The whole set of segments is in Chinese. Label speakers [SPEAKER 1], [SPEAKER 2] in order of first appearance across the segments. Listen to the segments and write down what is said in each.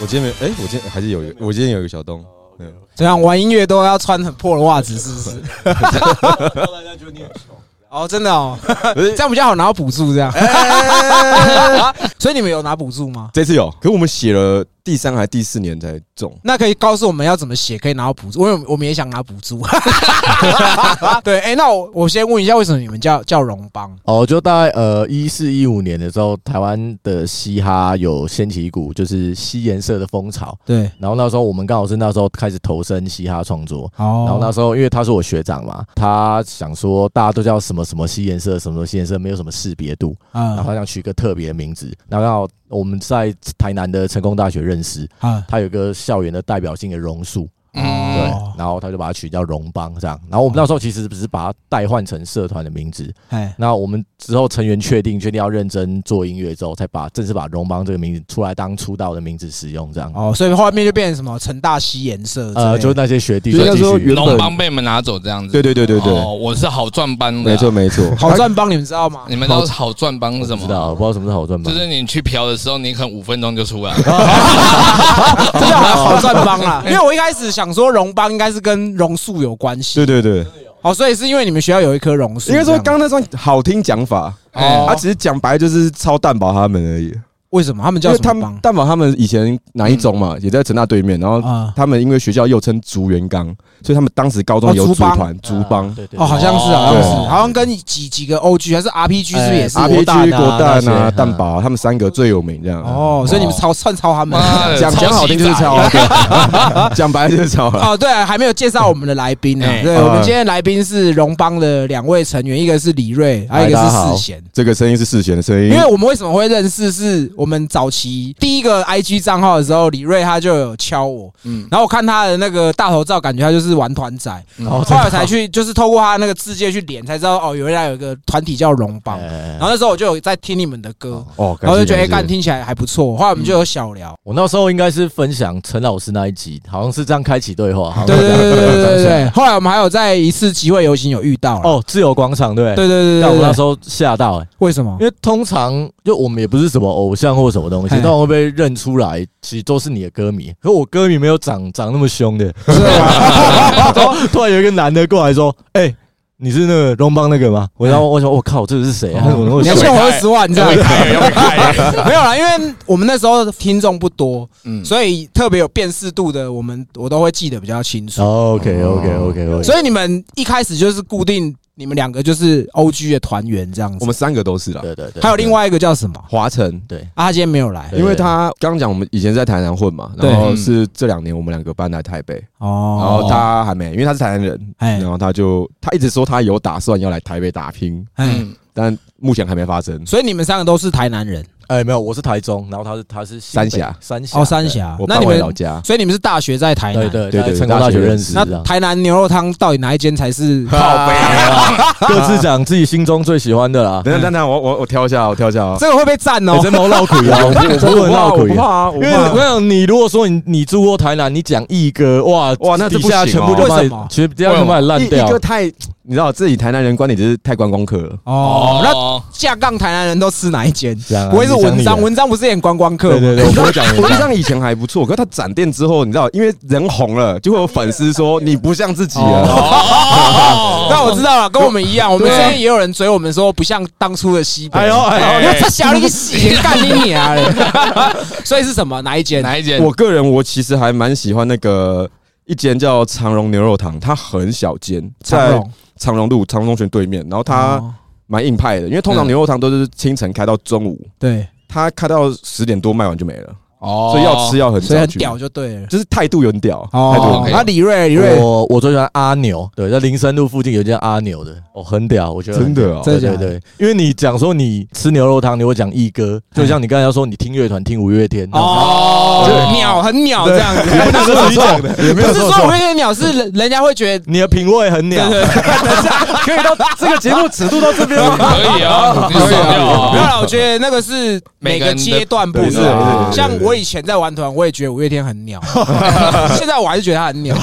[SPEAKER 1] 我今天没，哎，我今天还是有一个，我今天有一个小洞。对，
[SPEAKER 2] 怎样玩音乐都要穿很破的袜子，是不是？
[SPEAKER 3] 让大家觉得你很穷。
[SPEAKER 2] 哦，真的哦，
[SPEAKER 1] 不是
[SPEAKER 2] 这样比较好拿到补助，这
[SPEAKER 4] 哎
[SPEAKER 2] 样。 所以你们有拿补助吗？
[SPEAKER 1] 这次有，可是我们写了第三还第四年才中。
[SPEAKER 2] 那可以告诉我们要怎么写可以拿到补助？因为我们也想拿补 助。 对，哎、那我我先问一下，为什么你们叫叫荣邦？
[SPEAKER 4] 哦，就大概呃一四一五年的时候，台湾的嘻哈有掀起一股就是西颜色的风潮，
[SPEAKER 2] 对，
[SPEAKER 4] 然后那时候我们刚好是那时候开始投身嘻哈创作，
[SPEAKER 2] 哦
[SPEAKER 4] 然后那时候因为他是我学长嘛，他想说大家都叫什么什么西颜色，什么什么西颜色，没有什么识别度，然后
[SPEAKER 2] 啊
[SPEAKER 4] 他想取一个特别的名字，然后刚好我们在台南的成功大学认识，
[SPEAKER 2] 啊，
[SPEAKER 4] 他有一个校园的代表性的榕树，
[SPEAKER 5] 嗯
[SPEAKER 4] 对
[SPEAKER 2] 哦，，
[SPEAKER 4] 然后他就把它取叫榕帮这样，然后我们那时候其实只是把它代换成社团的名字，
[SPEAKER 2] 哎，
[SPEAKER 4] 那我们之后成员确定确定要认真做音乐之后，才把正式把榕帮这个名字出来当出道的名字使用这样。
[SPEAKER 2] 哦，所以后面就变成什么成大西颜色之类的，
[SPEAKER 4] 呃，就是那些学弟
[SPEAKER 1] 就应该
[SPEAKER 4] 继续
[SPEAKER 1] 说原本
[SPEAKER 5] 龙帮被你们拿走这样子。
[SPEAKER 1] 对对对对对，
[SPEAKER 5] 哦，我是好赚帮的啊，
[SPEAKER 1] 没错没错。
[SPEAKER 2] 好赚帮，你们知道吗？
[SPEAKER 5] 你们都是好赚帮是什
[SPEAKER 4] 不
[SPEAKER 5] 么
[SPEAKER 4] 知？道，不知道什么是好赚
[SPEAKER 5] 就
[SPEAKER 4] 帮。
[SPEAKER 5] 是你去嫖的时候，你可能五分钟就出 来。
[SPEAKER 2] 这叫好赚帮啦， 因为我一开始想说荣邦应该是跟榕树有关系
[SPEAKER 1] 对，对对，
[SPEAKER 2] 哦，所以是因为你们学校有一棵榕树，
[SPEAKER 1] 应该
[SPEAKER 2] 这
[SPEAKER 1] 说
[SPEAKER 2] 样
[SPEAKER 1] 刚刚那算好听讲法，啊
[SPEAKER 2] 哦
[SPEAKER 1] 他只是讲白就是超蛋堡他们而已，
[SPEAKER 2] 为什么他们
[SPEAKER 1] 因
[SPEAKER 2] 叫
[SPEAKER 1] 为
[SPEAKER 2] 什
[SPEAKER 1] 他
[SPEAKER 2] 么
[SPEAKER 1] 们
[SPEAKER 2] 帮
[SPEAKER 1] 蛋堡他们以前哪一中嘛，也在成大对面，然后
[SPEAKER 2] 啊？
[SPEAKER 1] 他们因为学校又称竹园岗，所以他们当时高中有
[SPEAKER 2] 哦
[SPEAKER 1] 组
[SPEAKER 2] 竹帮
[SPEAKER 1] 团竹帮
[SPEAKER 4] 啊，对对
[SPEAKER 2] 哦，好像是，好像是，
[SPEAKER 5] 对
[SPEAKER 2] 好像跟几几个 OG 还是 RPG 是不是也是？
[SPEAKER 4] 哎国
[SPEAKER 1] RPG
[SPEAKER 4] 蛋啊
[SPEAKER 1] 国蛋
[SPEAKER 4] 那
[SPEAKER 1] 啊、
[SPEAKER 4] 些
[SPEAKER 1] 蛋堡啊，他们三个最有名这样。
[SPEAKER 2] 哦，所以你们抄串抄他们。
[SPEAKER 5] 妈的
[SPEAKER 1] 讲
[SPEAKER 5] 抄袭
[SPEAKER 1] 讲好听就是
[SPEAKER 5] 仔
[SPEAKER 1] 抄，对 讲白就是抄了。
[SPEAKER 2] 哦，对、啊，还没有介绍我们的来宾呢、
[SPEAKER 5] 哎
[SPEAKER 2] 对，我们今天来宾是荣邦的两位成员，一个是李瑞，还有一个
[SPEAKER 4] 哎
[SPEAKER 2] 是
[SPEAKER 4] 大家好
[SPEAKER 2] 世贤。
[SPEAKER 1] 这个声音是世贤的声音，
[SPEAKER 2] 因为我们为什么会认识，是我们早期第一个 IG 账号的时候，李瑞他就有敲我，
[SPEAKER 5] 嗯
[SPEAKER 2] 然后我看他的那个大头照，感觉他就是啊玩团仔，
[SPEAKER 4] 哦
[SPEAKER 2] 嗯后来我才去就是透过他那个字界去连，才知道哦，原来有一个团体叫荣邦。
[SPEAKER 4] 哎
[SPEAKER 2] 然后那时候我就有在听你们的歌，
[SPEAKER 1] 哦，
[SPEAKER 2] 然后就觉得哎，
[SPEAKER 1] 感
[SPEAKER 2] 干
[SPEAKER 1] 谢感谢
[SPEAKER 2] 听起来还不错。后来我们就有小聊，
[SPEAKER 4] 我那时候应该是分享陈老师那一集，好像是这样开启对话。好像
[SPEAKER 2] 对
[SPEAKER 4] 是
[SPEAKER 2] 对
[SPEAKER 4] 这样
[SPEAKER 2] 对对对对对
[SPEAKER 4] 这样
[SPEAKER 2] 对。后来我们还有在一次集会游行有遇到了，
[SPEAKER 4] 哦，自由广场对不对。
[SPEAKER 2] 对对对
[SPEAKER 4] 但
[SPEAKER 2] 对
[SPEAKER 4] 我那
[SPEAKER 2] 对
[SPEAKER 4] 时
[SPEAKER 2] 对，
[SPEAKER 4] 候吓到哎，
[SPEAKER 2] 为什么？
[SPEAKER 4] 因为通常就我们也不是什么偶像或什么东西
[SPEAKER 2] 嘿，
[SPEAKER 4] 但我会被认出来，其实都是你的歌迷。可我歌迷没有长长那么凶的，
[SPEAKER 2] 啊
[SPEAKER 4] 然后突然有一个男的过来说：“哎，你是那个荣邦那个吗？”我然后我想，我靠，这个是谁啊？怎么那么
[SPEAKER 2] 哦你要
[SPEAKER 4] 凶？
[SPEAKER 2] 欠我二十万，你知道 吗？
[SPEAKER 5] 要被开，
[SPEAKER 2] 没有啦，因为我们那时候听众不多，
[SPEAKER 5] 嗯，
[SPEAKER 2] 所以特别有辨识度的，我们我都会记得比较清
[SPEAKER 4] 哦
[SPEAKER 2] 楚。
[SPEAKER 4] OK OK OK OK，
[SPEAKER 2] 哦所以你们一开始就是固定你们两个就是 O G 的团员这样
[SPEAKER 1] 我
[SPEAKER 2] 子，
[SPEAKER 1] 们三个都是啦。
[SPEAKER 4] 对对对，
[SPEAKER 2] 还有另外一个叫什么？
[SPEAKER 1] 华晨，
[SPEAKER 4] 对
[SPEAKER 2] 啊，他今天没有来
[SPEAKER 4] 对
[SPEAKER 1] 因为他刚讲我们以前在台南混嘛，然后
[SPEAKER 5] 对
[SPEAKER 1] 是这两年我们两个搬来台北，然
[SPEAKER 2] 哦，
[SPEAKER 1] 后他还没，因为他是台南人，
[SPEAKER 2] 哎
[SPEAKER 1] 然后他就他一直说他有打算要来台北打拼，
[SPEAKER 2] 哎，
[SPEAKER 5] 嗯，
[SPEAKER 1] 但目前还没发生。
[SPEAKER 2] 所以你们三个都是台南人
[SPEAKER 4] 哎，没有，我是台中，然后他是他是新
[SPEAKER 1] 三
[SPEAKER 4] 北
[SPEAKER 1] 峡
[SPEAKER 4] 三峡
[SPEAKER 2] 哦，三
[SPEAKER 4] 对
[SPEAKER 2] 峡
[SPEAKER 1] 我。
[SPEAKER 2] 那
[SPEAKER 1] 搬
[SPEAKER 2] 你
[SPEAKER 1] 回
[SPEAKER 2] 们
[SPEAKER 1] 老家，
[SPEAKER 2] 所以你们是大学在台南
[SPEAKER 4] 对，啊对
[SPEAKER 1] 对
[SPEAKER 4] 对，
[SPEAKER 1] 对
[SPEAKER 4] 成功
[SPEAKER 1] 大
[SPEAKER 4] 大
[SPEAKER 1] 学
[SPEAKER 4] 学
[SPEAKER 1] 认
[SPEAKER 4] 认
[SPEAKER 1] 识
[SPEAKER 4] 识
[SPEAKER 2] 那
[SPEAKER 4] 这样，
[SPEAKER 2] 台南牛肉汤到底哪一间才是？
[SPEAKER 5] 靠背啊，
[SPEAKER 4] 各自讲自己心中最喜欢的啦。
[SPEAKER 1] 等等等等，我我我挑一下，我挑一下啊！
[SPEAKER 2] 这个会被赞 哦
[SPEAKER 4] 欸。真毛绕口啊，我真
[SPEAKER 1] 我
[SPEAKER 4] 的
[SPEAKER 1] 不怕
[SPEAKER 4] 绕口
[SPEAKER 1] 我不怕
[SPEAKER 4] 音。
[SPEAKER 1] 啊，我
[SPEAKER 4] 因
[SPEAKER 1] 不
[SPEAKER 4] 为我
[SPEAKER 1] 怕。
[SPEAKER 4] 想你，如果说你你住过台南，你讲一哥，哇
[SPEAKER 1] 哇那这
[SPEAKER 4] 底
[SPEAKER 1] 不
[SPEAKER 4] 下
[SPEAKER 1] 行
[SPEAKER 4] 全
[SPEAKER 1] 哦
[SPEAKER 4] 部就把
[SPEAKER 2] 为
[SPEAKER 4] 你
[SPEAKER 2] 什么，
[SPEAKER 4] 全底下全部把你
[SPEAKER 1] 一
[SPEAKER 4] 烂
[SPEAKER 1] 一个
[SPEAKER 4] 掉。
[SPEAKER 1] 太，啊你知道自己台南人观点就是太观光客了。
[SPEAKER 2] 哦，那
[SPEAKER 5] 哦，
[SPEAKER 2] 下杠台南人都吃哪一间？
[SPEAKER 4] 这样啊
[SPEAKER 2] 不会是文
[SPEAKER 4] 你
[SPEAKER 2] 章？
[SPEAKER 4] 想你的
[SPEAKER 2] 文章不是演观光客
[SPEAKER 4] 对
[SPEAKER 2] 吗？
[SPEAKER 4] 对对，我不会讲
[SPEAKER 1] 我印象以前还不错，可是他展店之后，你知道，因为人红了，就会有粉丝 说你不像自己
[SPEAKER 4] 啊
[SPEAKER 1] 了。
[SPEAKER 5] 哦
[SPEAKER 2] 那我知道了，跟我们一样，我们
[SPEAKER 5] 对
[SPEAKER 2] 之前也有人追我们说不像当初的西北。
[SPEAKER 4] 哎呦哎
[SPEAKER 2] 因为他小了一洗，干你娘嘞！ 所以是什么？哪一间？
[SPEAKER 5] 哪一间？
[SPEAKER 1] 我个人我其实还蛮喜欢那个一间叫长荣牛肉汤，它很小间，
[SPEAKER 2] 长
[SPEAKER 1] 在
[SPEAKER 2] 荣
[SPEAKER 1] 长荣路长荣泉对面，然后
[SPEAKER 4] 啊
[SPEAKER 1] 它
[SPEAKER 2] 哦
[SPEAKER 1] 蛮硬派的，因为通常
[SPEAKER 5] 嗯
[SPEAKER 1] 牛肉汤都是清晨开到中午，
[SPEAKER 2] 对，
[SPEAKER 1] 它开到十点多卖完就没了，
[SPEAKER 5] 哦
[SPEAKER 1] 所以要吃要很
[SPEAKER 2] 所以
[SPEAKER 1] 早
[SPEAKER 2] 很
[SPEAKER 1] 去，
[SPEAKER 2] 屌就对了。
[SPEAKER 1] 就是态度有点屌，态度
[SPEAKER 2] 哦
[SPEAKER 1] 很，
[SPEAKER 5] OK
[SPEAKER 1] 屌。
[SPEAKER 2] 那李瑞，李瑞，
[SPEAKER 4] 我我最喜欢阿牛，对，在林森路附近有一间阿牛的，哦，很屌，我觉得
[SPEAKER 1] 真
[SPEAKER 4] 很屌。
[SPEAKER 1] 的哦，
[SPEAKER 2] 真
[SPEAKER 4] 对
[SPEAKER 2] 的假
[SPEAKER 4] 对
[SPEAKER 2] 的
[SPEAKER 4] 对，因为你讲说你吃牛肉汤，你会讲一哥，就像你刚才说你听乐团听五月天，
[SPEAKER 2] 哦，鸟很鸟这样子，
[SPEAKER 4] 不能说你讲的，也
[SPEAKER 2] 不
[SPEAKER 4] 没有
[SPEAKER 2] 是说
[SPEAKER 4] 说
[SPEAKER 2] 我
[SPEAKER 4] 错
[SPEAKER 2] 们，些鸟是人人家会 觉得。
[SPEAKER 4] 你的品味很鸟，
[SPEAKER 1] 可以到这个节目尺度到这边吗？
[SPEAKER 5] 可以 啊，你爽掉
[SPEAKER 2] 没有
[SPEAKER 5] 啊，
[SPEAKER 2] 啦，我觉得那个是每
[SPEAKER 5] 每个
[SPEAKER 2] 个
[SPEAKER 5] 人的
[SPEAKER 2] 阶段不
[SPEAKER 1] 对
[SPEAKER 2] 一
[SPEAKER 1] 是是是
[SPEAKER 2] 样。
[SPEAKER 1] 是
[SPEAKER 2] 像我以前在玩团，我 也觉得五月天很鸟，现在我还是觉得他很鸟。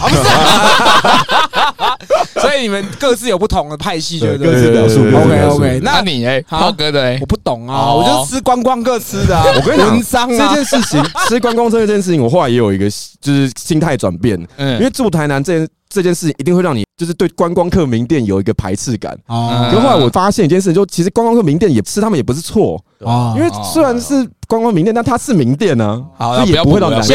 [SPEAKER 2] 所以你们各自有不同的派系，对
[SPEAKER 4] 对
[SPEAKER 2] 不
[SPEAKER 4] 各
[SPEAKER 2] 对
[SPEAKER 4] 自表述
[SPEAKER 1] 对对对
[SPEAKER 4] 各自
[SPEAKER 2] OK
[SPEAKER 4] 表述
[SPEAKER 2] OK，
[SPEAKER 5] 那
[SPEAKER 2] 那
[SPEAKER 5] 你哎，
[SPEAKER 2] 啊
[SPEAKER 5] 浩哥的哎
[SPEAKER 2] 我，不懂啊，
[SPEAKER 5] 哦
[SPEAKER 2] 我就吃观光客吃的啊，
[SPEAKER 1] 我跟你讲
[SPEAKER 2] 文章
[SPEAKER 1] 这
[SPEAKER 2] 啊，
[SPEAKER 1] 件事 情，吃观光车这件事情，我后来也有一个就是心态转变，因
[SPEAKER 5] 嗯，
[SPEAKER 1] 为住台南这件这件事情，一定会让你就是对观光客名店有一个排斥感。
[SPEAKER 2] 哦
[SPEAKER 5] 嗯
[SPEAKER 1] 可后来我发现一件事情，就其实观光客名店也吃他们也不是错，
[SPEAKER 2] 哦
[SPEAKER 1] 因为虽然是观光名店，但它是名店呢，
[SPEAKER 5] 啊
[SPEAKER 1] 这
[SPEAKER 5] 好了，不
[SPEAKER 1] 也
[SPEAKER 5] 要
[SPEAKER 1] 不会让
[SPEAKER 5] 补了
[SPEAKER 1] 人
[SPEAKER 5] 不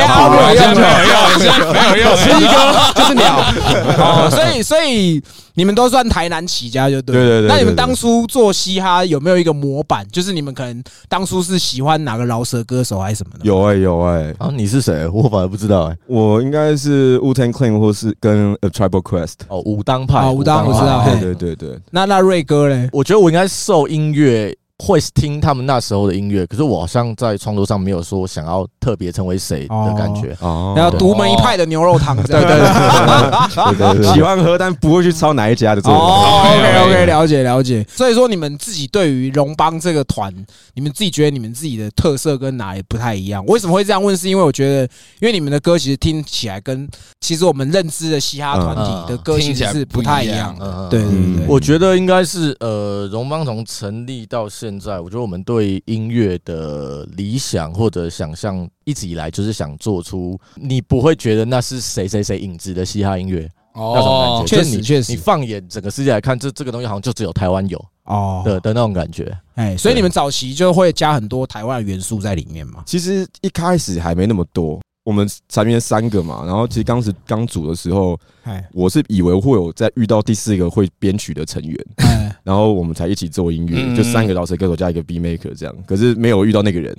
[SPEAKER 1] 家
[SPEAKER 5] 要
[SPEAKER 2] 先
[SPEAKER 5] 补了
[SPEAKER 2] 熬
[SPEAKER 5] 现 在
[SPEAKER 2] 两
[SPEAKER 5] 没有用，现在没有用，
[SPEAKER 1] 哎
[SPEAKER 5] 吃一个就是鸟，
[SPEAKER 2] 哦，所以所以你们都算台南起家就对了。
[SPEAKER 1] 对对对对
[SPEAKER 2] 那你们当初做嘻哈有没有一个模板？就是你们可能当初是喜欢哪个饶舌歌手还是什么的？
[SPEAKER 1] 有哎有哎，
[SPEAKER 4] 啊，你是谁？我反而不知道哎。
[SPEAKER 1] 我应该是 Wu Tang Clan 或是跟 A Tribal Quest。
[SPEAKER 4] 哦，武当派，
[SPEAKER 2] 哦武当我知道嘿
[SPEAKER 1] 对对对对，
[SPEAKER 2] 那那瑞哥嘞？
[SPEAKER 4] 我觉得我应该受音乐会听他们那时候的音乐，可是我好像在创作上没有说想要特别成为谁的感觉。
[SPEAKER 1] 哦
[SPEAKER 2] 然后独门一派的牛肉汤，对
[SPEAKER 1] 对
[SPEAKER 4] 对对对
[SPEAKER 1] 喜欢喝，但不会去抄哪一家的这种。
[SPEAKER 2] 哦，OK
[SPEAKER 5] 对
[SPEAKER 2] OK，
[SPEAKER 5] 对
[SPEAKER 2] 了解了解。所以说你们自己对于荣邦这个团，你们自己觉得你们自己的特色跟哪里不太一样？为什么会这样问？是因为我觉得，因为你们的歌其实听起来跟其实我们认知的嘻哈团体的歌其实是不太一样的。
[SPEAKER 4] 嗯
[SPEAKER 2] 对对
[SPEAKER 1] 嗯
[SPEAKER 2] 对，
[SPEAKER 4] 我觉得应该是呃，荣邦从成立到现在，我觉得我们对音乐的理想或者想象，一直以来就是想做出你不会觉得那是谁谁谁影子的嘻哈音乐、那种感觉。
[SPEAKER 5] 哦，
[SPEAKER 2] 确
[SPEAKER 4] 就是
[SPEAKER 2] 实
[SPEAKER 4] 你
[SPEAKER 2] 确实
[SPEAKER 4] 你放眼整个世界来看，这这个东西好像就只有台湾有
[SPEAKER 2] 哦，
[SPEAKER 4] 的的那种感觉。
[SPEAKER 2] 哎，所以
[SPEAKER 4] 对
[SPEAKER 2] 你们早期就会加很多台湾的元素在里面嘛？
[SPEAKER 1] 其实一开始还没那么多，我们团员三个嘛，然后其实当时刚组的时候，
[SPEAKER 2] 哎
[SPEAKER 1] 我是以为会有再遇到第四个会编曲的成员，
[SPEAKER 2] 哎，
[SPEAKER 1] 然后我们才一起做音乐，
[SPEAKER 5] 嗯
[SPEAKER 1] 就三个饶舌歌手加一个 B maker 这样，可是没有遇到那个人。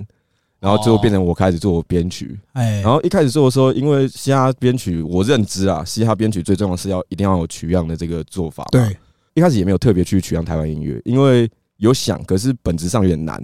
[SPEAKER 1] 然后最后变成我开始做编曲，
[SPEAKER 2] 哎，
[SPEAKER 1] 然后一开始做的时候，因为嘻哈编曲，我认知啊，嘻哈编曲最重要的是要一定要有取样的这个做法。，
[SPEAKER 2] 对，
[SPEAKER 1] 一开始也没有特别去取样台湾音乐，因为有想，可是本质上有点难，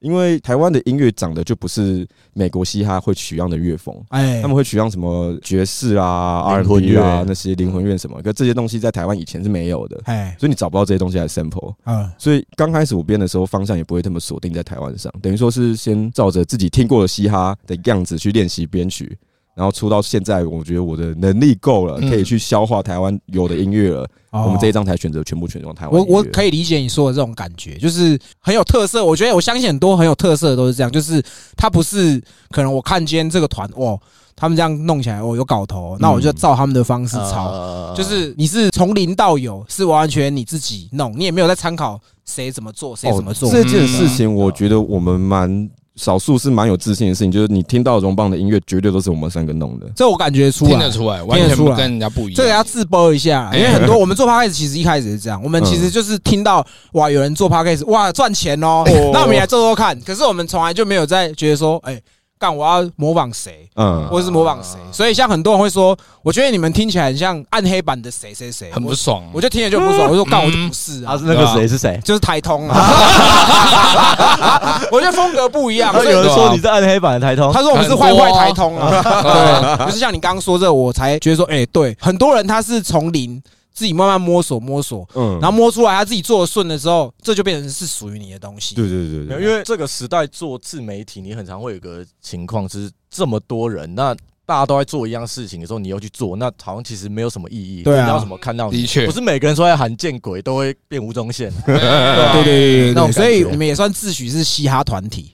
[SPEAKER 1] 因为台湾的音乐长得就不是美国嘻哈会取样的乐风，
[SPEAKER 2] 哎
[SPEAKER 1] 他，们会取样什么爵士啊、
[SPEAKER 4] 灵魂
[SPEAKER 1] R&B
[SPEAKER 4] 乐
[SPEAKER 1] 啊那些灵魂乐什么，可这些东西在台湾以前是没有的，
[SPEAKER 2] 哎，
[SPEAKER 1] 所以你找不到这些东西来 sample。
[SPEAKER 2] 嗯，
[SPEAKER 1] 所以刚开始我编的时候，方向也不会这么锁定在台湾上，等于说是先照着自己听过的嘻哈的样子去练习编曲，然后出到现在，我觉得我的能力够了，
[SPEAKER 5] 嗯
[SPEAKER 1] 可以去消化台湾有的音乐了。
[SPEAKER 2] 哦
[SPEAKER 1] 我们这一张才选择全部选用台湾
[SPEAKER 2] 我
[SPEAKER 1] 音乐。
[SPEAKER 2] 我可以理解你说的这种感觉，就是很有特色。我觉得我相信很多很有特色的都是这样，就是他不是可能我看今天这个团哇，他们这样弄起来哦有搞头，那
[SPEAKER 1] 嗯
[SPEAKER 2] 我就照他们的方式抄。
[SPEAKER 4] 呃
[SPEAKER 2] 就是你是从零到有，是完全你自己弄，你也没有在参考谁怎么做，
[SPEAKER 1] 哦
[SPEAKER 2] 谁怎么做。嗯
[SPEAKER 1] 这件事情，我觉得我们蛮少数是蛮有自信的事情，就是你听到荣邦的音乐，绝对都是我们三个弄的。
[SPEAKER 2] 这我感觉出
[SPEAKER 5] 听
[SPEAKER 2] 来
[SPEAKER 5] 得，出来，完全不跟人家不一样。
[SPEAKER 2] 这个要自播一下，
[SPEAKER 5] 哎
[SPEAKER 2] 因为很多我们做 podcast 其实一开始是这样，我们其实就是听到哇有人做 podcast 哇赚钱哦，那我们也来做做看。可是我们从来就没有在觉得说，哎，干我要模仿谁，
[SPEAKER 1] 嗯，
[SPEAKER 5] 啊
[SPEAKER 2] 或者是模仿谁。所以像很多人会说，我觉得你们听起来很像暗黑版的谁谁谁，
[SPEAKER 5] 很不
[SPEAKER 2] 我
[SPEAKER 5] 爽，嗯
[SPEAKER 2] 我就听了就不爽，我说干我就不是
[SPEAKER 4] 他
[SPEAKER 2] 啊
[SPEAKER 4] 是。那个谁是谁？
[SPEAKER 2] 就是台通 啊， 我觉得风格不一样。
[SPEAKER 5] 啊
[SPEAKER 4] 然后
[SPEAKER 2] 所以
[SPEAKER 4] 有人说你是暗黑版的台通，
[SPEAKER 2] 他说我们是坏坏台通啊，对，就是像你刚刚说这，我才觉得说，哎，对，很多人他是从零自己慢慢摸索摸索，
[SPEAKER 1] 嗯
[SPEAKER 2] 然后摸出来他自己做的顺的时候，这就变成是属于你的东西。
[SPEAKER 1] 对对对
[SPEAKER 4] 没有，
[SPEAKER 1] 对，
[SPEAKER 4] 因为这个时代做自媒体，你很常会有个情况，就是这么多人，那大家都在做一样事情的时候，你又去做，那好像其实没有什么意义。
[SPEAKER 2] 对啊
[SPEAKER 4] 你要怎么看到你？
[SPEAKER 5] 的确
[SPEAKER 4] 不是每个人说要喊见鬼都会变吴宗宪。
[SPEAKER 2] 对啊对对
[SPEAKER 4] 那
[SPEAKER 2] 对，
[SPEAKER 4] 种感觉
[SPEAKER 2] 所以你们也算自诩是嘻哈团体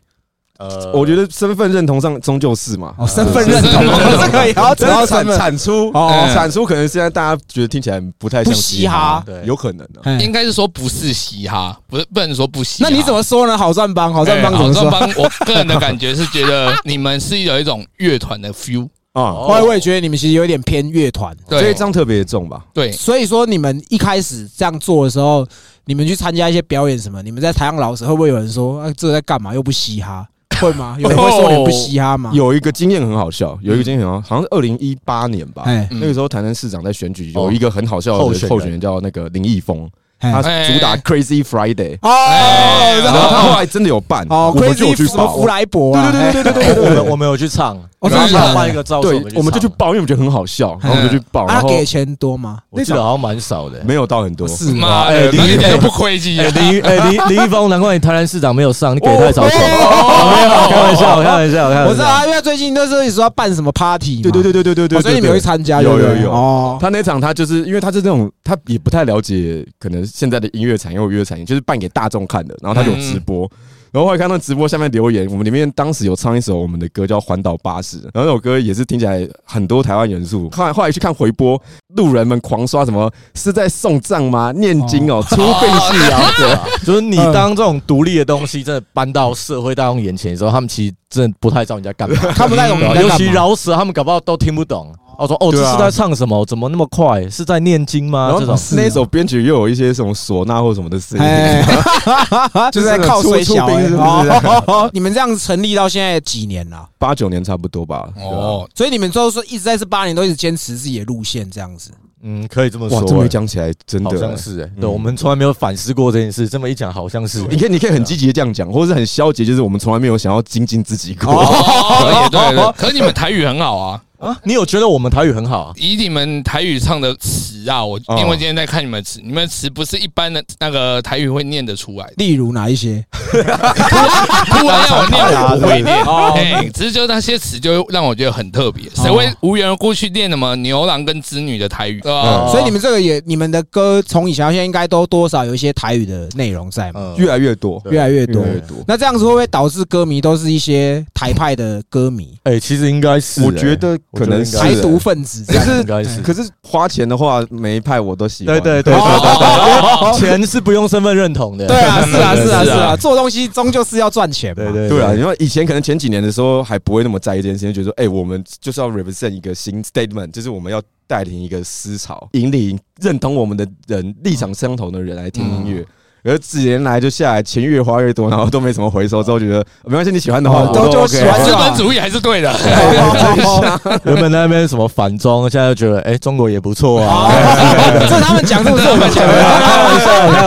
[SPEAKER 4] 呃
[SPEAKER 1] 我觉得身份认同上终究是嘛。
[SPEAKER 2] 哦，身份认同 这个也要知
[SPEAKER 1] 只要
[SPEAKER 2] 道
[SPEAKER 1] 产
[SPEAKER 2] 身份
[SPEAKER 1] 产出
[SPEAKER 2] 哦
[SPEAKER 1] 哦，产出可能现在大家觉得听起来不太像
[SPEAKER 2] 不嘻哈
[SPEAKER 4] 对
[SPEAKER 1] 有可能啊。
[SPEAKER 5] 应该是说不是嘻哈，不是不能说不嘻哈。
[SPEAKER 2] 嗯那你怎么说呢？好战帮，好
[SPEAKER 5] 好
[SPEAKER 2] 战帮怎
[SPEAKER 5] 好
[SPEAKER 2] 么
[SPEAKER 5] 战
[SPEAKER 2] 说？
[SPEAKER 5] 帮，我个人的感觉是觉得你们是有一种乐团的 feel，
[SPEAKER 1] 啊，
[SPEAKER 4] 哦
[SPEAKER 2] 后来我也觉得你们其实有点偏乐团，
[SPEAKER 1] 这
[SPEAKER 5] 对
[SPEAKER 1] 一张特别重吧？
[SPEAKER 5] 对，
[SPEAKER 2] 所以说你们一开始这样做的时候，你们去参加一些表演什么，你们在台上老师会不会有人说啊，这个在干嘛？又不嘻哈，会吗？ 有人会说你们不嘻哈吗？，
[SPEAKER 1] 有一个经验很好笑，有一个经验很好，好像是二零一八年吧。
[SPEAKER 2] 哎哦
[SPEAKER 5] 嗯
[SPEAKER 1] 那个时候，台南市长在选举，有一个很好笑的
[SPEAKER 4] 候选人
[SPEAKER 1] 候选人叫那个林义峰，他主打
[SPEAKER 5] 哎
[SPEAKER 1] Crazy Friday，
[SPEAKER 2] 哦，
[SPEAKER 1] 然
[SPEAKER 2] 然
[SPEAKER 1] 哎后他
[SPEAKER 2] 后
[SPEAKER 1] 后来真的有办，
[SPEAKER 2] 哦
[SPEAKER 1] 我们就有
[SPEAKER 2] ，Crazy
[SPEAKER 1] 去
[SPEAKER 2] 什么
[SPEAKER 1] 报
[SPEAKER 2] 弗。莱博啊，对对对对
[SPEAKER 4] 对，我们我们有去唱，
[SPEAKER 2] 我
[SPEAKER 5] 真的假的
[SPEAKER 4] 有办一个
[SPEAKER 2] 啊
[SPEAKER 4] 造势，
[SPEAKER 1] 对，我们就去
[SPEAKER 4] 唱，
[SPEAKER 1] 报，因为我们觉得很好笑，然后我们就去报，然
[SPEAKER 2] 他
[SPEAKER 1] 后
[SPEAKER 2] 哎啊给钱多吗？
[SPEAKER 4] 我记得好像蛮少的。
[SPEAKER 1] 没有到很多，
[SPEAKER 2] 是吗？
[SPEAKER 5] 妈的，
[SPEAKER 4] 哎
[SPEAKER 5] 那
[SPEAKER 4] 林
[SPEAKER 5] 一点都不亏气
[SPEAKER 4] 哎，
[SPEAKER 5] 啊！
[SPEAKER 4] 林哎林林一峰，难怪你台南市长没有上，你给太少钱。
[SPEAKER 2] 哦
[SPEAKER 4] 没有，开玩笑，开玩笑，开玩笑。
[SPEAKER 2] 我知道，啊因为最近那时候你说要办什么 party，嘛
[SPEAKER 1] 对对对对对对对，
[SPEAKER 2] 哦所以你们
[SPEAKER 1] 对
[SPEAKER 2] 有去参加，
[SPEAKER 1] 有
[SPEAKER 2] 对不对
[SPEAKER 1] 有有
[SPEAKER 2] 哦，
[SPEAKER 1] 他那场他就是因为他是那种他也不太了解可能现在的音乐产业或乐产业，就是办给大众看的，然后他就有直播。然后后来看到直播下面留言，我们里面当时有唱一首我们的歌叫《环岛巴士》，然后那首歌也是听起来很多台湾元素。后来后来去看回播，路人们狂刷什么是在送葬吗？念经哦，出殡式啊，对啊，
[SPEAKER 4] 就是你当这种独立的东西真的搬到社会大众眼前的时候，他们其实真的不太知道你在干 嘛，啊
[SPEAKER 2] 看不太懂你在干嘛
[SPEAKER 4] 尤其饶舌，他们搞不好都听不懂。我说哦，这
[SPEAKER 1] 对啊
[SPEAKER 4] 是在唱什么？怎么那么快？是在念经
[SPEAKER 1] 然
[SPEAKER 4] 吗？这
[SPEAKER 1] 后
[SPEAKER 4] 种
[SPEAKER 1] 那首编曲又有一些什么唢呐或什么的声音，
[SPEAKER 2] 哎， 就是在靠水
[SPEAKER 1] 出出
[SPEAKER 2] 小
[SPEAKER 1] 兵
[SPEAKER 2] 欸
[SPEAKER 1] 是不是
[SPEAKER 2] 哦。 你们这样子成立到现在几年了？
[SPEAKER 1] 八九年差不多吧。哦，
[SPEAKER 5] 哦，
[SPEAKER 2] 所以你们就是说一直在这八年都一直坚持自己的路线这样子。
[SPEAKER 4] 嗯，可以这么说
[SPEAKER 1] 哇，，这么
[SPEAKER 4] 哎
[SPEAKER 1] 一讲起来真
[SPEAKER 4] 好
[SPEAKER 1] 的
[SPEAKER 4] 像。是哎，
[SPEAKER 1] 嗯
[SPEAKER 4] 对我们从来没有反思过这件事，这么一讲好像是。
[SPEAKER 1] 你可以，你可以很积极的这样讲，或者是很消极，就是我们从来没有想要精进自己过。
[SPEAKER 5] 哦，也对对。可是你们台语很好啊，
[SPEAKER 4] 啊，你有觉得我们台语很好 啊？
[SPEAKER 5] 以你们台语唱的词啊，我
[SPEAKER 1] 哦
[SPEAKER 5] 因为今天在看你们词，你们词不是一般的那个台语会念得出来的。啊
[SPEAKER 2] 例如哪一些？
[SPEAKER 5] 突然 让我念，我不 会念。
[SPEAKER 4] 啊
[SPEAKER 5] 哎，只是就那哦些词，就会让我觉得很特别。谁会无缘无故去念什么牛郎跟织女的台语？对
[SPEAKER 4] 哦
[SPEAKER 5] 吧？
[SPEAKER 2] 所以你们这个也，你们的歌从以前到现在应该都多少有一些台语的内容在嘛，
[SPEAKER 4] 嗯，
[SPEAKER 1] 越来越多，
[SPEAKER 2] 越来越
[SPEAKER 1] 越
[SPEAKER 2] 多
[SPEAKER 1] 来。越多。
[SPEAKER 2] 那这样子会不会导致歌迷都是一些台派的歌迷、
[SPEAKER 4] 哎，其实应该是，
[SPEAKER 1] 我觉得
[SPEAKER 4] 我觉
[SPEAKER 1] 可
[SPEAKER 4] 得
[SPEAKER 1] 能
[SPEAKER 4] 应
[SPEAKER 1] 是
[SPEAKER 4] 该
[SPEAKER 2] 台独分子
[SPEAKER 1] 可
[SPEAKER 2] 这样？
[SPEAKER 1] 是
[SPEAKER 4] 应该是
[SPEAKER 1] 可是花钱的话，每一派我都喜欢。
[SPEAKER 4] 对对对对 对对， 钱是不用身份认同的。
[SPEAKER 2] 对啊，是啊，是啊，是
[SPEAKER 5] 是
[SPEAKER 2] 啊，
[SPEAKER 5] 啊
[SPEAKER 2] 做东西终究是要赚钱嘛。
[SPEAKER 4] 对对
[SPEAKER 1] 对啊！因为以前可能前几年的时候还不会那么在意这件事情，觉得说，哎，我们就是要 represent 一个新 statement，就是我们要带领一个思潮，引领认同我们的人、立场相同的人来听音乐。嗯而几年来就下来，钱越花越多，然后都没什么回收，之后觉得没关系，你喜欢的话
[SPEAKER 2] 哦
[SPEAKER 1] 我都
[SPEAKER 2] 都就
[SPEAKER 1] OK
[SPEAKER 2] 喜欢
[SPEAKER 1] 啊。
[SPEAKER 5] 资本主义还是对的。
[SPEAKER 4] 原本那边什么反中，现在就觉得哎、中国也不错啊。
[SPEAKER 2] 哦， 这是他们讲，这不是我们讲的。
[SPEAKER 4] 开玩笑，开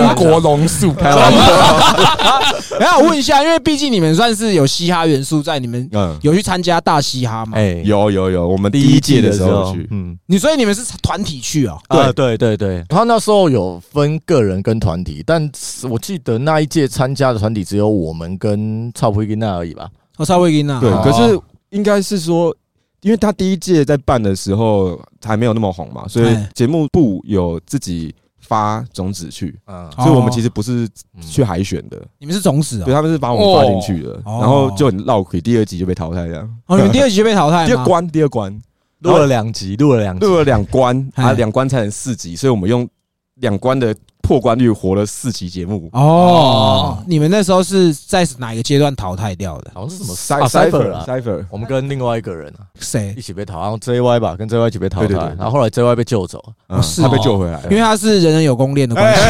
[SPEAKER 4] 玩笑，
[SPEAKER 5] 中国龙 树，
[SPEAKER 1] 开玩笑，
[SPEAKER 2] 然后我问一下，因为毕竟你们算是有嘻哈元素在，你们
[SPEAKER 1] 嗯，
[SPEAKER 2] 有去参加大嘻哈嘛？
[SPEAKER 4] 哎，
[SPEAKER 1] 有有有，我们第一届的时候有去，
[SPEAKER 4] 嗯，啊
[SPEAKER 2] 你所以你们是团体去哦？
[SPEAKER 4] 对对对对，他那时候有分个人跟团体，但是我记得那一届参加的团体只有我们跟超普金娜而已吧。
[SPEAKER 2] 我稍微给你啊
[SPEAKER 1] 对
[SPEAKER 5] 哦，
[SPEAKER 1] 可是应该是说，因为他第一届在办的时候还没有那么红嘛，所以
[SPEAKER 2] 哎
[SPEAKER 1] 节目部有自己发种子去，
[SPEAKER 4] 嗯，哦
[SPEAKER 2] 哦
[SPEAKER 1] 所以我们其实不是去海选的，
[SPEAKER 2] 你们是种子
[SPEAKER 1] 对，啊
[SPEAKER 2] 哦，
[SPEAKER 1] 他们是把我们发进去的，
[SPEAKER 2] 哦
[SPEAKER 1] 然后就很绕亏，第二集就被淘汰这样。
[SPEAKER 2] 哦，你们第二集就被淘 汰
[SPEAKER 1] 第
[SPEAKER 2] 吗
[SPEAKER 1] 二？关，第二关
[SPEAKER 4] 录了两集，录了两集。
[SPEAKER 1] 录了两关
[SPEAKER 2] 哎
[SPEAKER 1] 啊，两关才能四集，所以我们用两关的破关率活了四集节
[SPEAKER 2] 啊
[SPEAKER 1] 目。
[SPEAKER 2] 哦，你们那时候是在哪一个阶段淘汰掉的？
[SPEAKER 4] 好像是什么
[SPEAKER 1] Cy-
[SPEAKER 4] 啊 Cypher 啊
[SPEAKER 1] Cipher，
[SPEAKER 4] 我们跟另外一个人 啊
[SPEAKER 2] 谁
[SPEAKER 4] 一？起被淘，然后 JY 吧，跟 JY 一起被淘汰
[SPEAKER 1] 对对对，
[SPEAKER 4] 然后后来 JY 被救走，
[SPEAKER 1] 嗯
[SPEAKER 2] 是
[SPEAKER 1] 他
[SPEAKER 2] 哦
[SPEAKER 1] 被救回来了
[SPEAKER 2] 因。为他是人人有功练的关系。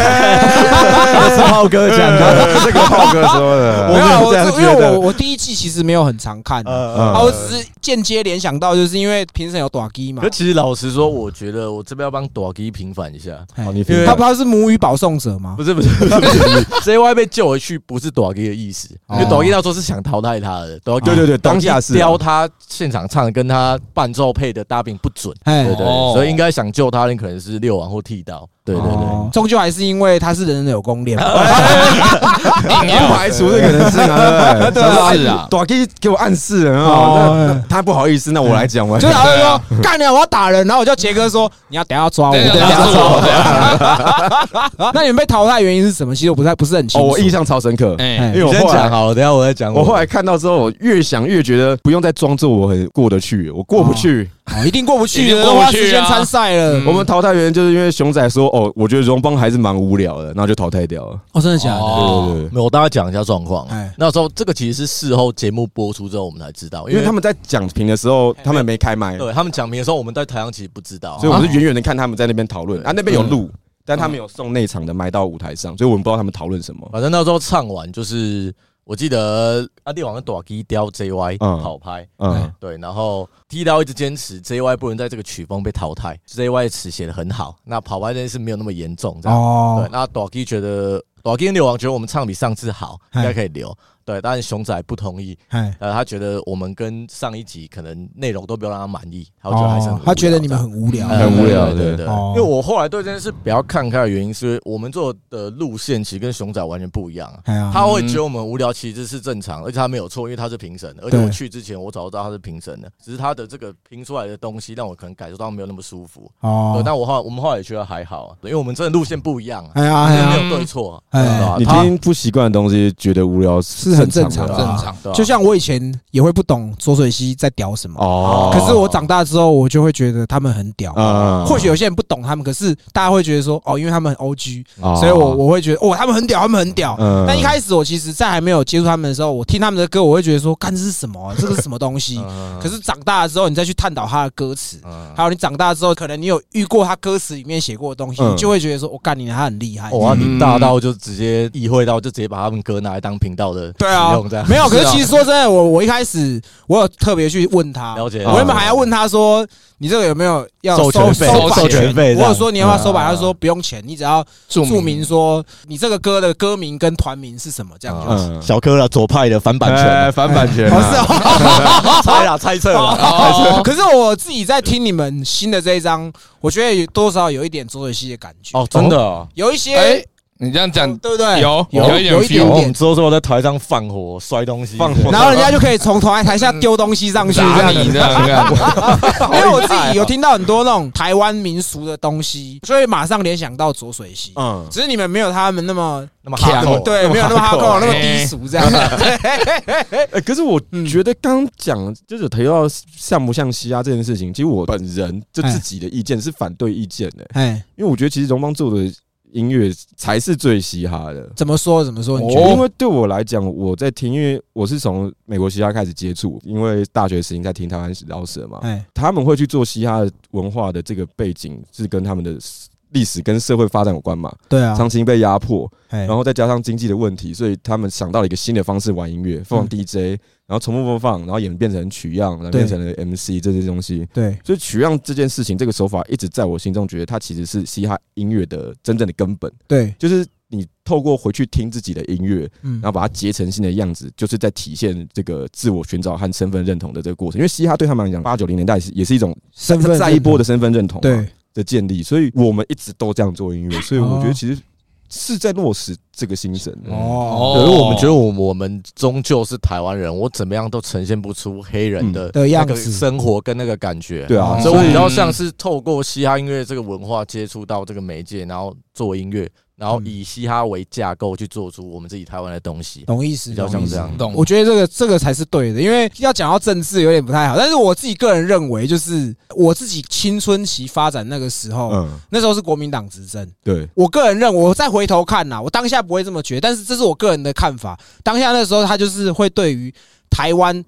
[SPEAKER 4] 是浩哥讲 的，
[SPEAKER 1] 这个浩哥说的
[SPEAKER 4] 我
[SPEAKER 2] 没
[SPEAKER 4] 没
[SPEAKER 2] 有，
[SPEAKER 4] 有
[SPEAKER 2] 我
[SPEAKER 4] 这样
[SPEAKER 2] 只因为
[SPEAKER 4] 觉得呃
[SPEAKER 2] 我我第一季其实没有很常看啊，
[SPEAKER 1] 嗯
[SPEAKER 2] 啊我只是间接联想到，就是因为评审有短机嘛
[SPEAKER 4] 可，其实老实说，我觉得我这边要帮朵基平反一下，
[SPEAKER 2] 嘿
[SPEAKER 1] 哦你
[SPEAKER 4] 因为
[SPEAKER 2] 他他是母语保送者吗？
[SPEAKER 4] 不是 不是，JY 被救回去不是朵基的意思，
[SPEAKER 2] 哦
[SPEAKER 4] 啊因为朵基那时候是想淘汰他的，朵
[SPEAKER 1] 对对对当下是啊
[SPEAKER 4] 雕他现场唱跟他伴奏配的搭并不准，
[SPEAKER 2] 哎
[SPEAKER 4] 啊对对，对
[SPEAKER 5] 哦
[SPEAKER 4] 所以应该想救他，你可能是六王或剃刀，对对对。
[SPEAKER 2] 哦终究还是因为他是人人有功练嘛。
[SPEAKER 1] 不
[SPEAKER 5] 哦
[SPEAKER 1] 排除这个可能性啊，
[SPEAKER 5] 对啊是啊
[SPEAKER 1] 短 K 给我暗示了
[SPEAKER 2] 哦
[SPEAKER 1] 啊，那那他不好意思，那我来讲完，
[SPEAKER 2] 就是他啊会说干了，我要打人，然后我叫杰哥说你要等下抓我，
[SPEAKER 5] 对
[SPEAKER 2] 等
[SPEAKER 5] 等下
[SPEAKER 2] 下
[SPEAKER 5] 抓我
[SPEAKER 2] 抓我。那你们被淘汰的原因是什么？其实我不太不是很清
[SPEAKER 1] 哦，
[SPEAKER 2] 楚。
[SPEAKER 1] 我印象超深刻，
[SPEAKER 5] 哎
[SPEAKER 1] 因为
[SPEAKER 4] 你
[SPEAKER 1] 我
[SPEAKER 4] 先
[SPEAKER 1] 后
[SPEAKER 4] 讲啊
[SPEAKER 1] 来
[SPEAKER 4] 好了，等一下我再讲。
[SPEAKER 1] 我后来看到之后，我越想越觉得不用再装作我很过得去，我过不去。
[SPEAKER 2] 哦一定过不去
[SPEAKER 5] 一
[SPEAKER 2] 的，
[SPEAKER 5] 定
[SPEAKER 2] 都
[SPEAKER 5] 过不去啊
[SPEAKER 2] 花时间参赛了
[SPEAKER 5] 嗯。
[SPEAKER 1] 我们淘汰原因就是因为熊仔说，哦，我觉得荣邦还是蛮无聊的，然后就淘汰掉了。
[SPEAKER 2] 哦，真的假的？
[SPEAKER 5] 哦
[SPEAKER 1] 对对对。
[SPEAKER 4] 没有，我大概讲一下状况啊
[SPEAKER 2] 哎。
[SPEAKER 4] 那时候这个其实是事后节目播出之后我们才知道，
[SPEAKER 1] 因为他们在讲评的时候，
[SPEAKER 5] 哎
[SPEAKER 1] 他们没开麦，所
[SPEAKER 4] 对他们讲评的时候，我们在台上其实不知道
[SPEAKER 1] 哦以。我
[SPEAKER 2] 啊
[SPEAKER 1] 们是远远的看他们在那边讨论
[SPEAKER 4] 对
[SPEAKER 1] 啊，那边
[SPEAKER 2] 嗯
[SPEAKER 1] 有录，但他们有送内场的麦到舞台上，所以我们不知道他们讨论什么。
[SPEAKER 4] 反正那时候唱完就是。我记得啊阿弟好像短 G 雕 JY
[SPEAKER 1] 嗯
[SPEAKER 4] 跑拍，哎
[SPEAKER 1] 嗯
[SPEAKER 4] 对，然后 T 刀一直坚持 JY 不能在这个曲风被淘汰，JY 的词写的很好，那跑拍这件事没有那么严重，这样。对
[SPEAKER 2] 哦，，
[SPEAKER 4] 那短 G 觉得短 G 跟牛王觉得我们唱比上次好，
[SPEAKER 2] 嗨
[SPEAKER 4] 应该可以留。对，但是熊仔不同意，
[SPEAKER 2] 哎，
[SPEAKER 4] 呃，他觉得我们跟上一集可能内容都没有让他满意，他
[SPEAKER 2] 哦
[SPEAKER 4] 觉得还是很无聊
[SPEAKER 2] 他觉得你们很无
[SPEAKER 4] 这
[SPEAKER 2] 聊，
[SPEAKER 4] 样
[SPEAKER 1] 很无聊
[SPEAKER 4] 啊对对
[SPEAKER 1] 对
[SPEAKER 4] 对。
[SPEAKER 2] 哦
[SPEAKER 4] 因为我后来对这件事比较看开的原因，是我们做的路线其实跟熊仔完全不一样啊。
[SPEAKER 2] 哎呀，
[SPEAKER 4] 他会觉得我们无聊，其实是正常，而且他没有错，因为他是评审。而且
[SPEAKER 2] 对
[SPEAKER 4] 我去之前，我早就知道他是评审的，只是他的这个评出来的东西让我可能感受到没有那么舒服。对，
[SPEAKER 2] 哦，
[SPEAKER 4] 但我后来我们后来也觉得还好啊，对因为我们真的路线不一样啊，
[SPEAKER 2] 哎呀哎
[SPEAKER 4] 真的
[SPEAKER 2] 呀，
[SPEAKER 4] 没有对错啊，
[SPEAKER 2] 哎
[SPEAKER 4] 对吧？
[SPEAKER 1] 你
[SPEAKER 4] 他
[SPEAKER 1] 听不习惯的东西觉得无聊是
[SPEAKER 2] 很正常
[SPEAKER 1] 的
[SPEAKER 2] 的
[SPEAKER 1] 啊
[SPEAKER 5] 正常
[SPEAKER 4] 对吧
[SPEAKER 2] 就像我以前也会不懂左水溪在屌什么，
[SPEAKER 1] 哦。
[SPEAKER 2] 啊可是我长大之后，我就会觉得他们很屌。
[SPEAKER 1] 啊
[SPEAKER 2] 或许有些人不懂他们，可是大家会觉得说，哦，因为他们很 O G，
[SPEAKER 1] 哦
[SPEAKER 2] 所以我我会觉得，哦，他们很屌，他们很屌。
[SPEAKER 1] 嗯
[SPEAKER 2] 但一开始我其实，在还没有接触他们的时候，我听他们的歌，我会觉得说，干这是什么啊？这个是什么东西？
[SPEAKER 4] 嗯
[SPEAKER 2] 可是长大了之后，你再去探讨他的歌词，
[SPEAKER 4] 嗯
[SPEAKER 2] 还有你长大之后，可能你有遇过他歌词里面写过的东西，
[SPEAKER 1] 嗯
[SPEAKER 2] 你就会觉得说，我干你，他很厉害。
[SPEAKER 4] 哇，
[SPEAKER 5] 嗯
[SPEAKER 4] 你大到就直接意会到，就直接把他们歌拿来当频道的
[SPEAKER 2] 对啊
[SPEAKER 4] 使用这样，
[SPEAKER 2] 没有， 可是其实说真的，我我一开始我有特别去问他，
[SPEAKER 4] 了解
[SPEAKER 2] 我原本还要问他说，你这个有没有要
[SPEAKER 4] 啊授
[SPEAKER 2] 收
[SPEAKER 4] 权费
[SPEAKER 2] 收版
[SPEAKER 5] 授
[SPEAKER 4] 权费这
[SPEAKER 2] 我
[SPEAKER 4] 样
[SPEAKER 2] 有说你要不要收版，
[SPEAKER 4] 嗯
[SPEAKER 2] 他说不用钱，你只要
[SPEAKER 5] 著
[SPEAKER 2] 注明说你这个歌的歌名跟团名是什么，这样就行。
[SPEAKER 1] 嗯
[SPEAKER 4] 小柯了左派的反版
[SPEAKER 1] 哎
[SPEAKER 4] 权，
[SPEAKER 1] 反版权
[SPEAKER 2] 不
[SPEAKER 1] 啊，
[SPEAKER 2] 是哦，
[SPEAKER 4] 猜啦猜测啦，
[SPEAKER 5] 哦，
[SPEAKER 2] 可是我自己在听你们新的这一张，我觉得有多少有一点左水溪的感觉，
[SPEAKER 4] 哦，真的哦，
[SPEAKER 2] 有一些
[SPEAKER 5] 哎，你这样讲
[SPEAKER 2] 对不对？
[SPEAKER 5] 有
[SPEAKER 2] 有
[SPEAKER 5] 有一点
[SPEAKER 2] 有一点
[SPEAKER 4] 然后哦我
[SPEAKER 5] feel
[SPEAKER 4] 们之后之后在台上放火摔东西，
[SPEAKER 1] 放火
[SPEAKER 2] 然后人家就可以从台台下丢东西上去，这
[SPEAKER 5] 打
[SPEAKER 2] 样
[SPEAKER 5] 你
[SPEAKER 2] 子
[SPEAKER 5] 这。样看，
[SPEAKER 2] 因为我自己有听到很多那种台湾民俗的东西，所以马上联想到左水溪。
[SPEAKER 1] 嗯，
[SPEAKER 2] 只是你们没有他们那么
[SPEAKER 4] 那么哈
[SPEAKER 5] 强
[SPEAKER 4] 扣，
[SPEAKER 2] 对，没有那么哈扣，那么
[SPEAKER 5] 欸
[SPEAKER 2] 低俗这样。
[SPEAKER 1] 哎，可是我
[SPEAKER 2] 嗯
[SPEAKER 1] 觉得刚刚讲就是提到像不像嘻哈这件事情，其实我本人就自己的意见是反对意见的，
[SPEAKER 2] 哎，
[SPEAKER 1] 因为我觉得其实荣邦做的音乐才是最嘻哈的。
[SPEAKER 2] 怎么说怎么说？你觉
[SPEAKER 1] 因
[SPEAKER 2] 得？
[SPEAKER 1] 为对我来讲，我在听，因为我是从美国嘻哈开始接触，因为大学时期在听台湾饶舌嘛，
[SPEAKER 2] 哎，
[SPEAKER 1] 他们会去做嘻哈文化的这个背景，是跟他们的历史跟社会发展有关嘛，
[SPEAKER 2] 对啊，
[SPEAKER 1] 长期被压迫，
[SPEAKER 2] 哎
[SPEAKER 1] 然后再加上经济的问题，所以他们想到了一个新的方式玩音乐，放 DJ，然后重复播放，然后演变成取样，然后
[SPEAKER 2] 嗯对
[SPEAKER 1] 变成了 MC 这些东西。
[SPEAKER 2] 对，
[SPEAKER 1] 所以取样这件事情，这个手法一直在我心中觉得它其实是嘻哈音乐的真正的根本，
[SPEAKER 2] 对，
[SPEAKER 1] 就是你透过回去听自己的音乐，
[SPEAKER 2] 嗯
[SPEAKER 1] 然后把它结成新的样子，就是在体现这个自我寻找和身份认同的这个过程。因为嘻哈对他们来讲，八九零年代是也是一种
[SPEAKER 2] 身份
[SPEAKER 1] 再一波的身份认同嘛
[SPEAKER 2] 对，
[SPEAKER 1] 的建立，所以我们一直都这样做音乐，所以我觉
[SPEAKER 2] 哦
[SPEAKER 1] 得其实是在落实这个精神。
[SPEAKER 2] 哦
[SPEAKER 4] 可是我们觉得我我们终究是台湾人，我怎么样都呈现不出黑人的
[SPEAKER 2] 的
[SPEAKER 4] 那
[SPEAKER 2] 样
[SPEAKER 4] 个
[SPEAKER 2] 子。
[SPEAKER 4] 生活跟那个感觉。
[SPEAKER 1] 对啊
[SPEAKER 2] 哦，
[SPEAKER 4] 所
[SPEAKER 1] 所
[SPEAKER 4] 以我
[SPEAKER 1] 以
[SPEAKER 4] 比较像是透过嘻哈音乐这个文化接触到这个媒介，然后做音乐，然后以嘻哈为架构去做出我们自己台湾的东西，
[SPEAKER 2] 懂意思，
[SPEAKER 4] 比较
[SPEAKER 2] 懂
[SPEAKER 4] 像
[SPEAKER 2] 意
[SPEAKER 4] 这
[SPEAKER 2] 思。
[SPEAKER 4] 样。
[SPEAKER 5] 懂
[SPEAKER 2] 我觉得这个这个才是对的，因为要讲到政治有点不太好，但是我自己个人认为，就是我自己青春期发展那个时候，
[SPEAKER 1] 嗯，
[SPEAKER 2] 那时候是国民党执政，
[SPEAKER 1] 对，
[SPEAKER 2] 我个人认为，我再回头看呐、我当下不会这么觉得，但是这是我个人的看法。当下那时候，他就是会对于台湾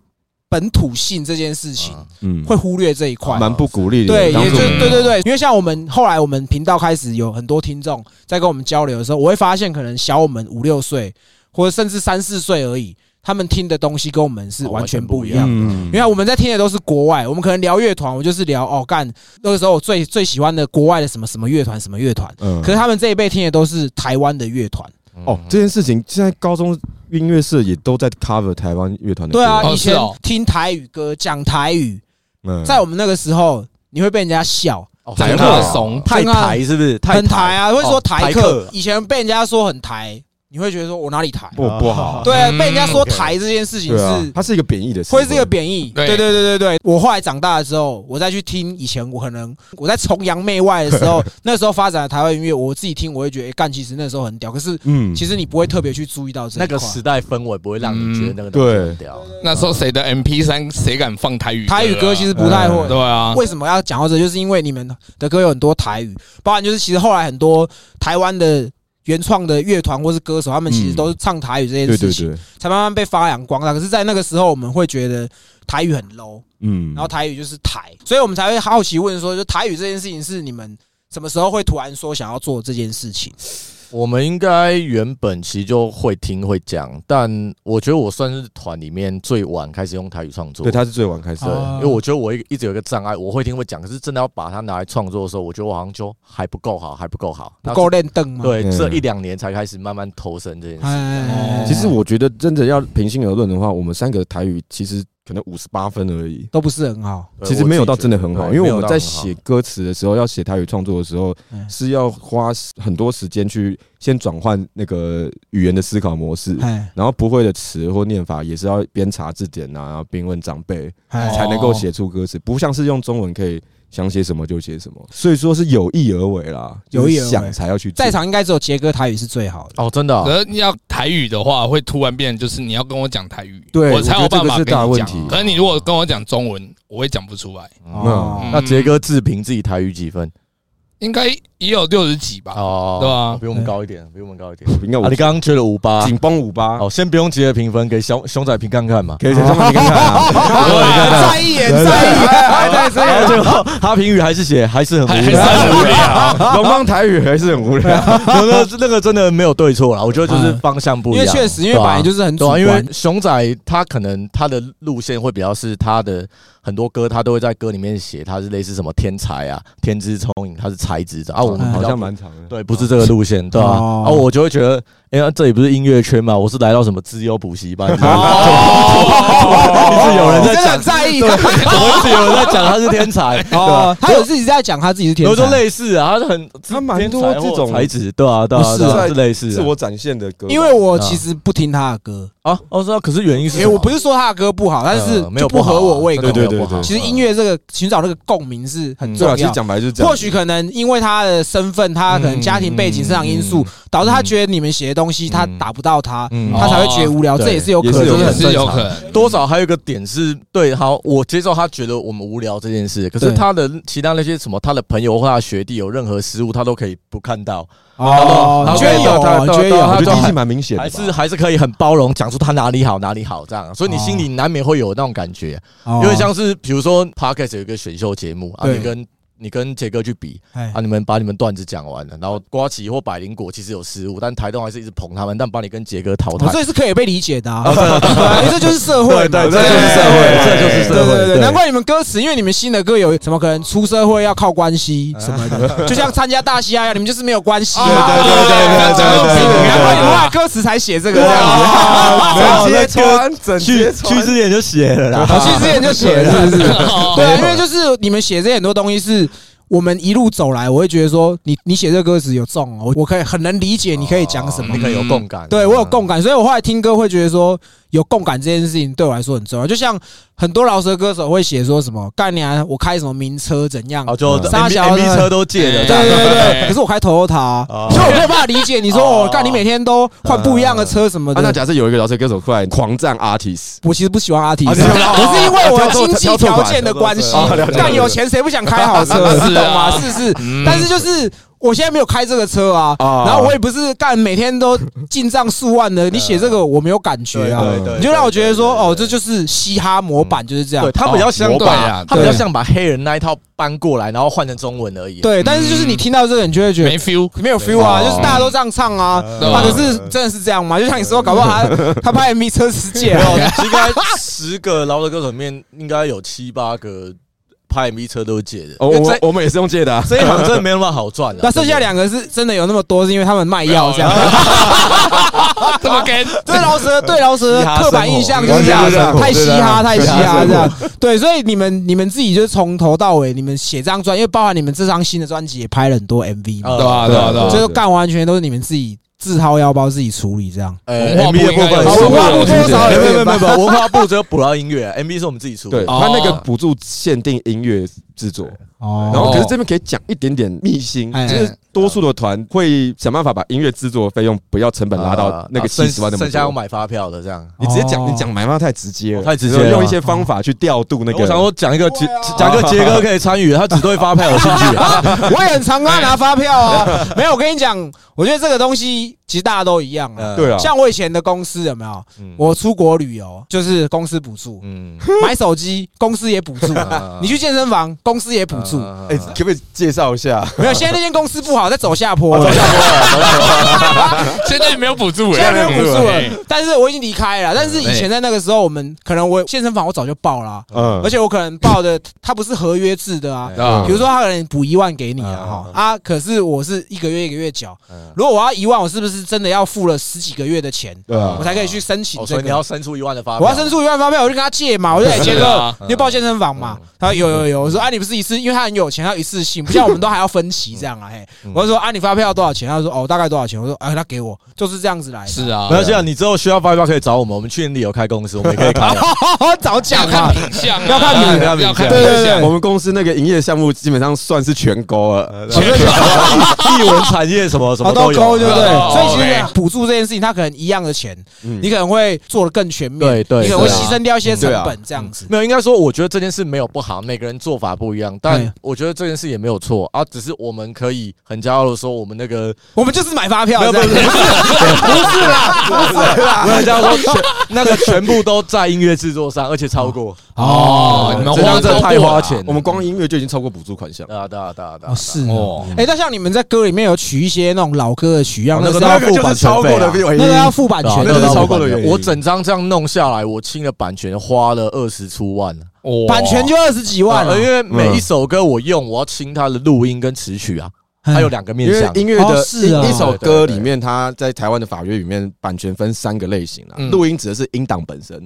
[SPEAKER 2] 本土性这件事情，
[SPEAKER 4] 嗯
[SPEAKER 1] 嗯，
[SPEAKER 2] 会忽略这一块。
[SPEAKER 1] 蛮不鼓励的。
[SPEAKER 2] 对，
[SPEAKER 1] 当
[SPEAKER 2] 也
[SPEAKER 1] 初
[SPEAKER 2] 就
[SPEAKER 5] 我们
[SPEAKER 2] 对对对，因为像我们后来我们频道开始有很多听众在跟我们交流的时候，我会发现可能小我们五六岁，或者甚至三四岁而已，他们听的东西跟我们是完全不一样的。
[SPEAKER 1] 嗯
[SPEAKER 2] 因为我们在听的都是国外，我们可能聊乐团，我就是聊哦干那个时候我最最喜欢的国外的什么什么乐团什么乐团，
[SPEAKER 1] 嗯
[SPEAKER 2] 可是他们这一辈听的都是台湾的乐团，
[SPEAKER 1] 哦，
[SPEAKER 4] 嗯
[SPEAKER 1] 这件事情现在高中音乐社也都在 cover 台湾乐团的歌。
[SPEAKER 2] 对啊，
[SPEAKER 5] 哦
[SPEAKER 2] 以
[SPEAKER 5] 是
[SPEAKER 2] 前
[SPEAKER 5] 哦
[SPEAKER 2] 听台语歌、讲台语，
[SPEAKER 1] 嗯，
[SPEAKER 2] 在我们那个时候，你会被人家笑，
[SPEAKER 4] 哦
[SPEAKER 5] 长大怂
[SPEAKER 4] 太
[SPEAKER 2] 真的啊
[SPEAKER 4] 台是不是？太
[SPEAKER 2] 很台啊，会说
[SPEAKER 4] 哦台
[SPEAKER 2] 客
[SPEAKER 4] 客。
[SPEAKER 2] 以前被人家说很台，你会觉得说我哪里台？
[SPEAKER 1] 不不
[SPEAKER 4] 哦
[SPEAKER 1] 好。
[SPEAKER 2] 对啊，
[SPEAKER 5] 嗯
[SPEAKER 2] 被人家说
[SPEAKER 4] OK
[SPEAKER 2] 台这件事情
[SPEAKER 1] 嗯对啊
[SPEAKER 2] 是，
[SPEAKER 1] 它是一个贬义的词汇，
[SPEAKER 2] 会是一个贬义。对
[SPEAKER 5] 对
[SPEAKER 2] 对对对对，我后来长大的时候，我再去听以前我可能我在崇洋媚外的时候，那时候发展的台湾音乐，我自己听我会觉得，哎干，其实那时候很屌，可是
[SPEAKER 1] 嗯，
[SPEAKER 2] 其实你不会特别去注意到这
[SPEAKER 4] 那
[SPEAKER 2] 一
[SPEAKER 4] 个
[SPEAKER 2] 块
[SPEAKER 4] 时代氛围不会让你觉得那个东西很屌。
[SPEAKER 5] 那时候谁的 MP 三谁敢放台语？
[SPEAKER 2] 台语歌其实不太会
[SPEAKER 5] 啊对。啊，
[SPEAKER 2] 为什么要讲到这？就是因为你们的歌有很多台语，包含就是其实后来很多台湾的原创的乐团或是歌手，他们其实都是唱台语这件
[SPEAKER 1] 对
[SPEAKER 2] 事
[SPEAKER 1] 对
[SPEAKER 2] 情，
[SPEAKER 1] 对，
[SPEAKER 2] 才慢慢被发扬光大。可是，在那个时候，我们会觉得台语很 low，
[SPEAKER 1] 嗯，
[SPEAKER 2] 然后台语就是台，所以我们才会好奇问说，就台语这件事情是你们什么时候会突然说想要做这件事情？
[SPEAKER 4] 我们应该原本其实就会听会讲，但我觉得我算是团里面最晚开始用台语创作。
[SPEAKER 1] 对，他是最晚开始
[SPEAKER 4] 对，
[SPEAKER 1] 的，
[SPEAKER 2] 哦
[SPEAKER 4] 因为我觉得我一一直有一个障碍，我会听会讲，可是真的要把它拿来创作的时候，我觉得我好像就还不够好，还不够好，
[SPEAKER 2] 不够练凳吗？
[SPEAKER 4] 对，
[SPEAKER 1] 嗯
[SPEAKER 4] 这一两年才开始慢慢投身这件事。
[SPEAKER 2] 哎，
[SPEAKER 1] 其实我觉得真的要平心而论的话，我们三个台语其实可能五十八分而已。
[SPEAKER 2] 都不是很好。
[SPEAKER 4] 对
[SPEAKER 1] 其实没有到真的很好，
[SPEAKER 4] 对
[SPEAKER 1] 因为
[SPEAKER 4] 没
[SPEAKER 1] 我
[SPEAKER 4] 有
[SPEAKER 1] 们
[SPEAKER 4] 到
[SPEAKER 1] 在
[SPEAKER 4] 很好
[SPEAKER 1] 写歌词的时候，要写台语创作的时候
[SPEAKER 2] 嗯，
[SPEAKER 1] 是要花很多时间去先转换那个语言的思考模式，
[SPEAKER 2] 哎
[SPEAKER 1] 然后不会的词或念法也是要边查字典啊，然后边问长辈
[SPEAKER 4] 哦
[SPEAKER 2] 哎，
[SPEAKER 1] 才能够写出歌词，不像是用中文可以想写什么就写什么，所以说是有意而为啦，
[SPEAKER 2] 有意而为
[SPEAKER 1] 就是想才要去做
[SPEAKER 2] 在。场应该只有杰哥台语是最好的。
[SPEAKER 4] 哦，真的啊、
[SPEAKER 5] 可是你要台语的话，会突然变，就是你要跟我讲台语，
[SPEAKER 1] 对
[SPEAKER 5] 我才有
[SPEAKER 1] 我觉得
[SPEAKER 5] 办
[SPEAKER 1] 这个
[SPEAKER 5] 法
[SPEAKER 1] 是
[SPEAKER 5] 跟
[SPEAKER 1] 大
[SPEAKER 5] 你
[SPEAKER 1] 问
[SPEAKER 5] 讲。
[SPEAKER 1] 题
[SPEAKER 5] 可是你如果跟我讲中文，我会讲不出来，
[SPEAKER 1] 哦
[SPEAKER 4] 那杰哥自评自己台语几分？
[SPEAKER 5] 应该也有六十几吧？
[SPEAKER 4] 哦，
[SPEAKER 5] 对啊
[SPEAKER 4] 比我们高一点，比我们高一点。
[SPEAKER 1] 应该
[SPEAKER 4] 啊，
[SPEAKER 1] 我
[SPEAKER 4] 你刚刚觉得五八，
[SPEAKER 1] 紧绷五
[SPEAKER 5] 啊
[SPEAKER 1] 八，
[SPEAKER 4] 哦，先不用杰的评分，给熊熊仔评看看 嘛。
[SPEAKER 1] 可以先上面看看啊。
[SPEAKER 2] 在意言，在意还在
[SPEAKER 4] 然后最后他评语还是写还是很
[SPEAKER 5] 还
[SPEAKER 4] 无
[SPEAKER 5] 还是
[SPEAKER 4] 聊，
[SPEAKER 5] 很无聊。
[SPEAKER 1] 龙邦台语还是很无聊，
[SPEAKER 4] 那个那个真的没有对错啦，我觉得就是方向不一
[SPEAKER 2] 因
[SPEAKER 4] 样。
[SPEAKER 2] 为确实，因为本来就是很主
[SPEAKER 4] 对啊，
[SPEAKER 2] 观，
[SPEAKER 4] 因为 熊仔他可能他的路线会比较是他的很多歌，他都会在歌里面写他是类似什么天才啊、天资聪颖，他是才子长啊。我
[SPEAKER 2] 嗯
[SPEAKER 4] 们比
[SPEAKER 1] 好
[SPEAKER 4] 较
[SPEAKER 1] 像蛮长的。
[SPEAKER 4] 对，不是这个路线，对啊。
[SPEAKER 2] 哦
[SPEAKER 4] 啊，我就会觉得，哎呀，这里不是音乐圈嘛，我是来到什么资优补习班，怎么
[SPEAKER 5] 哦，
[SPEAKER 4] 一直有人
[SPEAKER 2] 你
[SPEAKER 4] 在
[SPEAKER 2] 真的
[SPEAKER 4] 讲
[SPEAKER 2] 很，在 意
[SPEAKER 4] 怎么一直有人在讲他是天 才，对吧
[SPEAKER 2] 哦。？他有自己在讲他自己是天
[SPEAKER 4] 有时候
[SPEAKER 2] 才，
[SPEAKER 4] 类似啊，他是很
[SPEAKER 1] 他蛮多
[SPEAKER 4] 天才或
[SPEAKER 1] 这种
[SPEAKER 4] 才子， 对啊，对啊，
[SPEAKER 2] 不是
[SPEAKER 4] 对啊
[SPEAKER 1] 在
[SPEAKER 4] 是类似
[SPEAKER 1] 自
[SPEAKER 4] 啊
[SPEAKER 1] 我展现的歌吧，
[SPEAKER 2] 因为我其实不听他的歌，
[SPEAKER 4] 啊，哦，是啊，可是原因啊是
[SPEAKER 2] 因为
[SPEAKER 4] 什么，
[SPEAKER 2] 我不是说他的歌不好，但是
[SPEAKER 4] 呃没
[SPEAKER 2] 就
[SPEAKER 4] 有
[SPEAKER 2] 不
[SPEAKER 4] 好
[SPEAKER 2] 合
[SPEAKER 4] 啊
[SPEAKER 2] 我胃口
[SPEAKER 4] 真。的没有
[SPEAKER 1] 对对
[SPEAKER 4] 不好
[SPEAKER 1] 对对
[SPEAKER 2] 其实音乐这个寻找那个共鸣是很
[SPEAKER 1] 对
[SPEAKER 2] 重
[SPEAKER 1] 啊，其实
[SPEAKER 2] 要。
[SPEAKER 1] 讲白就是这样。
[SPEAKER 2] 或许可能因为他的身份，他可能家庭背景、生长因素，导致他觉得你们写的东西他打不到他，
[SPEAKER 4] 嗯
[SPEAKER 2] 他才会觉得无聊，
[SPEAKER 4] 对
[SPEAKER 2] 这也是有可
[SPEAKER 1] 也
[SPEAKER 2] 能
[SPEAKER 1] 是有
[SPEAKER 2] 的
[SPEAKER 5] 也
[SPEAKER 1] 很
[SPEAKER 5] 是
[SPEAKER 1] 正
[SPEAKER 5] 有
[SPEAKER 1] 常
[SPEAKER 5] 可能。
[SPEAKER 4] 多少还有一个点是对，好，我接受他觉得我们无聊这件事，可是
[SPEAKER 2] 对
[SPEAKER 4] 他的其他那些什么，他的朋友或他的学弟有任何失误，他都可以不看到，
[SPEAKER 2] 哦，
[SPEAKER 4] 他
[SPEAKER 2] 你
[SPEAKER 4] 都
[SPEAKER 2] 觉得有
[SPEAKER 4] 他
[SPEAKER 2] 哦，
[SPEAKER 4] 都
[SPEAKER 2] 你觉得
[SPEAKER 4] 他
[SPEAKER 1] 我
[SPEAKER 4] 都
[SPEAKER 1] 觉
[SPEAKER 2] 有
[SPEAKER 4] 都
[SPEAKER 1] 得第一季蛮明显的吧，
[SPEAKER 4] 还是还是可以很包容，讲出他哪里好哪里好这样，所以你心里难免会有那种感觉，啊
[SPEAKER 2] 哦，
[SPEAKER 4] 因为像是比如说 podcast 有一个选秀节目啊，
[SPEAKER 2] 对
[SPEAKER 4] 你跟你跟杰哥去比，
[SPEAKER 2] 哎
[SPEAKER 4] 啊，你们把你们段子讲完了，然后瓜奇或百灵果其实有失误，但台东还是一直捧他们，但把你跟杰哥淘汰
[SPEAKER 2] 哦，。这也是可以被理解的啊，因为这就是社会嘛，
[SPEAKER 4] 对，这就是社会，这就是社
[SPEAKER 2] 对
[SPEAKER 4] 会。
[SPEAKER 2] 对对，难怪你们歌词，因为你们新的歌有什么可能出社会要靠关系
[SPEAKER 5] 啊
[SPEAKER 2] 什么的，就像参加大西亚一样，你们就是没有关系嘛。
[SPEAKER 5] 对对对对对对对
[SPEAKER 2] 难怪你们后来歌词才写这个这样子。
[SPEAKER 1] 啊整
[SPEAKER 4] 没有那
[SPEAKER 1] 接
[SPEAKER 4] 个
[SPEAKER 1] 穿，整
[SPEAKER 4] 去
[SPEAKER 1] 接
[SPEAKER 4] 去
[SPEAKER 1] 穿。
[SPEAKER 4] 之前就写了啦。
[SPEAKER 2] 我去之前就写了， 是不是？对啊，因为就是你们写这些很多东西是。我们一路走来，我会觉得说你，你写这个歌词有中哦，我我可以很能理解你可以讲什么
[SPEAKER 4] 哦你，
[SPEAKER 5] 嗯
[SPEAKER 4] 可以有共感。
[SPEAKER 2] 对我有共感，所以我后来听歌会觉得说，有共感这件事情对我来说很重要。就像很多饶舌歌手会写说什么，干你啊，我开什么名车怎样
[SPEAKER 4] 哦，，就
[SPEAKER 2] 嗯沙
[SPEAKER 4] M
[SPEAKER 2] 小
[SPEAKER 4] M V 车都借的，
[SPEAKER 2] 对 对对对，
[SPEAKER 1] 哎
[SPEAKER 5] 对
[SPEAKER 2] 可是我开 Toyota，啊
[SPEAKER 4] 哦
[SPEAKER 2] 所以我没有办法理解你说
[SPEAKER 4] 哦
[SPEAKER 2] 我干你每天都换不一样的车什么
[SPEAKER 1] 嗯啊，那
[SPEAKER 2] 的。
[SPEAKER 1] 假设有一个饶舌歌手突然狂战 artist，
[SPEAKER 2] 我其实不喜欢阿提
[SPEAKER 1] 哦
[SPEAKER 2] 斯，
[SPEAKER 1] 你喜欢
[SPEAKER 2] 可是因为 我经济
[SPEAKER 1] 挑哦错
[SPEAKER 2] 条
[SPEAKER 1] 款
[SPEAKER 2] 件的关系
[SPEAKER 1] 挑错款哦了，解
[SPEAKER 2] 但有钱谁不想 开好车，
[SPEAKER 5] 是啊
[SPEAKER 2] 你懂吗？是是，
[SPEAKER 5] 嗯
[SPEAKER 2] 但是就是我现在没有开这个车啊，
[SPEAKER 1] 哦啊
[SPEAKER 2] 然后我也不是干每天都进账数万的，你写这个我没有感觉啊，
[SPEAKER 1] 对对
[SPEAKER 2] 你就让我觉得说哦，这就是嘻哈模板就是这样
[SPEAKER 4] 对，他比较像
[SPEAKER 5] 哦模板
[SPEAKER 4] 把
[SPEAKER 5] 啊
[SPEAKER 4] 他比较
[SPEAKER 2] 对
[SPEAKER 4] 像把黑人那一套搬过来，然后换成中文而已。
[SPEAKER 2] 对，但
[SPEAKER 1] 嗯
[SPEAKER 2] 是就是你听到这个，你就会觉得
[SPEAKER 5] 没 feel，
[SPEAKER 2] 没有 feel 啊，
[SPEAKER 4] 哦
[SPEAKER 2] 就是大家都这样唱啊，
[SPEAKER 5] 对
[SPEAKER 2] 啊，
[SPEAKER 5] 吧
[SPEAKER 2] 可是真的是这样吗？就像你说，搞不好他他拍 MV 车世界
[SPEAKER 4] 没
[SPEAKER 2] 啊，
[SPEAKER 4] 有，应该十个饶舌歌手里面应该有七八个拍 M V 车都借的。
[SPEAKER 1] 哦，
[SPEAKER 4] 因为
[SPEAKER 1] 我
[SPEAKER 4] 这
[SPEAKER 1] 我们也是用借的啊。
[SPEAKER 4] 这一行真的没那么好赚啊
[SPEAKER 2] 那剩下两个是真的有那么多，是因为他们卖药
[SPEAKER 1] 啊
[SPEAKER 2] 这样。
[SPEAKER 5] 这么跟
[SPEAKER 2] 对饶舌，对饶舌
[SPEAKER 4] 嘻哈
[SPEAKER 2] 的刻板印象就是这
[SPEAKER 1] 生
[SPEAKER 2] 样，
[SPEAKER 1] 活
[SPEAKER 2] 太嘻哈，太
[SPEAKER 1] 对对对
[SPEAKER 2] 嘻哈
[SPEAKER 1] 对对对
[SPEAKER 2] 这样。对，所以你们你们自己就是从头到尾，你们写这张专，因为包含你们这张新的专辑也拍了很多 MV
[SPEAKER 1] 嗯
[SPEAKER 2] 嘛，
[SPEAKER 5] 对吧？对啊吧？对
[SPEAKER 2] 就
[SPEAKER 5] 吧？
[SPEAKER 2] 是干完全都是你们自己自掏腰包自己处理这样。
[SPEAKER 4] 呃
[SPEAKER 5] 文化部
[SPEAKER 4] MV 的部分
[SPEAKER 5] 应该
[SPEAKER 4] 是
[SPEAKER 5] 有文化部
[SPEAKER 2] 多少有
[SPEAKER 4] 没有没有
[SPEAKER 2] 点吧
[SPEAKER 4] 没有没有，文化部只有补到音乐，M V 是我们自己出的
[SPEAKER 1] 对。他那个补助限定音乐制作，
[SPEAKER 2] 哦
[SPEAKER 1] 然后可是这边可以讲一点点秘辛，
[SPEAKER 2] 哎
[SPEAKER 1] 就是多数的团会想办法把音乐制作费用不要成本拉到
[SPEAKER 4] 啊
[SPEAKER 1] 那个
[SPEAKER 4] 啊
[SPEAKER 1] 七十万那
[SPEAKER 4] 剩剩下要
[SPEAKER 1] 么多。
[SPEAKER 4] 买发票的这样。
[SPEAKER 1] 你直接讲，
[SPEAKER 2] 哦
[SPEAKER 1] 你讲买方太直接了，
[SPEAKER 4] 哦太直接了
[SPEAKER 1] 用一些方法去调度那个。
[SPEAKER 4] 我想说讲一个杰
[SPEAKER 2] 对啊，
[SPEAKER 4] 讲一个杰哥可以参与，他只对发票有兴趣。
[SPEAKER 2] 我也很常跟他拿发票啊。没有，我跟你讲，我觉得这个东西其实大家都一样啊。
[SPEAKER 4] 嗯
[SPEAKER 1] 对啊，
[SPEAKER 2] 像我以前的公司有没有？
[SPEAKER 4] 嗯
[SPEAKER 2] 我出国旅游就是公司补助，
[SPEAKER 4] 嗯，啊
[SPEAKER 2] 买手机公司也补助，你去健身房公司也补助。
[SPEAKER 1] 哎，可不可以介绍一下？
[SPEAKER 2] 没有，现在那间公司不好，在走下坡了，
[SPEAKER 5] 现在也没有补助哎，
[SPEAKER 2] 现在没有补助
[SPEAKER 5] 哎
[SPEAKER 2] 了。但是我已经离开了，但是以前在那个时候，我们可能我健身房我早就报了啊，
[SPEAKER 1] 嗯
[SPEAKER 2] 而且我可能报的它不是合约制的啊，
[SPEAKER 4] 哎
[SPEAKER 5] 啊
[SPEAKER 2] 比如说他可能补一万给你啊，哈啊，可是我是一个月一个月缴，如果我要一万，我是不是真的要付了十几个月的钱，
[SPEAKER 1] 对啊
[SPEAKER 2] 我才可以去申请
[SPEAKER 4] 哦，
[SPEAKER 2] 这
[SPEAKER 4] 所
[SPEAKER 2] 个？
[SPEAKER 4] 以你要伸出一万的发票，
[SPEAKER 2] 我要申诉一万方面，我就跟他借嘛，我就得杰
[SPEAKER 5] 是
[SPEAKER 2] 哥
[SPEAKER 5] 啊，
[SPEAKER 2] 你就报健身房嘛。他说有有有，我说啊，你不是一次，因为他很有钱，他一次性，不像我们都还要分期这样啊。嘿，我就说啊，你发票多少钱？他说哦，大概多少钱？我说哎，他给我，就是这样子来的。
[SPEAKER 5] 是啊
[SPEAKER 4] 没，关系啊，你之后需要发票可以找我们，我们去年底有开公司，我们也可以开啊。
[SPEAKER 2] 早
[SPEAKER 5] 要
[SPEAKER 2] 讲嘛
[SPEAKER 5] 看。品相啊，
[SPEAKER 2] 要看品
[SPEAKER 4] 相
[SPEAKER 5] 要看
[SPEAKER 4] 对
[SPEAKER 5] 品相
[SPEAKER 1] 我。们公司那个营业项目基本上算是全勾
[SPEAKER 5] 呃
[SPEAKER 1] 了，
[SPEAKER 4] 艺文产业什么什么
[SPEAKER 2] 好都
[SPEAKER 4] 有
[SPEAKER 2] 抠，对不对？
[SPEAKER 5] 哦
[SPEAKER 2] 所以其实
[SPEAKER 5] OK
[SPEAKER 2] 补助这件事情，他可能一样的钱，你可能会做的更全面，
[SPEAKER 4] 对对
[SPEAKER 2] 你可能会
[SPEAKER 4] 对啊嗯
[SPEAKER 2] 牺牲掉一些成
[SPEAKER 1] 对啊
[SPEAKER 2] 本，这样子。
[SPEAKER 4] 没有，应该说，我觉得这件事没有不好，每个人做法不一样，但
[SPEAKER 2] 对
[SPEAKER 4] 我觉得这件事也没有错啊，只是我们可以很骄傲的说，我们 那个
[SPEAKER 2] 我们就是买发票
[SPEAKER 1] 啊
[SPEAKER 4] 没有
[SPEAKER 2] 这样
[SPEAKER 4] 没有
[SPEAKER 2] 子，
[SPEAKER 4] 没有这样说，全那个全部都在音乐制作上，而且超过，
[SPEAKER 5] 哦，你们
[SPEAKER 4] 这
[SPEAKER 5] 花
[SPEAKER 4] 样真
[SPEAKER 1] 啊
[SPEAKER 4] 的太花
[SPEAKER 5] 钱
[SPEAKER 4] 钱，
[SPEAKER 1] 我们光音乐就已经超过补助款项。
[SPEAKER 4] 对啊对啊对啊对啊
[SPEAKER 2] 哦，，是哦。
[SPEAKER 5] 哦。
[SPEAKER 2] 哎，那像你们在歌里面有取一些那种老歌的取样，
[SPEAKER 4] 哦
[SPEAKER 2] 那
[SPEAKER 4] 那
[SPEAKER 2] 是
[SPEAKER 4] 个
[SPEAKER 2] 要
[SPEAKER 4] 那个就是啊超过的
[SPEAKER 2] 啊那个要付版权
[SPEAKER 1] 啊哎那个
[SPEAKER 2] 的
[SPEAKER 1] 是
[SPEAKER 2] 吧，
[SPEAKER 1] 超过的原因
[SPEAKER 4] 我整张这样弄下来，我清了版权花了二十出万，呃
[SPEAKER 5] 哇
[SPEAKER 2] 版权就二十几万了
[SPEAKER 1] 哦
[SPEAKER 4] 因，为每一首歌我用，我要清它的录音跟词曲啊，
[SPEAKER 1] 哎嗯
[SPEAKER 2] 哎
[SPEAKER 4] 还有两个面
[SPEAKER 1] 因为
[SPEAKER 4] 向。
[SPEAKER 1] 音乐
[SPEAKER 2] 哦
[SPEAKER 1] 的
[SPEAKER 2] 是啊
[SPEAKER 1] 一一首歌里面，它在台湾的法律里面，版权分三个类型啊
[SPEAKER 5] 嗯。
[SPEAKER 1] 录音指的是音档本身，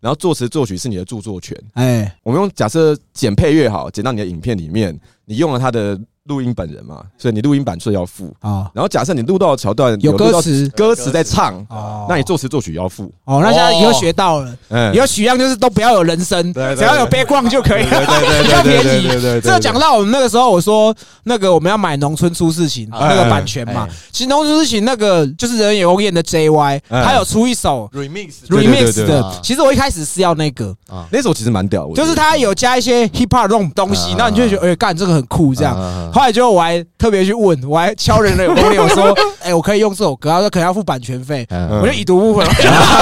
[SPEAKER 1] 然后作词作曲是你的著作权。
[SPEAKER 2] 哎，
[SPEAKER 1] 我们用假设剪配乐好，剪到你的影片里面，你用了他的录音本人嘛，所以你录音版税要付。
[SPEAKER 2] 好，
[SPEAKER 1] 然后假设你录到的桥段
[SPEAKER 2] 有
[SPEAKER 1] 录到
[SPEAKER 2] 歌词
[SPEAKER 1] 歌词在唱，
[SPEAKER 2] 哦
[SPEAKER 1] 那你作词作曲也要付。
[SPEAKER 2] 哦，那现在以后学到了，
[SPEAKER 4] 哦
[SPEAKER 1] 嗯
[SPEAKER 2] 以，后取样就是都不要有人声，
[SPEAKER 1] 对对
[SPEAKER 2] 只要有 background 就可以了，比较便宜。
[SPEAKER 1] 对
[SPEAKER 2] 这讲到我们那个时候，我说那个我们要买农村出事情
[SPEAKER 4] 哎
[SPEAKER 2] 那个版权嘛
[SPEAKER 4] 哎，
[SPEAKER 2] 其实农村出事情那个就是人永演的 JY，
[SPEAKER 1] 哎
[SPEAKER 2] 他有出一首
[SPEAKER 4] remix
[SPEAKER 1] 对对对
[SPEAKER 2] remix
[SPEAKER 1] 对
[SPEAKER 2] 的，其实我一开始是要那个，
[SPEAKER 1] 那首其实蛮屌的，
[SPEAKER 2] 就是他有加一些 hip hop 那种东西，
[SPEAKER 4] 啊
[SPEAKER 2] 然后你就会觉得，哎，干这个很酷这样。
[SPEAKER 1] 啊
[SPEAKER 4] 样
[SPEAKER 2] 后来就我还特别去问，我还敲人的有攻略，我 说：“哎、我可以用这首歌，他说可能要付版权费。”
[SPEAKER 4] 嗯
[SPEAKER 2] 我就已读不回，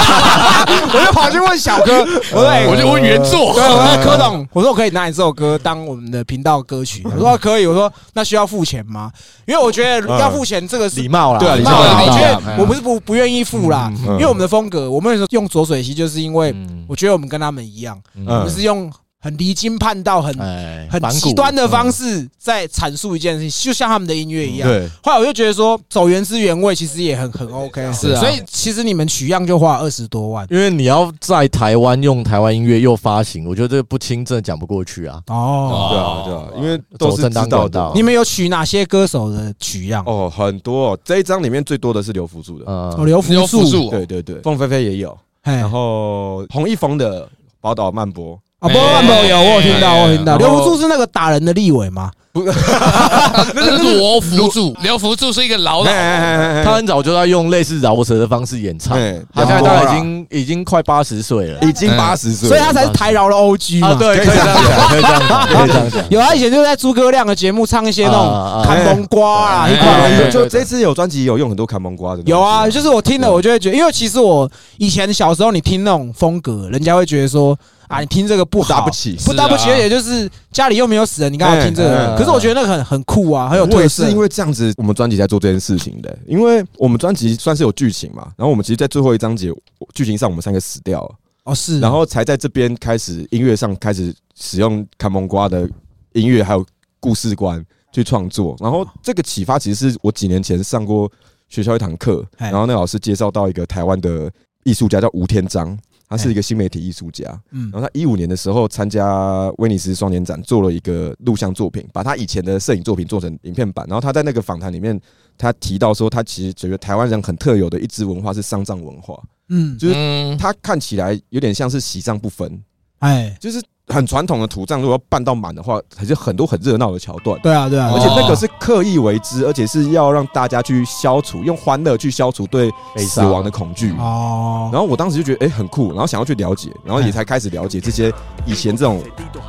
[SPEAKER 2] 我就跑去问小哥，我说：“哎、
[SPEAKER 4] 嗯
[SPEAKER 5] 我就问原作
[SPEAKER 2] 对，我说哎柯董，我说我可以拿你这首歌当我们的频道歌曲。”我说：“可以。”我说：“那需要付钱吗？”因为我觉得要付钱这个是
[SPEAKER 4] 礼貌啦，
[SPEAKER 1] 对啊
[SPEAKER 2] 礼
[SPEAKER 1] 礼
[SPEAKER 2] 貌
[SPEAKER 1] 貌
[SPEAKER 2] 啦，
[SPEAKER 1] 啦
[SPEAKER 2] 我觉
[SPEAKER 5] 礼
[SPEAKER 2] 得
[SPEAKER 5] 貌啦
[SPEAKER 2] 我不是不不愿意付啦，
[SPEAKER 1] 嗯
[SPEAKER 2] 因为我们的风格，我们用左水溪就是因为
[SPEAKER 4] 嗯
[SPEAKER 2] 我觉得我们跟他们一样，我
[SPEAKER 1] 嗯
[SPEAKER 2] 们是用很离经叛道、很
[SPEAKER 4] 哎
[SPEAKER 2] 很
[SPEAKER 4] 反骨
[SPEAKER 2] 极端的方式在阐述一件事情，就像他们的音乐一样。
[SPEAKER 1] 对
[SPEAKER 2] 后来我就觉得说，走原汁原味其实也很很 OK，
[SPEAKER 5] 是啊
[SPEAKER 2] 所以其实你们取样就花二十多万
[SPEAKER 4] 因为你要在台湾用台湾音乐又发行，我觉得这不清真的讲不过去啊。
[SPEAKER 2] 哦。
[SPEAKER 1] 对啊对啊，因为都
[SPEAKER 4] 走
[SPEAKER 1] 是
[SPEAKER 4] 正
[SPEAKER 1] 知
[SPEAKER 4] 当
[SPEAKER 1] 道
[SPEAKER 4] 管道
[SPEAKER 1] 的。
[SPEAKER 2] 你们有取哪些歌手的取样？
[SPEAKER 1] 哦，很多、哦，这一张里面最多的是刘福柱的，
[SPEAKER 2] 哦，
[SPEAKER 4] 嗯，
[SPEAKER 2] 刘
[SPEAKER 5] 你有
[SPEAKER 2] 福
[SPEAKER 5] 辅
[SPEAKER 2] 树，
[SPEAKER 5] 助，
[SPEAKER 1] 对对对，凤飞飞也有，
[SPEAKER 2] 嘿，
[SPEAKER 1] 然
[SPEAKER 2] 啊，
[SPEAKER 1] 后洪一峰的《宝岛漫波》
[SPEAKER 2] 不不
[SPEAKER 5] 哎
[SPEAKER 2] 不，有我有听到，
[SPEAKER 5] 哎
[SPEAKER 2] 我有听到。
[SPEAKER 1] 然后
[SPEAKER 2] 刘福柱是那个打人的立委吗？
[SPEAKER 5] 那是罗福柱，刘福柱是一个老
[SPEAKER 1] 哎
[SPEAKER 5] 老
[SPEAKER 1] 哎哎哎哎
[SPEAKER 4] 他很早就在用类似饶舌的方式演唱，
[SPEAKER 1] 哎
[SPEAKER 4] 他现在大概已经已经快八十岁了
[SPEAKER 1] 已经八十岁了，
[SPEAKER 2] 所以他才是台饶的 OG
[SPEAKER 4] 啊，
[SPEAKER 2] 嘛。
[SPEAKER 4] 对，可以这样讲，可以这样讲，可以这样讲。
[SPEAKER 2] 有他啊以前就在诸葛亮的节目唱一些那
[SPEAKER 4] 啊
[SPEAKER 2] 种
[SPEAKER 4] 啊啊
[SPEAKER 2] 看风瓜啦，
[SPEAKER 5] 哎
[SPEAKER 2] 一
[SPEAKER 1] 哎
[SPEAKER 2] 块
[SPEAKER 1] 哎
[SPEAKER 5] 哎
[SPEAKER 1] 哎
[SPEAKER 5] 哎
[SPEAKER 1] 就这次有专辑有用很多看蒙瓜的东西，
[SPEAKER 2] 有啊，就是我听了，我就会觉得，因为其实我以前小时候，你听那种风格，人家会觉得说啊，你听这个不好，
[SPEAKER 1] 搭不起
[SPEAKER 2] 不搭不起，
[SPEAKER 5] 是啊
[SPEAKER 2] 而且就是家里又没有死人，你干嘛听这
[SPEAKER 4] 哎哎
[SPEAKER 2] 个？
[SPEAKER 4] 哎
[SPEAKER 2] 可是我觉得那个很很酷啊，很有
[SPEAKER 1] 我
[SPEAKER 2] 特
[SPEAKER 1] 也
[SPEAKER 2] 色
[SPEAKER 1] 是。因为这样子，我们专辑在做这件事情的、因为我们专辑算是有剧情嘛，然后我们其实，在最后一章节我剧情上，我们三个死掉了，
[SPEAKER 2] 哦是，
[SPEAKER 1] 然后才在这边开始音乐上开始使用看蒙瓜的音乐还有故事观去创作，然后这个启发其实是我几年前上过学校一堂课，
[SPEAKER 2] 哎
[SPEAKER 1] 然后那老师介绍到一个台湾的艺术家叫吴天章，他是一个新媒体艺术家，
[SPEAKER 2] 嗯
[SPEAKER 1] 然后他一五年的时候参加威尼斯双年展，做了一个录像作品，把他以前的摄影作品做成影片版。然后他在那个访谈里面，他提到说，他其实觉得台湾人很特有的一支文化是丧葬文化，
[SPEAKER 2] 嗯
[SPEAKER 1] 就是
[SPEAKER 5] 嗯，
[SPEAKER 1] 他看起来有点像是喜丧不分，
[SPEAKER 2] 哎
[SPEAKER 1] 就是很传统的土葬，如果要办到满的话，还是很多很热闹的桥段。
[SPEAKER 2] 对啊，对啊，
[SPEAKER 1] 而且那个是刻意为之，而且是要让大家去消除，用欢乐去消除对死亡的恐惧。
[SPEAKER 2] 哦，
[SPEAKER 1] 然后我当时就觉得哎、诶很酷，然后想要去了解，然后也才开始了解这些以前这种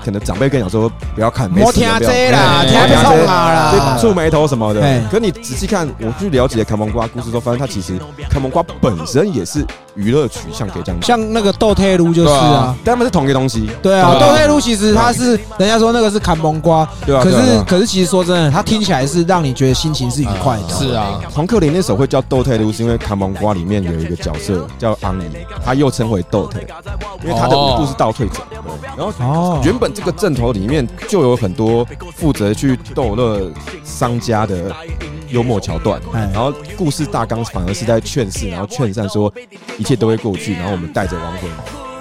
[SPEAKER 1] 可能长辈跟你讲说不要看，没
[SPEAKER 2] 莫
[SPEAKER 1] 死
[SPEAKER 2] 听
[SPEAKER 1] 的不要
[SPEAKER 2] 这
[SPEAKER 1] 看
[SPEAKER 2] 啦，
[SPEAKER 5] 哎
[SPEAKER 2] 听不冲啊啦，
[SPEAKER 1] 触眉头什么的
[SPEAKER 2] 哎。
[SPEAKER 1] 可你仔细看，我去了解看蒙瓜故事之后，发现它其实看蒙瓜本身也是娱乐取向可以这样讲，
[SPEAKER 2] 像那个豆泰炉就是啊。
[SPEAKER 1] 但他们是同一个东西，
[SPEAKER 2] 对啊，
[SPEAKER 5] 对啊
[SPEAKER 2] 豆泰炉其实它是人家说那个是砍蒙瓜，
[SPEAKER 1] 对啊。
[SPEAKER 2] 可
[SPEAKER 1] 对啊对
[SPEAKER 2] 是
[SPEAKER 1] 啊
[SPEAKER 2] 可是其实说真的，它听起来是让你觉得心情是愉快的。
[SPEAKER 5] 是啊，
[SPEAKER 1] 黄克林那首会叫豆泰路，是因为《看蒙瓜》里面有一个角色叫昂尼，他又称为豆泰，因为他的舞步是倒退走。对然后
[SPEAKER 2] 哦，
[SPEAKER 1] 原本这个阵头里面就有很多负责去逗乐商家的幽默桥段，
[SPEAKER 2] 哎
[SPEAKER 1] 然后故事大纲反而是在劝世，然后劝善说一切都会过去，然后我们带着亡魂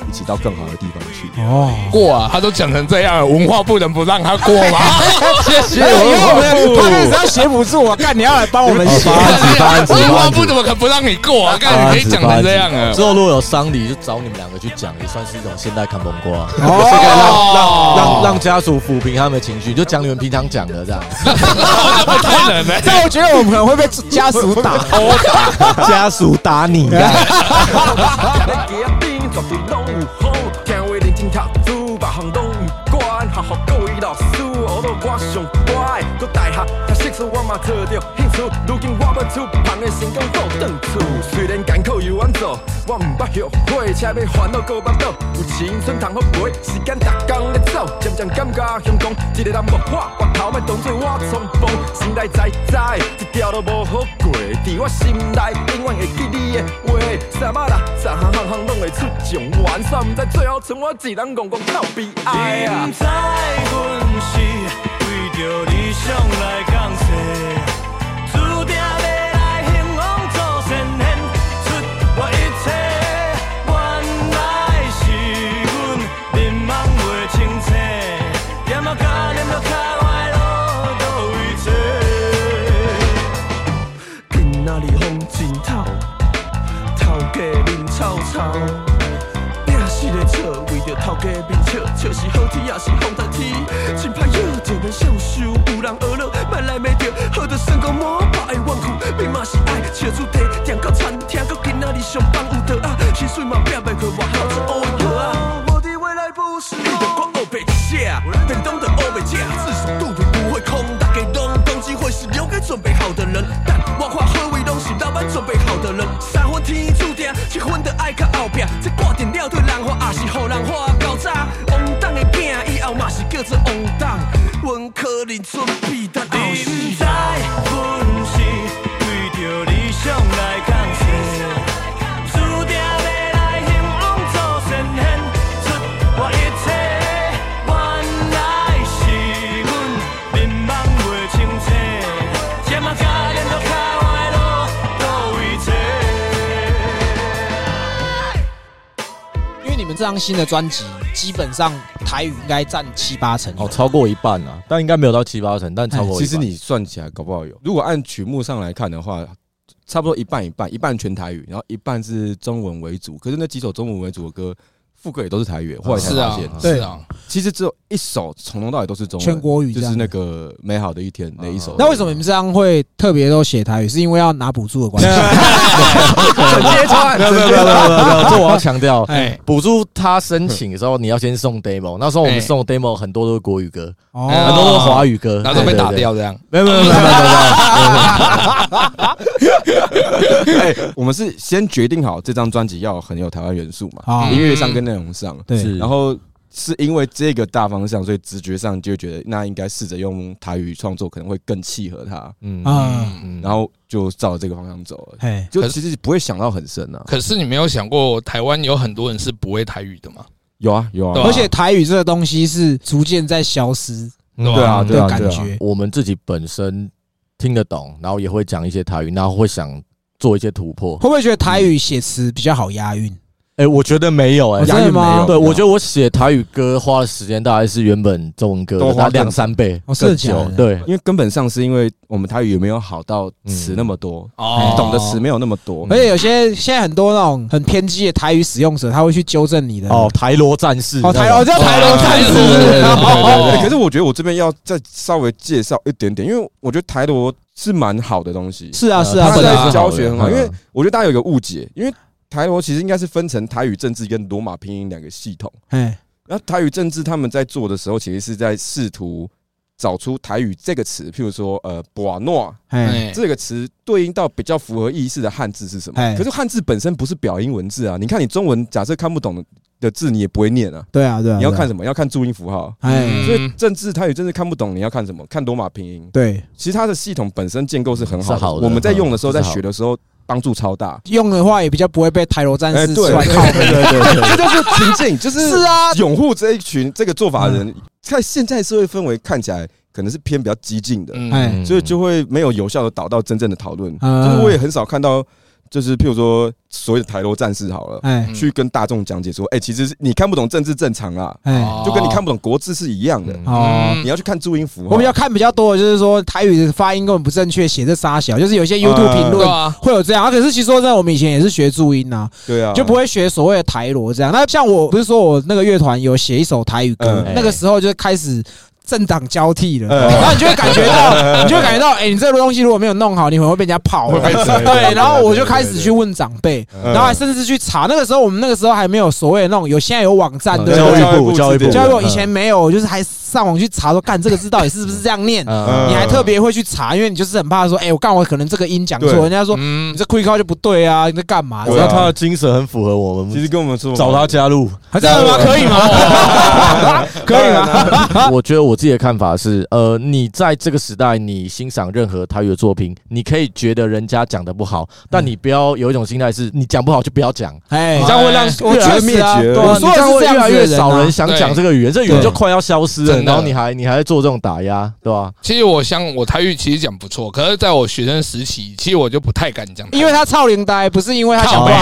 [SPEAKER 1] 一起到更好的地方去。
[SPEAKER 2] 哦，
[SPEAKER 5] 过啊，他都讲成这样了，文化部能不让他过啊吗？ 谢谢
[SPEAKER 2] 哎以后我
[SPEAKER 5] 文
[SPEAKER 2] 们
[SPEAKER 5] 化
[SPEAKER 2] 他
[SPEAKER 5] 部
[SPEAKER 2] 开始。要写辅助我，干你要来帮我们写
[SPEAKER 4] 好，吧班级班级
[SPEAKER 5] 文化部怎么可能不让你过啊？看你可以讲成这样啊
[SPEAKER 4] 之！后如果有丧礼，就找你们两个去讲，也算是一种现代看崩瓜，
[SPEAKER 2] 哦
[SPEAKER 4] 这个让
[SPEAKER 5] 哦
[SPEAKER 4] 让让让家属抚平他们的情绪，就讲你们平常讲的 这样，
[SPEAKER 5] 那不太能的。
[SPEAKER 2] 但我觉得我们可能会被家属打。
[SPEAKER 4] 家属打你啊呀。
[SPEAKER 6] 咱家边绝对拢有好，听话认真读书，别项拢有管。学校各位老师，学到我上乖。搁大学读硕士，我嘛找着兴趣。如今我要出旁的成功倒转厝，虽然艰苦又安做，我毋捌后悔，车要烦恼过巴肚。有青春通好陪，时间逐工咧走，渐渐感觉胸光，一个人无看，我头要当做我冲锋，心内知知，一条都无好过。伫我心内，永远会记你的话。三啊啦，三行行行拢会出状元，煞毋知最后剩我一人戆戆到悲哀啊
[SPEAKER 7] 你！知阮是为着理想来降世，注定要来兴旺做神仙，出我一切。原来是阮面茫袂清醒，念到脚念到脚歪路倒位找。
[SPEAKER 6] 今仔日风真透，头家面臭臭，拼死咧笑，为着头家面笑，笑是好天也是风台天，真歹约就免享受，有人学了，莫来袂着，好就算讲无把的冤屈，面嘛是爱笑出地，店到餐厅，到今仔日上班有倒啊，薪水嘛拼袂过外口一乌的药啊。我的未来不是你的光二白写，便当的二白吃，至少肚皮不会空。大家拢讲机会是留给准备好的人，但我看好位拢是老板准备好的人。三分天注定，七分的爱较后壁。这挂点了对人花，也是予人花搞砸。王董的囝以后嘛是叫做王董，阮可能准备等后
[SPEAKER 7] 你
[SPEAKER 6] 世
[SPEAKER 7] 毋。知，阮是为着理想来降世，注定要来兴旺做神仙，出我一切。原来是阮面茫袂清醒，尖仔甲连到脚歪路倒位找。
[SPEAKER 2] 因为你们这张新的专辑，基本上台语应该占七八成。
[SPEAKER 4] 哦，超过一半了，但应该没有到七八成，但超过一半。
[SPEAKER 1] 哎其实你算起来搞不好有，如果按曲目上来看的话，差不多一半一半，一半全台语，然后一半是中文为主。可是那几首中文为主的歌，副歌也都是台语，后来才
[SPEAKER 5] 是
[SPEAKER 1] 发
[SPEAKER 5] 啊
[SPEAKER 1] 现，，
[SPEAKER 5] 是啊，
[SPEAKER 1] 其实只有一首从头到尾都是中文
[SPEAKER 2] 全国语这哦
[SPEAKER 1] 就
[SPEAKER 2] 样
[SPEAKER 1] 是那个美好的一天那一首。
[SPEAKER 2] 那为什么你们这张会特别都写台语？是因为要拿补助的关系？
[SPEAKER 4] 没有没有没有没有没有没有， 这我要强调。
[SPEAKER 5] 哎，
[SPEAKER 4] 补助他申请的时候，你要先送 demo。那时候我
[SPEAKER 5] 哎
[SPEAKER 4] 们送的 demo 很多都是国语歌，
[SPEAKER 5] 哎
[SPEAKER 4] 很
[SPEAKER 5] 哦
[SPEAKER 4] 多都是华语歌，
[SPEAKER 5] 然后都
[SPEAKER 4] 对
[SPEAKER 5] 被打。
[SPEAKER 4] 对对
[SPEAKER 5] 掉这样。
[SPEAKER 4] 没有没有没有没有没有没
[SPEAKER 1] 哎我们是先决定好这张专辑要很有台湾元素嘛，
[SPEAKER 2] 啊
[SPEAKER 1] 音乐上跟内容上。
[SPEAKER 4] 有，
[SPEAKER 2] 对，
[SPEAKER 4] 是
[SPEAKER 1] 然后是因为这个大方向，所以直觉上就觉得那应该试着用台语创作，可能会更契合他。
[SPEAKER 4] 嗯
[SPEAKER 2] 啊，
[SPEAKER 4] 嗯
[SPEAKER 1] 然后就照这个方向走了。
[SPEAKER 2] 嘿，
[SPEAKER 1] 就
[SPEAKER 5] 可
[SPEAKER 1] 其实不会想到很深啊。
[SPEAKER 5] 可是你没有想过，台湾有很多人是不会台语的嘛？
[SPEAKER 1] 有啊有
[SPEAKER 5] 对
[SPEAKER 1] 啊
[SPEAKER 5] 啊，
[SPEAKER 2] 而且台语这个东西是逐渐在消失
[SPEAKER 5] 嗯
[SPEAKER 1] 对啊对
[SPEAKER 2] 的
[SPEAKER 1] 啊
[SPEAKER 2] 感
[SPEAKER 1] 对啊。
[SPEAKER 2] 觉。
[SPEAKER 4] 我们自己本身听得懂，然后也会讲一些台语，然后会想做一些突破。
[SPEAKER 1] 嗯
[SPEAKER 2] 会不会觉得台语写词比较好押韵？
[SPEAKER 4] 哎、我觉得没有哎、
[SPEAKER 2] 哦真的吗
[SPEAKER 4] 对，我觉得我写台语歌花的时间大概是原本中文歌
[SPEAKER 1] 都
[SPEAKER 4] 的
[SPEAKER 1] 花
[SPEAKER 4] 大概两三倍，
[SPEAKER 2] 哦是的
[SPEAKER 4] 更
[SPEAKER 2] 假
[SPEAKER 4] 久
[SPEAKER 2] 的。
[SPEAKER 4] 对，
[SPEAKER 1] 因为根本上是因为我们台语没有好到词那么多，
[SPEAKER 5] 哦
[SPEAKER 1] 懂的词没有那么多
[SPEAKER 2] 而。且有些现在很多那种很偏激的台语使用者，他会去纠正你的
[SPEAKER 4] 哦，台罗战士，
[SPEAKER 2] 哦台哦叫台罗战士
[SPEAKER 5] 对对对对对
[SPEAKER 1] 哎
[SPEAKER 5] 对
[SPEAKER 1] 可是我觉得我这边要再稍微介绍一点点，因为我觉得台罗是蛮好的东西，
[SPEAKER 2] 是啊是啊
[SPEAKER 1] 它
[SPEAKER 5] 本来
[SPEAKER 1] 的
[SPEAKER 5] 是好的
[SPEAKER 1] 教学很好，
[SPEAKER 4] 嗯
[SPEAKER 1] 因为我觉得大家有一个误解，因为台罗其实应该是分成台语政治跟罗马拼音两个系统。
[SPEAKER 2] 哎
[SPEAKER 1] 那台语政治他们在做的时候，其实是在试图找出台语这个词，譬如说呃“瓦诺
[SPEAKER 2] 哎
[SPEAKER 5] 哎”
[SPEAKER 1] 这个词对应到比较符合意思的汉字是什
[SPEAKER 2] 哎
[SPEAKER 1] 么。可是汉字本身不是表音文字啊，你看你中文假设看不懂的字，你也不会念啊。
[SPEAKER 2] 对啊对啊，
[SPEAKER 1] 你要看
[SPEAKER 2] 对啊
[SPEAKER 1] 什么？要看注音符号。
[SPEAKER 4] 嗯
[SPEAKER 2] 哎
[SPEAKER 1] 所以政治台语政治看不懂，你要看什么？看罗马拼音。
[SPEAKER 2] 对
[SPEAKER 1] 其实它的系统本身建构是很好的，
[SPEAKER 4] 是好的
[SPEAKER 1] 我们在用的时候，
[SPEAKER 4] 嗯是
[SPEAKER 1] 在
[SPEAKER 4] 好的
[SPEAKER 1] 学的时候帮助超大。
[SPEAKER 2] 用的话也比较不会被台罗战
[SPEAKER 1] 哎
[SPEAKER 2] 士
[SPEAKER 1] 对
[SPEAKER 2] 出来靠背。
[SPEAKER 1] 这就是情境，就是
[SPEAKER 2] 是 啊，
[SPEAKER 1] 拥护这一群这个做法
[SPEAKER 4] 嗯
[SPEAKER 1] 的人，在现在社会氛围看起来可能是偏比较激进的，
[SPEAKER 5] 嗯
[SPEAKER 2] 哎
[SPEAKER 1] 所以就会没有有效的导到真正的讨论。
[SPEAKER 2] 嗯
[SPEAKER 1] 就是我也很少看到，就是譬如说所谓的台罗战士好了，
[SPEAKER 2] 哎
[SPEAKER 1] 去跟大众讲解说，哎，其实是你看不懂政治正常啊，
[SPEAKER 2] 哎
[SPEAKER 5] 哦
[SPEAKER 1] 就跟你看不懂国字是一样的。
[SPEAKER 2] 哦。
[SPEAKER 1] 你要去看注音符号，啊
[SPEAKER 2] 我比较看比较多的就是说台语的发音根本不正确，写这仨小，就是有些 YouTube
[SPEAKER 1] 呃
[SPEAKER 2] 评
[SPEAKER 5] 对
[SPEAKER 2] 论
[SPEAKER 5] 啊，
[SPEAKER 2] 会有这样。啊，可是其实说真的，我们以前也是学注音呐、
[SPEAKER 1] 对啊，
[SPEAKER 2] 就不会学所谓的台罗这样。那像我不是说我那个乐团有写一首台语歌，
[SPEAKER 1] 嗯
[SPEAKER 2] 那个时候就开始。政党交替了，
[SPEAKER 1] 嗯
[SPEAKER 2] 然后你就会感觉 到，你就会感觉到，哎，你这个东西如果没有弄好，你可能会被人家泡了。 对，然后我就开始去问长辈，
[SPEAKER 1] 嗯
[SPEAKER 2] 然后还甚至去查。那个时候我们那个时候还没有所谓的那种，有现在有网站，嗯对不
[SPEAKER 4] 教
[SPEAKER 2] 对？
[SPEAKER 4] 育部
[SPEAKER 1] 啊教
[SPEAKER 4] 教
[SPEAKER 1] 育
[SPEAKER 4] 育
[SPEAKER 1] 部
[SPEAKER 4] 部，
[SPEAKER 2] 教育我以前没有，就是还上网去查说，干这个字到底是不是这样念？
[SPEAKER 4] 嗯
[SPEAKER 2] 你
[SPEAKER 1] 啊
[SPEAKER 2] 还特别会去查，因为你就是很怕说，哎，我干我可能这个音讲错，
[SPEAKER 1] 对
[SPEAKER 2] 人家说
[SPEAKER 5] 嗯
[SPEAKER 2] 你这 quick call 就不对啊，你在干嘛？
[SPEAKER 1] 对
[SPEAKER 4] 我
[SPEAKER 1] 啊
[SPEAKER 4] 知道他的精神很符合我
[SPEAKER 1] 其
[SPEAKER 4] 们，
[SPEAKER 1] 实跟我们说
[SPEAKER 4] 找他加入。
[SPEAKER 2] 还这样吗？可以吗？可以
[SPEAKER 1] 啊
[SPEAKER 2] 吗？
[SPEAKER 4] 我觉得我自己的看法是，呃，你在这个时代，你欣赏任何台语的作品，你可以觉得人家讲的不好，但你不要有一种心态是，你讲不好就不要讲，
[SPEAKER 2] 哎
[SPEAKER 4] 你这样会让
[SPEAKER 2] 我
[SPEAKER 4] 越来
[SPEAKER 2] 确
[SPEAKER 4] 越
[SPEAKER 2] 实啊，
[SPEAKER 1] 灭绝
[SPEAKER 2] 对
[SPEAKER 1] 了
[SPEAKER 2] 啊
[SPEAKER 4] 你
[SPEAKER 2] 你这
[SPEAKER 4] 这
[SPEAKER 2] 样
[SPEAKER 4] 样
[SPEAKER 2] 会
[SPEAKER 4] 会
[SPEAKER 2] 这
[SPEAKER 4] 越
[SPEAKER 2] 样
[SPEAKER 4] 来
[SPEAKER 2] 子的
[SPEAKER 4] 越
[SPEAKER 2] 人啊
[SPEAKER 4] 少人想讲这个语言，这语言就快要消失了，
[SPEAKER 5] 真的
[SPEAKER 4] 然后你还你还做这种打压，对吧？
[SPEAKER 5] 其实我像我台语其实讲不错，可是在我学生时期，其实我就不太敢讲台语，
[SPEAKER 2] 因为他操龄呆，不是因为他讲
[SPEAKER 5] 靠
[SPEAKER 2] 话。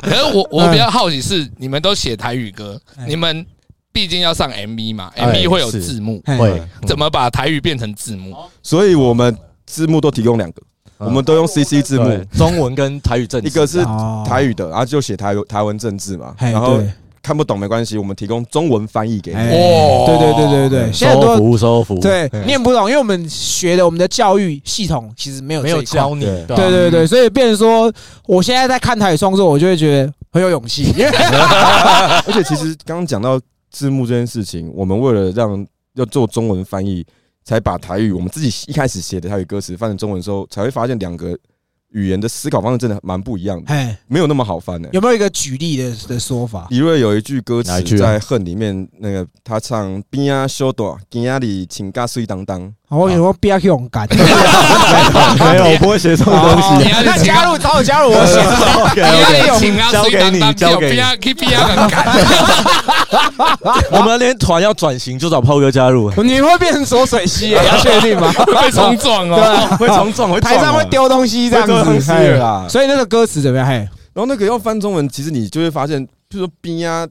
[SPEAKER 5] 北可是我我比较好奇是，你们都写台语歌，
[SPEAKER 2] 哎
[SPEAKER 5] 你们毕竟要上 MV 嘛
[SPEAKER 4] 哎
[SPEAKER 5] ，MV 会有
[SPEAKER 4] 是
[SPEAKER 5] 字幕，
[SPEAKER 2] 哎
[SPEAKER 4] 会
[SPEAKER 5] 怎么把台语变成字幕？
[SPEAKER 1] 所以我们字幕都提供两个，我们都用 CC 字幕
[SPEAKER 4] 对，中文跟台语正
[SPEAKER 1] 一 个是
[SPEAKER 2] 哦
[SPEAKER 1] 台语的，然后啊就写台台文政治嘛，
[SPEAKER 2] 哎
[SPEAKER 1] 然后
[SPEAKER 2] 对
[SPEAKER 1] 看不懂没关系，我们提供中文翻译给
[SPEAKER 2] 哎
[SPEAKER 1] 你。
[SPEAKER 5] 哦
[SPEAKER 2] 对对对对对，现在
[SPEAKER 4] 售
[SPEAKER 2] 很
[SPEAKER 4] 后
[SPEAKER 2] 多
[SPEAKER 4] 哦服务，售后服务，
[SPEAKER 2] 对念不懂，因为我们学的我们的教育系统其实没有
[SPEAKER 4] 没
[SPEAKER 2] 这
[SPEAKER 4] 有
[SPEAKER 2] 一块
[SPEAKER 4] 教你，
[SPEAKER 1] 对
[SPEAKER 4] 对吧
[SPEAKER 2] 对对对，所以变成说，我现在在看台语创作，我就会觉得很有勇气，因为
[SPEAKER 1] 而且其实刚刚讲到字幕这件事情，我们为了让要做中文翻译，才把台语我们自己一开始写的台语歌词翻成中文的时候，才会发现两个语言的思考方式真的蛮不一样的，
[SPEAKER 2] 哎，
[SPEAKER 1] 没有那么好翻的。
[SPEAKER 2] 有没有一个举例的的说法？
[SPEAKER 1] 李锐有一句歌
[SPEAKER 4] 哪
[SPEAKER 1] 词
[SPEAKER 4] 一句啊
[SPEAKER 1] 在《恨》里面，那个他唱“边啊小朵，边啊里请嘎碎当当
[SPEAKER 2] 哦我有没有必要去勇 敢？
[SPEAKER 4] 没有， 我不会写这种东 西。
[SPEAKER 5] 哦你要
[SPEAKER 2] 那加入，早有加入我写。
[SPEAKER 5] 你要请啊，
[SPEAKER 4] 交给你交给你
[SPEAKER 5] 不要 K P R 很敢。
[SPEAKER 4] 我们连团要转型就找炮哥加入，
[SPEAKER 2] 你会变成左水溪耶？要确 定吗？
[SPEAKER 5] 会冲撞 哦。
[SPEAKER 1] 会重撞，会
[SPEAKER 4] 啊
[SPEAKER 2] 台上会丢东西这样
[SPEAKER 1] 会丢东
[SPEAKER 2] 子，
[SPEAKER 1] 西
[SPEAKER 2] 嘿
[SPEAKER 1] 啦
[SPEAKER 2] 所以那个歌词怎么样？嘿，
[SPEAKER 1] 然后那个要翻中文，其实你就会发现，譬如说边啊，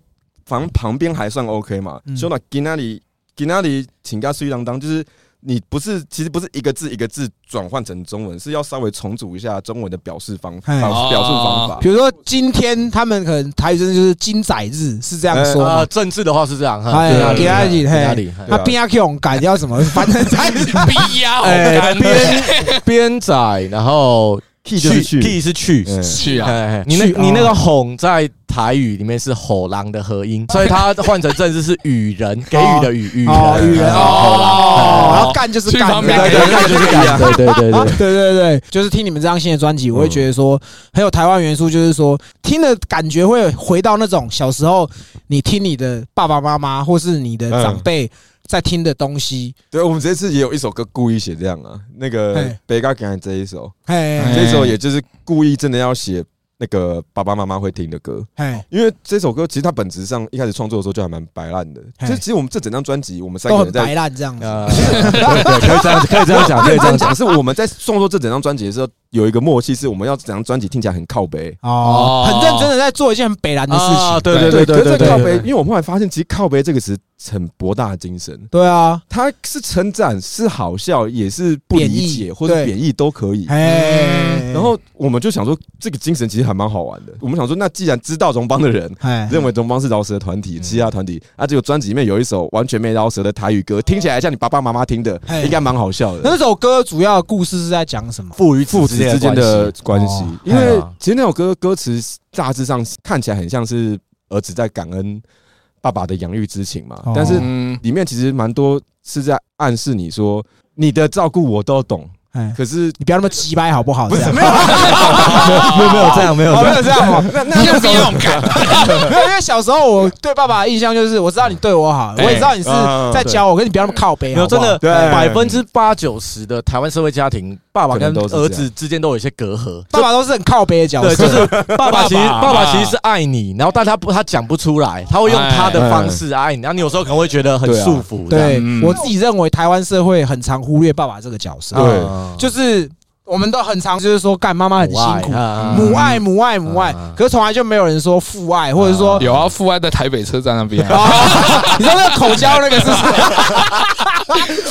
[SPEAKER 1] 房旁边还算 OK 嘛
[SPEAKER 2] 嗯，
[SPEAKER 1] 说到给那里给那里请假碎当当，就是你不是其实不是一个字一个字转换成中文，是要稍微重组一下中文的表示方
[SPEAKER 2] 哎
[SPEAKER 1] 表表述方 法
[SPEAKER 2] 比。如说今天他们可能台语真的就是金仔日是这样说
[SPEAKER 4] 啊，
[SPEAKER 2] 吗？
[SPEAKER 4] 政治的话是这样，哈
[SPEAKER 2] 哎
[SPEAKER 4] 对啊
[SPEAKER 2] 给他一起
[SPEAKER 4] 对啊
[SPEAKER 2] 嘿
[SPEAKER 4] 给他一起
[SPEAKER 2] 啊，边要去勇敢要什么？ 反正台语
[SPEAKER 5] 逼呀，好
[SPEAKER 4] 哎
[SPEAKER 5] 干
[SPEAKER 4] 编编仔，然后
[SPEAKER 1] key 就是去
[SPEAKER 4] key 是去。
[SPEAKER 1] 嗯
[SPEAKER 5] 去啊，
[SPEAKER 4] 哎，你那
[SPEAKER 2] 去哦
[SPEAKER 4] 你那个哄在台语里面是吼狼的合音，所以它换成正字是雨人，给予的雨，雨
[SPEAKER 2] 哦，
[SPEAKER 4] 人，
[SPEAKER 2] 语言哦， 然后干就是
[SPEAKER 5] 去
[SPEAKER 2] 干
[SPEAKER 5] 旁，
[SPEAKER 4] 对
[SPEAKER 5] 边
[SPEAKER 4] 对对，那就是感，对对对对，
[SPEAKER 2] 啊对对对，就是听你们这张新的专辑，我会觉得说很有台湾元素，就是说听的感觉会回到那种小时候你听你的爸爸妈妈或是你的长辈在听的东西。
[SPEAKER 1] 对，我们这次也有一首歌故意写这样啊，那个
[SPEAKER 2] 嘿
[SPEAKER 1] 《北嘎感》这一首，
[SPEAKER 2] 嘿
[SPEAKER 5] 哎
[SPEAKER 1] 这首也就是故意真的要写那个爸爸妈妈会听的歌。
[SPEAKER 2] 嘿，
[SPEAKER 1] 因为这首歌其实它本质上一开始创作的时候就还蛮白烂的，
[SPEAKER 2] 嘿
[SPEAKER 1] 其实其实我们这整张专辑我们三
[SPEAKER 2] 都
[SPEAKER 1] 个哦
[SPEAKER 2] 很
[SPEAKER 1] 人在
[SPEAKER 2] 白烂这样 子。
[SPEAKER 4] 呃，对对，可以这样，可以这样讲，可以
[SPEAKER 1] 这
[SPEAKER 4] 这样
[SPEAKER 1] 样
[SPEAKER 4] 讲
[SPEAKER 1] 讲，是我们在创作这整张专辑的时候，有一个默契，是我们要怎样专辑听起来很靠北。
[SPEAKER 2] 哦
[SPEAKER 5] 哦，
[SPEAKER 2] 很认真的在做一件很北蓝的事情。
[SPEAKER 4] 对
[SPEAKER 5] 对
[SPEAKER 4] 对对
[SPEAKER 1] 可
[SPEAKER 4] 对
[SPEAKER 1] 是这
[SPEAKER 4] 对
[SPEAKER 1] 靠
[SPEAKER 4] 对
[SPEAKER 1] 北，因为我们后来发现，其实靠北这个词很博大精深，
[SPEAKER 2] 对啊，
[SPEAKER 1] 它是称赞，是好笑，也是不理
[SPEAKER 2] 贬义
[SPEAKER 1] 解或者
[SPEAKER 2] 对
[SPEAKER 1] 贬义都可以。嗯
[SPEAKER 2] 哎，
[SPEAKER 1] 然后我们就想说，这个精神其实还蛮好玩的。我们想说，那既然知道荣邦的人
[SPEAKER 2] 哎，
[SPEAKER 1] 认为荣邦是饶舌的团体，其他团体啊，这个专辑里面有一首完全没饶舌的台语歌，听起来像你爸爸妈妈听的
[SPEAKER 2] 哎，
[SPEAKER 1] 应该蛮好笑的
[SPEAKER 2] 那。首歌主要的故事是在讲什么？
[SPEAKER 4] 父与
[SPEAKER 1] 父子之间的关系啊
[SPEAKER 2] 哦，
[SPEAKER 1] 因为
[SPEAKER 4] 哎
[SPEAKER 1] 其实那首歌歌词大致上看起来很像是儿子在感恩爸爸的养育之情嘛
[SPEAKER 2] 哦，
[SPEAKER 1] 但是
[SPEAKER 5] 嗯，
[SPEAKER 1] 里面其实蛮多是在暗示你说你的照顾我都懂，
[SPEAKER 2] 哎，
[SPEAKER 1] 可是
[SPEAKER 2] 你不要那么鸡掰好不好？
[SPEAKER 1] 不
[SPEAKER 2] 这
[SPEAKER 1] 是
[SPEAKER 2] 样
[SPEAKER 1] 没有啊
[SPEAKER 4] 没有没有这样没有
[SPEAKER 1] 哦
[SPEAKER 4] 这
[SPEAKER 1] 没
[SPEAKER 4] 样
[SPEAKER 1] 有这样哦，那那
[SPEAKER 5] 像这种感，
[SPEAKER 2] 没有，因为小时候我对爸爸的印象就是，我知道你对我好，我
[SPEAKER 5] 哎
[SPEAKER 2] 也知道你是
[SPEAKER 1] 哦
[SPEAKER 2] 在教我，可是你不要那么靠背，
[SPEAKER 4] 没有
[SPEAKER 2] 好不
[SPEAKER 4] 真
[SPEAKER 2] 好
[SPEAKER 4] 的，
[SPEAKER 1] 对
[SPEAKER 4] 百分之八九十的台湾社会家庭，爸爸
[SPEAKER 1] 可
[SPEAKER 4] 跟
[SPEAKER 1] 能都是这样
[SPEAKER 4] 儿子之间都有一些隔阂。
[SPEAKER 2] 爸爸都是很靠背的角
[SPEAKER 4] 对，
[SPEAKER 2] 色，
[SPEAKER 4] 就是爸爸其实
[SPEAKER 5] 爸
[SPEAKER 4] 爸
[SPEAKER 5] 爸
[SPEAKER 4] 爸其实是爱你，然后但他不他讲不出来，他会用他的方式爱你，然后你有时候可能会觉得很
[SPEAKER 1] 对啊
[SPEAKER 4] 束缚。这样
[SPEAKER 2] 对
[SPEAKER 5] 嗯
[SPEAKER 2] 我自己认为台湾社会很常忽略爸爸这个角色，
[SPEAKER 1] 对
[SPEAKER 4] 啊
[SPEAKER 2] 就是我们都很常就是说干妈妈很辛苦
[SPEAKER 4] 母爱啊，
[SPEAKER 2] 母爱母爱母爱
[SPEAKER 4] 啊，
[SPEAKER 2] 可是从来就没有人说父爱，或者说
[SPEAKER 5] 有啊，父爱在台北车站那边 啊，
[SPEAKER 2] 啊，你知道那个口交那个是什么？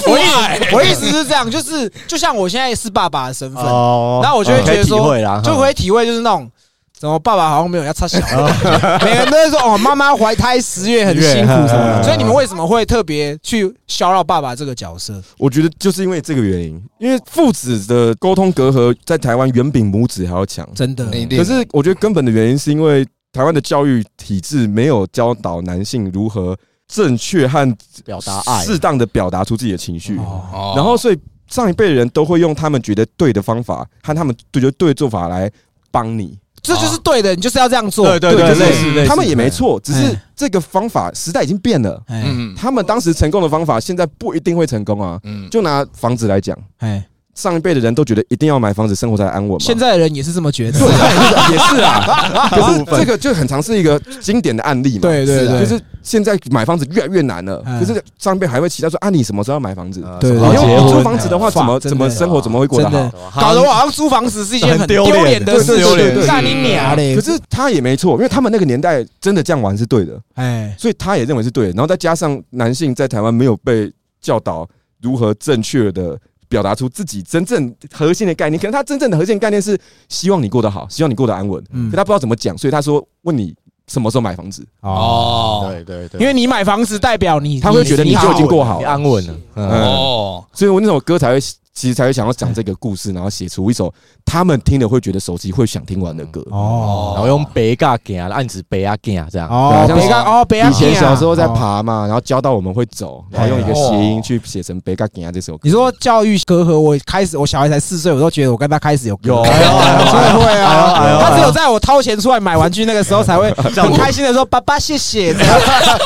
[SPEAKER 2] 我意思我意思是这样，就是就像我现在是爸爸的身份，
[SPEAKER 4] 哦
[SPEAKER 2] 然后我就会觉得
[SPEAKER 4] 可以体
[SPEAKER 2] 说
[SPEAKER 4] 会啦，
[SPEAKER 2] 就会体会就是那种。怎么爸爸好像没有要插小的，每个人都在说哦，妈妈怀胎十月很辛苦什么的，
[SPEAKER 4] 嗯
[SPEAKER 2] 所以你们为什么会特别去消扰爸爸这个角色？
[SPEAKER 1] 我觉得就是因为这个原因，因为父子的沟通隔阂在台湾远比母子还要强。
[SPEAKER 2] 真的，
[SPEAKER 5] 一定
[SPEAKER 1] 可是我觉得根本的原因是因为台湾的教育体制没有教导男性如何正确和
[SPEAKER 4] 表达爱，
[SPEAKER 1] 适当的表达出自己的情绪，
[SPEAKER 2] 哦
[SPEAKER 5] 哦
[SPEAKER 1] 然后所以上一辈的人都会用他们觉得对的方法和他们觉得对的做法来帮你。
[SPEAKER 2] 这就是对的，你就是要这样做。
[SPEAKER 4] 对对
[SPEAKER 1] 就
[SPEAKER 4] 类似类
[SPEAKER 1] 是
[SPEAKER 4] 似
[SPEAKER 1] 他们也没错，只是
[SPEAKER 2] 哎
[SPEAKER 1] 这个方法时代已经变了，
[SPEAKER 2] 哎
[SPEAKER 5] 嗯
[SPEAKER 1] 他们当时成功的方法现在不一定会成功啊。
[SPEAKER 5] 嗯，
[SPEAKER 1] 就拿房子来讲，
[SPEAKER 2] 哎，
[SPEAKER 1] 上一辈的人都觉得一定要买房子，生活才安稳嘛。
[SPEAKER 2] 现在的人也是这么觉得。
[SPEAKER 1] 对， 也是啊。可是这个就很常是一个经典的案例嘛。
[SPEAKER 2] 对对
[SPEAKER 1] 是啊
[SPEAKER 2] 对
[SPEAKER 1] 就是现在买房子越来越难了。
[SPEAKER 2] 嗯
[SPEAKER 1] 可是上一辈还会期待说啊，你什么时候要买房子？
[SPEAKER 2] 对
[SPEAKER 1] 你
[SPEAKER 2] 对
[SPEAKER 1] 用
[SPEAKER 2] 结
[SPEAKER 1] 你租
[SPEAKER 2] 婚
[SPEAKER 1] 房子的话，怎么
[SPEAKER 2] 真的
[SPEAKER 1] 怎么生活怎么会过得
[SPEAKER 2] 真
[SPEAKER 1] 好
[SPEAKER 2] 的？搞得我好像租房子是一件很丢脸的事
[SPEAKER 1] 很丢脸
[SPEAKER 2] 情，
[SPEAKER 1] 对
[SPEAKER 2] 干你娘嘞！
[SPEAKER 1] 可是他也没错，因为他们那个年代真的这样玩是对的，
[SPEAKER 2] 哎，
[SPEAKER 1] 所以他也认为是对的。然后再加上男性在台湾没有被教导如何正确的。表达出自己真正核心的概念，可能他真正的核心概念是希望你过得好，希望你过得安稳，
[SPEAKER 2] 嗯
[SPEAKER 1] 可他不知道怎么讲，所以他说问你什么时候买房子，
[SPEAKER 2] 哦，
[SPEAKER 5] 哦
[SPEAKER 4] 对对对，
[SPEAKER 2] 因为你买房子代表你，
[SPEAKER 1] 他会觉得你就已经过好
[SPEAKER 4] 你
[SPEAKER 1] 了，
[SPEAKER 4] 安稳了，嗯
[SPEAKER 5] 哦，
[SPEAKER 1] 所以我那首歌才会其实才会想要讲这个故事，然后写出一首他们听了会觉得熟悉、会想听完的歌。
[SPEAKER 2] 哦
[SPEAKER 4] 然后用白嘎给啊，暗指白啊给啊这样。
[SPEAKER 2] 哦，
[SPEAKER 1] 对
[SPEAKER 2] 北干哦，北干
[SPEAKER 1] 以前小时候在，爬
[SPEAKER 2] 哦
[SPEAKER 1] 嘛，然后教到我们会走，
[SPEAKER 2] 哎
[SPEAKER 1] 然后用一个谐音
[SPEAKER 5] 哦
[SPEAKER 1] 去写成《北嘎吉亚》这首歌。
[SPEAKER 2] 你说教育隔阂，我开始我小孩才四岁，我都觉得我跟他开始有有，
[SPEAKER 4] 哎呦哎呦
[SPEAKER 2] 真的会
[SPEAKER 4] 哎呦哎
[SPEAKER 2] 啊，
[SPEAKER 4] 呦
[SPEAKER 2] 他只有在我掏钱出来买玩具那个时候才会很开心的说爸爸谢谢。 这样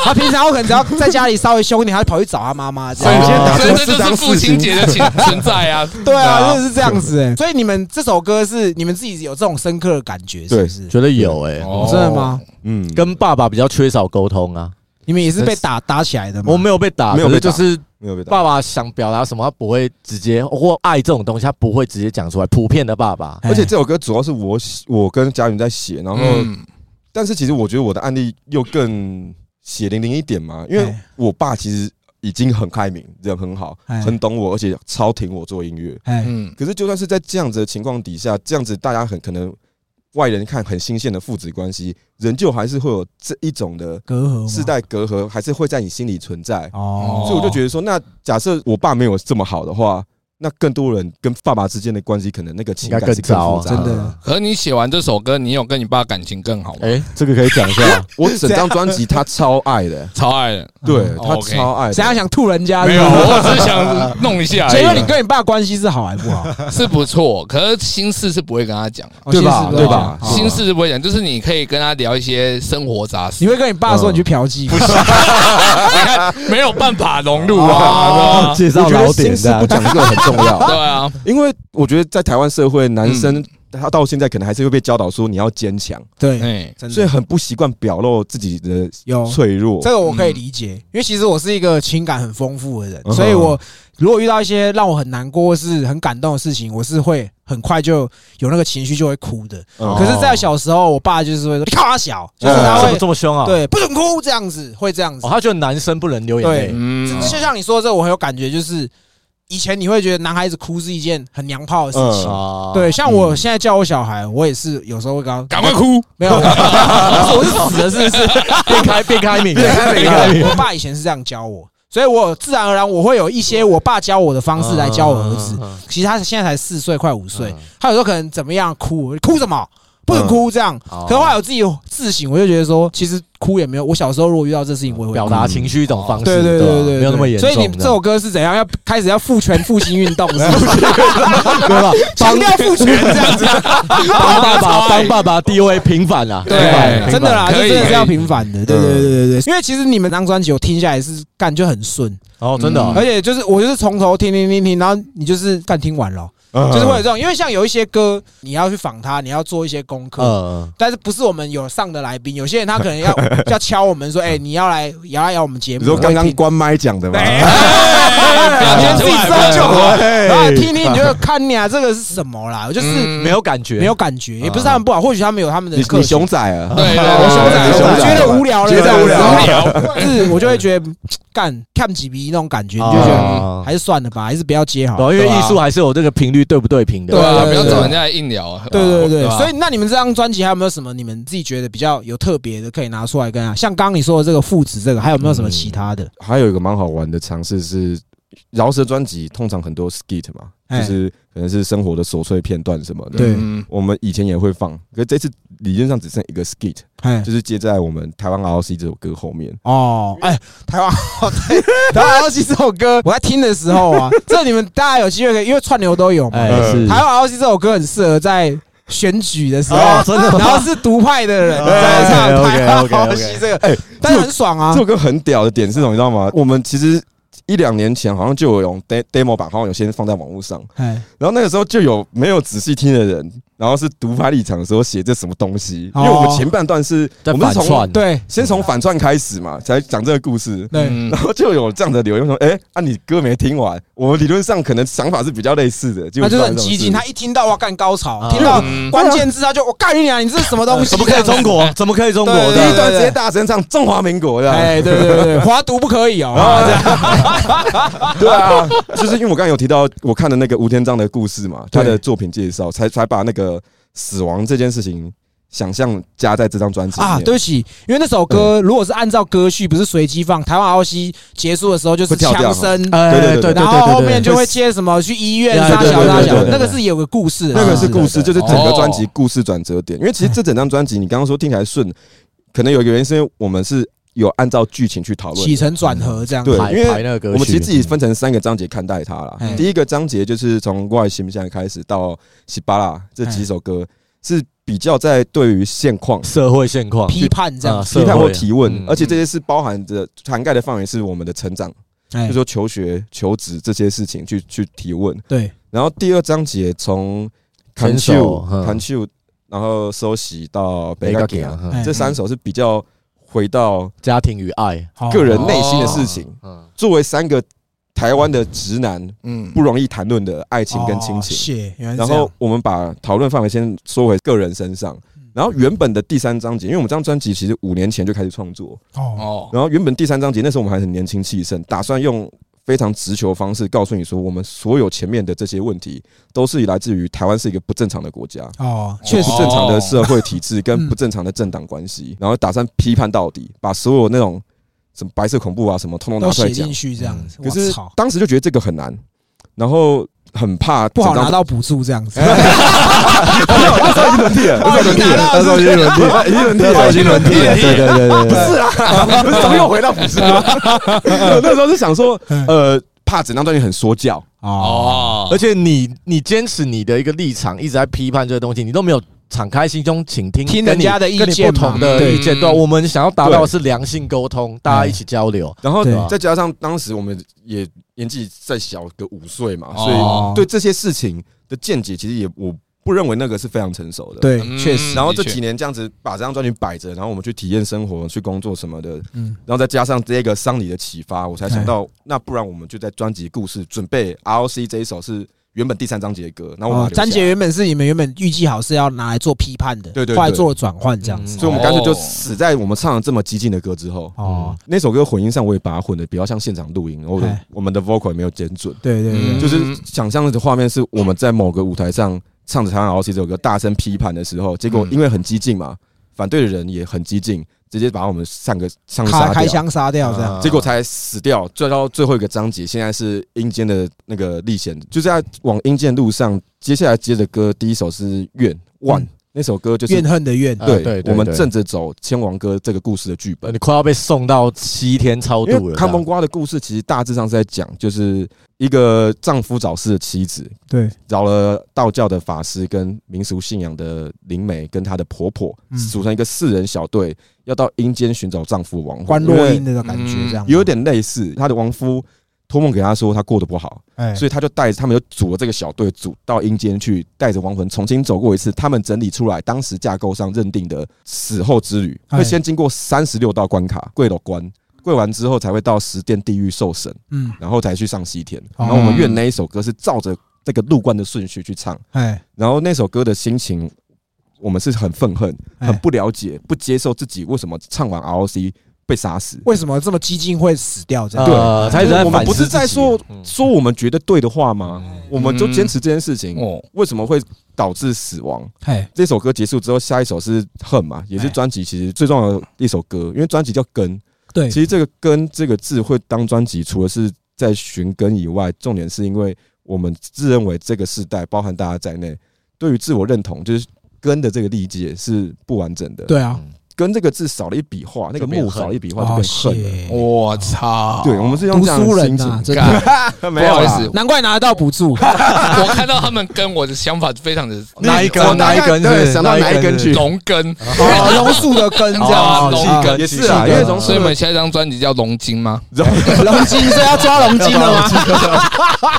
[SPEAKER 2] 他平常我可能只要在家里稍微凶一点，他就跑去找他妈妈这
[SPEAKER 5] 所以
[SPEAKER 2] 样。
[SPEAKER 1] 哦
[SPEAKER 5] 所以这就是父亲节的情存在啊，
[SPEAKER 2] 对啊，真的是这样子哎。所以你们这首歌是你们自己有这种深刻的感觉，是不是？
[SPEAKER 4] 觉得有哎、
[SPEAKER 5] 哦
[SPEAKER 2] 真的吗？
[SPEAKER 1] 嗯，
[SPEAKER 4] 跟爸爸比较缺少沟通啊。
[SPEAKER 2] 你们也是被打打起来的吗？
[SPEAKER 4] 嗯我没有被打，
[SPEAKER 1] 没有
[SPEAKER 4] 可是
[SPEAKER 1] 被打
[SPEAKER 4] 就是
[SPEAKER 1] 没有被
[SPEAKER 2] 哎
[SPEAKER 1] 打
[SPEAKER 4] 爸爸想表达什么，他不会直接或爱这种东西，他不会直接讲出来。普遍的爸爸，
[SPEAKER 2] 哎
[SPEAKER 1] 而且这首歌主要是我写我跟佳云在写，然后
[SPEAKER 5] 嗯，
[SPEAKER 1] 但是其实我觉得我的案例又更血淋淋一点嘛，因为
[SPEAKER 2] 哎
[SPEAKER 1] 我爸其实已经很开明，人很好
[SPEAKER 2] 哎，
[SPEAKER 1] 很懂我，而且超挺我做音乐。
[SPEAKER 2] 哎
[SPEAKER 5] 嗯，
[SPEAKER 1] 可是就算是在这样子的情况底下，这样子大家很可能外人看很新鲜的父子关系，仍旧还是会有这一种的
[SPEAKER 2] 隔阂吗
[SPEAKER 1] 世代隔阂，还是会在你心里存在。
[SPEAKER 2] 哦，
[SPEAKER 1] 所以我就觉得说，那假设我爸没有这么好的话，那更多人跟爸爸之间的关系，可能那个情感是
[SPEAKER 4] 应该更糟
[SPEAKER 1] 复
[SPEAKER 4] 啊
[SPEAKER 1] 杂
[SPEAKER 2] 真的。
[SPEAKER 5] 可是你写完这首歌，你有跟你爸感情更好吗？
[SPEAKER 4] 哎、这个可以讲一下。
[SPEAKER 1] 我整张专辑他超爱的，
[SPEAKER 5] 超爱的，
[SPEAKER 1] 对
[SPEAKER 5] 哦
[SPEAKER 1] 他
[SPEAKER 5] OK
[SPEAKER 1] 超爱
[SPEAKER 2] 谁要
[SPEAKER 1] 的。
[SPEAKER 2] 想吐人家？
[SPEAKER 5] 没有，
[SPEAKER 2] 是吧
[SPEAKER 5] 我哎只是想弄一 下而已。
[SPEAKER 2] 结论你跟你爸关系是好还不好？
[SPEAKER 5] 是不错，可是心事是不会跟他讲啊，
[SPEAKER 2] 哦
[SPEAKER 1] 对吧
[SPEAKER 2] 心事不
[SPEAKER 1] 对
[SPEAKER 2] 要
[SPEAKER 1] 吧
[SPEAKER 2] 讲好
[SPEAKER 5] 心事是不会讲，就是你可以跟他聊一些生活杂事
[SPEAKER 2] 你，会跟你爸说你去嫖妓吗？
[SPEAKER 5] 你看没有办法融入
[SPEAKER 4] 哦
[SPEAKER 5] 啊，对吧
[SPEAKER 4] 介
[SPEAKER 1] 我
[SPEAKER 4] 绍
[SPEAKER 1] 觉得
[SPEAKER 4] 老
[SPEAKER 1] 心
[SPEAKER 4] 点
[SPEAKER 1] 事
[SPEAKER 4] 这样
[SPEAKER 1] 不讲这个很重要，
[SPEAKER 5] 对啊，
[SPEAKER 1] 因为我觉得在台湾社会，男生他到现在可能还是会被教导说你要坚强，
[SPEAKER 2] 对，
[SPEAKER 5] 哎，
[SPEAKER 2] 真
[SPEAKER 1] 所以
[SPEAKER 2] 的
[SPEAKER 1] 很不习惯表露自己的
[SPEAKER 2] 有
[SPEAKER 1] 脆弱
[SPEAKER 2] 这。个我可以理解，因为其实我是一个情感很丰富的人，
[SPEAKER 1] 嗯
[SPEAKER 2] 所以我如果遇到一些让我很难过或是很感动的事情，我是会很快就有那个情绪就会哭的。
[SPEAKER 1] 嗯
[SPEAKER 2] 可是，在小时候，我爸就是会说：“你看他小，就是
[SPEAKER 1] 嗯
[SPEAKER 2] 他
[SPEAKER 4] 哦怎么
[SPEAKER 2] 会
[SPEAKER 4] 这么凶啊？，
[SPEAKER 2] 对不准哭这样子，会这样子
[SPEAKER 4] 哦，。他觉得男生不能欸流眼泪
[SPEAKER 2] 对，
[SPEAKER 5] 嗯
[SPEAKER 2] 就像你说的这，我很有感觉，就是以前你会觉得男孩子哭是一件很娘炮的事
[SPEAKER 1] 嗯
[SPEAKER 2] 情。
[SPEAKER 4] 啊，
[SPEAKER 2] 对，像我现在叫我小孩，我也是有时候会跟他
[SPEAKER 5] 赶快哭，
[SPEAKER 2] 没有，
[SPEAKER 4] 我是死了是不是？ 变开变开明，嗯变开明，
[SPEAKER 2] 我爸以前是这样教我，所以我自然而然我会有一些我爸教我的方式来教我儿子。
[SPEAKER 4] 嗯
[SPEAKER 2] 其实他现在才四岁，快五岁，他有时候可能怎么样哭，哭什么？不准哭这样。
[SPEAKER 4] 哦
[SPEAKER 2] 可是后来我自己自省，我就觉得说，其实哭也没有。我小时候如果遇到这事情，我也会
[SPEAKER 4] 表
[SPEAKER 2] 哭
[SPEAKER 4] 达情绪一种方式，
[SPEAKER 2] 对对对
[SPEAKER 4] 吧
[SPEAKER 2] 对对，
[SPEAKER 4] 没有那么严重。
[SPEAKER 2] 所以你这首歌是怎样？要开始要复权复兴运动是不是？
[SPEAKER 4] 对吧？
[SPEAKER 2] 强调复权这样子，
[SPEAKER 4] 帮爸爸 帮爸爸地位平反啊，
[SPEAKER 5] 对
[SPEAKER 4] 平反平反
[SPEAKER 2] 真的啦，
[SPEAKER 5] 可
[SPEAKER 2] 这
[SPEAKER 5] 以
[SPEAKER 2] 真的
[SPEAKER 5] 可
[SPEAKER 2] 是
[SPEAKER 5] 以
[SPEAKER 2] 要平反的。对对对
[SPEAKER 1] 嗯
[SPEAKER 2] 对对对，因为其实你们那张专辑我听下来是干就很顺，嗯
[SPEAKER 4] 哦，真的哦
[SPEAKER 2] 而且就是我就是从头听听听听，然后你就是干听完了，
[SPEAKER 1] 嗯
[SPEAKER 2] 就是会有这种，因为像有一些歌你要去仿它，你要做一些功课。
[SPEAKER 4] 嗯，
[SPEAKER 2] 但是不是我们有上的来宾，有些人他可 能要要敲我们说，哎，你要来，也要来我们节
[SPEAKER 1] 你
[SPEAKER 2] 目。
[SPEAKER 1] 说刚
[SPEAKER 2] 我
[SPEAKER 1] 刚
[SPEAKER 2] 会听
[SPEAKER 1] 关麦讲的吗？
[SPEAKER 5] 哎表现
[SPEAKER 2] 自己知道就好
[SPEAKER 1] 哎
[SPEAKER 2] 然后听听你就会看你啊，这个是什么啦？我就是
[SPEAKER 5] 嗯
[SPEAKER 4] 没有感觉，
[SPEAKER 2] 没有感觉，也不是他们不好，或许他们有他们的
[SPEAKER 1] 你
[SPEAKER 2] 个
[SPEAKER 1] 你
[SPEAKER 2] 性
[SPEAKER 1] 熊仔啊？
[SPEAKER 5] 对对对
[SPEAKER 2] 我熊
[SPEAKER 1] 你
[SPEAKER 2] 仔，
[SPEAKER 1] 熊
[SPEAKER 2] 我
[SPEAKER 1] 仔
[SPEAKER 2] 觉得无聊了，
[SPEAKER 1] 觉得无聊
[SPEAKER 2] 无聊，是我就会觉得干看几笔那种感觉，你就觉得
[SPEAKER 4] 嗯哦
[SPEAKER 2] 还是算了吧，还是不要接好
[SPEAKER 4] 对啊，。因为艺术还是有这个频率对不对平的，
[SPEAKER 5] 对啊，
[SPEAKER 2] 对
[SPEAKER 5] 不
[SPEAKER 2] 对
[SPEAKER 5] 要
[SPEAKER 2] 对
[SPEAKER 5] 找人家来硬聊啊。
[SPEAKER 2] 对对对对，
[SPEAKER 5] 吧
[SPEAKER 2] 所以那你们这张专辑还有没有什么你们自己觉得比较有特别的可以拿出来跟啊？像刚刚你说的这个父子这个，还有没有什
[SPEAKER 4] 嗯
[SPEAKER 2] 么其他的？
[SPEAKER 1] 还有一个蛮好玩的尝试是，饶舌专辑通常很多 skit 嘛，
[SPEAKER 2] 哎
[SPEAKER 1] 就是可能是生活的琐碎片段什么的。
[SPEAKER 2] 对
[SPEAKER 5] 嗯
[SPEAKER 1] 我们以前也会放，可是这次理论上只剩一个 skit，
[SPEAKER 2] 哎
[SPEAKER 1] 就是接在我们台湾 ROC 这首歌后面。
[SPEAKER 2] 哦，哎，台湾 好，对台湾好几这首歌，我在听的时候啊，这你们大家有机会可以，因为串流都有嘛。
[SPEAKER 4] 哎
[SPEAKER 1] 嗯
[SPEAKER 4] 是
[SPEAKER 2] 台湾 ROC 这首歌很适合在选举的时候，
[SPEAKER 4] 哦真的吗
[SPEAKER 2] 然后是独派的人
[SPEAKER 4] 哎
[SPEAKER 2] 在唱
[SPEAKER 4] OK，OK，OK，
[SPEAKER 2] 嗯台啊湾 ROC 这
[SPEAKER 1] 哎
[SPEAKER 2] 个，但是很爽啊
[SPEAKER 1] 这首。歌很屌的点是什么，你知道吗？我们其实一两年前好像就有用 de- demo 版，好像有先放在网络上，
[SPEAKER 2] 哎，
[SPEAKER 1] 然后那个时候就有没有仔细听的人，然后是独拍立场的时候写这什么东西，因为我们
[SPEAKER 2] 哦
[SPEAKER 1] 前半段是
[SPEAKER 4] 在
[SPEAKER 1] 我们
[SPEAKER 4] 反
[SPEAKER 1] 是从
[SPEAKER 4] 串，
[SPEAKER 2] 对
[SPEAKER 1] 先从反串开始嘛，才讲这个故事。
[SPEAKER 2] 对，
[SPEAKER 5] 嗯
[SPEAKER 1] 然后就有这样的留言说：“哎、啊，你歌没听完，我们理论上可能想法是比较类似的，
[SPEAKER 2] 他啊就是很激
[SPEAKER 1] 激
[SPEAKER 2] 进，
[SPEAKER 1] 进。
[SPEAKER 2] 他一听到我要干高潮，
[SPEAKER 4] 啊
[SPEAKER 2] 听到
[SPEAKER 5] 嗯
[SPEAKER 2] 关键字他就我干你娘，你这是什么东西？啊
[SPEAKER 4] 怎么可以中？国？怎么可以中国？
[SPEAKER 2] 对
[SPEAKER 1] 第
[SPEAKER 4] 对
[SPEAKER 1] 一段直接大声唱中华民国的，
[SPEAKER 2] 哎，对对对，华独不可以哦。
[SPEAKER 1] 啊对啊，就是因为我刚才有提到我看的那个吴天章的故事嘛，他的作品介绍，才才把那个死亡这件事情想象加在这张专辑里面
[SPEAKER 2] 啊，对，不起，因为那首歌如果是按照歌序，不是随机放，台湾 ROC 结束的时候就是
[SPEAKER 1] 会跳
[SPEAKER 2] 枪
[SPEAKER 1] 掉
[SPEAKER 2] 声，
[SPEAKER 4] 哎
[SPEAKER 1] 对对对对
[SPEAKER 2] 然后后面就会接什么去医院
[SPEAKER 4] 对
[SPEAKER 2] 杀
[SPEAKER 4] 对
[SPEAKER 2] 小
[SPEAKER 4] 对
[SPEAKER 2] 杀
[SPEAKER 4] 对
[SPEAKER 2] 小
[SPEAKER 4] 对，对
[SPEAKER 2] 那个是有个故事的，啊
[SPEAKER 1] 那个是故
[SPEAKER 4] 对
[SPEAKER 1] 事，就
[SPEAKER 4] 对
[SPEAKER 1] 是
[SPEAKER 4] 对
[SPEAKER 1] 整
[SPEAKER 2] 哦
[SPEAKER 1] 个专辑故事转折点。因为其实这整张专辑，你刚刚说听起来顺，可能有一个原因是因为我们是有按照剧情去讨论
[SPEAKER 2] 起承转合这样子。
[SPEAKER 1] 对
[SPEAKER 4] 排
[SPEAKER 1] 因为
[SPEAKER 4] 排那个歌曲，
[SPEAKER 1] 我们其实自己分成三个章节看待它啦
[SPEAKER 2] 嗯。
[SPEAKER 1] 第一个章节就是从《外形象》开始到《喜巴拉》这几首歌，是比较在对于现况
[SPEAKER 4] 社会现况，
[SPEAKER 2] 批判这样
[SPEAKER 4] 啊
[SPEAKER 2] 子，
[SPEAKER 1] 批判或提问
[SPEAKER 4] 嗯，
[SPEAKER 1] 而且这些是包含着涵盖的范围是我们的成长，
[SPEAKER 4] 嗯
[SPEAKER 2] 哎
[SPEAKER 1] 就说求学、求职这些事情去去提问。
[SPEAKER 2] 对，
[SPEAKER 1] 然后第二章节从
[SPEAKER 4] 牵
[SPEAKER 1] Can
[SPEAKER 4] 手
[SPEAKER 1] you
[SPEAKER 4] 嗯
[SPEAKER 1] Can you，然后收洗到
[SPEAKER 4] 北
[SPEAKER 1] 北
[SPEAKER 4] 嘎
[SPEAKER 1] 嘎
[SPEAKER 4] 给
[SPEAKER 1] 给
[SPEAKER 4] 啊，
[SPEAKER 2] 哎
[SPEAKER 1] 这三首是比较回到
[SPEAKER 4] 家庭与爱，
[SPEAKER 2] 好
[SPEAKER 1] 个人
[SPEAKER 4] 哦
[SPEAKER 1] 内心的事情。
[SPEAKER 4] 嗯，
[SPEAKER 1] 作为三个台湾的直男，
[SPEAKER 5] 嗯
[SPEAKER 1] 不容易谈论的爱情跟亲情。
[SPEAKER 2] 谢，哦原来
[SPEAKER 1] 然
[SPEAKER 2] 是这样
[SPEAKER 1] 后我们把讨论范围先缩回个人身上。
[SPEAKER 2] 嗯
[SPEAKER 1] 然后原本的第三章节，因为我们这张专辑其实五年前就开始创作，
[SPEAKER 2] 哦，
[SPEAKER 5] 哦，
[SPEAKER 1] 然后原本第三章节那时候我们还很年轻气盛，打算用非常直球的方式告诉你说，我们所有前面的这些问题都是来自于台湾是一个不正常的国家，
[SPEAKER 2] 哦，确
[SPEAKER 5] 确
[SPEAKER 2] 实
[SPEAKER 1] 不
[SPEAKER 5] 实哦
[SPEAKER 1] 正常的社会体制跟
[SPEAKER 2] 嗯
[SPEAKER 1] 不正常的政党关系，然后打算批判到底，把所有那种什么白色恐怖啊什么通通
[SPEAKER 2] 哦都
[SPEAKER 1] 拿出来
[SPEAKER 2] 写
[SPEAKER 1] 讲嗯
[SPEAKER 2] 进。去这样子，
[SPEAKER 1] 可
[SPEAKER 2] 我
[SPEAKER 1] 是
[SPEAKER 2] 操，
[SPEAKER 1] 当时就觉得这个很难，然后很怕
[SPEAKER 2] 不好
[SPEAKER 1] 整张
[SPEAKER 2] 拿到补助这样子。
[SPEAKER 1] 那时候已经
[SPEAKER 4] 哎
[SPEAKER 1] 轮替了，那时候已经轮替了，那时候已经轮替了，已经轮替了，已经轮替了。
[SPEAKER 4] 对对对对对，
[SPEAKER 1] 怎么又回到不是？那时候是想说，呃，怕整张专辑很说教，
[SPEAKER 2] 哦，
[SPEAKER 5] 哦，
[SPEAKER 4] 而且你你坚持你的一个立场，一直在批判这个东西，你都没有敞开心胸倾听
[SPEAKER 2] 听
[SPEAKER 4] 跟
[SPEAKER 2] 人
[SPEAKER 4] 你
[SPEAKER 2] 家的意
[SPEAKER 4] 跟你
[SPEAKER 2] 见
[SPEAKER 4] 不同
[SPEAKER 2] 嘛
[SPEAKER 4] 的
[SPEAKER 1] 嗯
[SPEAKER 5] 对
[SPEAKER 4] 意见，对吧，我们想要达到的是良性沟通，大家一起交流。
[SPEAKER 1] 然后
[SPEAKER 2] 对
[SPEAKER 1] 再加上当时我们也年纪再小个五岁嘛，
[SPEAKER 5] 哦
[SPEAKER 1] 所以对这些事情的见解其实也我。不认为那个是非常成熟的。。
[SPEAKER 2] 对，
[SPEAKER 5] 嗯
[SPEAKER 2] 确实，
[SPEAKER 1] 然后这
[SPEAKER 5] 的确
[SPEAKER 1] 几年这样子把这张专辑摆着，然后我们去体验生活、去工作什么的，
[SPEAKER 2] 嗯，哎
[SPEAKER 1] 然后再加上这个丧礼的启发，我才想到，那不然我们就在专辑故事准备 ROC 这一首是原本第三章节的歌，然后我把它，
[SPEAKER 2] 哦
[SPEAKER 1] 留下
[SPEAKER 2] 詹姐，原本是你们原本预计好是要拿来做批判的，
[SPEAKER 1] 对对对嗯
[SPEAKER 2] 后来做了转换这样子
[SPEAKER 1] 所以。我们干脆就死在我们唱了这么激进的歌之后。
[SPEAKER 4] 嗯
[SPEAKER 2] 哦，
[SPEAKER 1] 那首歌混音上我也把它混的比较像现场录音，然后我的
[SPEAKER 2] 哎
[SPEAKER 1] 我们的 vocal 也没有剪准，
[SPEAKER 2] 对对对
[SPEAKER 5] 嗯，
[SPEAKER 1] 就是想象的画面是我们在某个舞台上唱着《台湾 ROC》这首歌大声批判的时候，结果因为很激进嘛，反对的人也很激进，直接把我们上个上
[SPEAKER 2] 开
[SPEAKER 1] 杀
[SPEAKER 2] 开
[SPEAKER 1] 掉。啊
[SPEAKER 2] 枪杀掉这
[SPEAKER 4] 啊
[SPEAKER 2] 样。
[SPEAKER 1] 结果才死掉。最到最后一个章节，现在是阴间的那个历险，就是在往阴间路上。接下来接的歌，第一首是《怨》万
[SPEAKER 2] 嗯
[SPEAKER 1] 那首歌就是呃
[SPEAKER 2] 怨恨的怨，
[SPEAKER 4] 啊
[SPEAKER 1] 对
[SPEAKER 4] 对对
[SPEAKER 1] 我们
[SPEAKER 4] 对
[SPEAKER 1] 正着走千王哥这个故事的剧
[SPEAKER 4] 呃
[SPEAKER 1] 本
[SPEAKER 4] 你。快要被送到西天超
[SPEAKER 1] 因
[SPEAKER 4] 度
[SPEAKER 1] 为
[SPEAKER 4] 了。
[SPEAKER 1] 看风瓜的故事其实大致上是在讲，就是一个丈夫早逝的妻子，
[SPEAKER 2] 对，
[SPEAKER 1] 找了道教的法师跟民俗信仰的灵媒跟她的婆婆，
[SPEAKER 2] 嗯
[SPEAKER 1] 组成一个四人小队，要到阴间寻找丈夫亡魂。
[SPEAKER 2] 关
[SPEAKER 1] 因
[SPEAKER 2] 落
[SPEAKER 1] 为
[SPEAKER 2] 音的感觉这样，
[SPEAKER 1] 嗯有点类似，她的亡夫托梦给她说她过得不好，
[SPEAKER 2] 哎
[SPEAKER 1] 所以他就带着他们就组了这个小队，组到阴间去，带着亡魂重新走过一次。他们整理出来当时架构上认定的死后之旅，
[SPEAKER 2] 哎
[SPEAKER 1] 会先经过三十六道关卡，跪了关，跪完之后才会到十殿地狱受审，
[SPEAKER 2] 嗯，
[SPEAKER 1] 然后才去上西天。
[SPEAKER 2] 哦
[SPEAKER 1] 然后我们愿那一首歌是照着这个入关的顺序去唱，
[SPEAKER 2] 哎，
[SPEAKER 1] 然后那首歌的心情，我们是很愤恨、
[SPEAKER 2] 哎
[SPEAKER 1] 很不了解、不接受自己为什么唱完 ROC 被杀死。
[SPEAKER 2] 为什么这么激进会死掉这样？
[SPEAKER 4] 呃
[SPEAKER 2] 哎
[SPEAKER 4] 他一直在
[SPEAKER 1] 我们
[SPEAKER 4] 反
[SPEAKER 1] 不
[SPEAKER 4] 思
[SPEAKER 1] 是在
[SPEAKER 4] 自己
[SPEAKER 1] 说
[SPEAKER 4] 嗯
[SPEAKER 1] 说我们觉得对的话吗？我们就坚持这件事情。
[SPEAKER 5] 哦，
[SPEAKER 1] 为什么会导致死亡？
[SPEAKER 2] 哎，
[SPEAKER 1] 这首歌结束之后，下一首是《恨》嘛，也是
[SPEAKER 2] 哎
[SPEAKER 1] 专辑其实最重要的一首歌，因为专辑叫《根》。
[SPEAKER 4] 哎
[SPEAKER 2] 对，
[SPEAKER 1] 其实这个“根”这个字会当专辑，除了是在寻根以外，重点是因为我们自认为这个世代，包含大家在内，对于自我认同，就是根的这个理解是不完整的。，
[SPEAKER 2] 对啊，
[SPEAKER 1] 根这个字少了一笔画，那个
[SPEAKER 4] 就变
[SPEAKER 1] 木
[SPEAKER 4] 恨
[SPEAKER 1] 少了一笔画就
[SPEAKER 2] 哦，
[SPEAKER 1] 变恨了。
[SPEAKER 2] 谢
[SPEAKER 5] 我操！
[SPEAKER 4] 啊
[SPEAKER 1] 对，我们是用
[SPEAKER 2] 读
[SPEAKER 1] 这样
[SPEAKER 2] 书
[SPEAKER 1] 的
[SPEAKER 2] 人
[SPEAKER 1] 心
[SPEAKER 2] 呐，
[SPEAKER 1] 情。
[SPEAKER 2] 真的，
[SPEAKER 5] 干，
[SPEAKER 1] 没有
[SPEAKER 5] 不
[SPEAKER 1] 啊
[SPEAKER 5] 好意
[SPEAKER 1] 啦
[SPEAKER 5] 思，
[SPEAKER 2] 难怪拿得到补助。
[SPEAKER 5] 我看到他们跟我的想法非常的
[SPEAKER 4] 哪一根
[SPEAKER 1] 我大
[SPEAKER 4] 哪
[SPEAKER 1] 概
[SPEAKER 4] 一根
[SPEAKER 1] 对
[SPEAKER 4] 是不是
[SPEAKER 1] 想到哪一根
[SPEAKER 4] 是不是
[SPEAKER 1] 去
[SPEAKER 5] 龙根，
[SPEAKER 2] 哦，榕树的根这样
[SPEAKER 5] 哦
[SPEAKER 2] 子，
[SPEAKER 5] 龙
[SPEAKER 4] 啊
[SPEAKER 5] 根
[SPEAKER 1] 也是啊，
[SPEAKER 4] 是
[SPEAKER 1] 因为
[SPEAKER 4] 的
[SPEAKER 1] 从
[SPEAKER 5] 所以你们下一张专辑叫《龙筋》吗？
[SPEAKER 2] 龙筋是要抓龙筋了吗？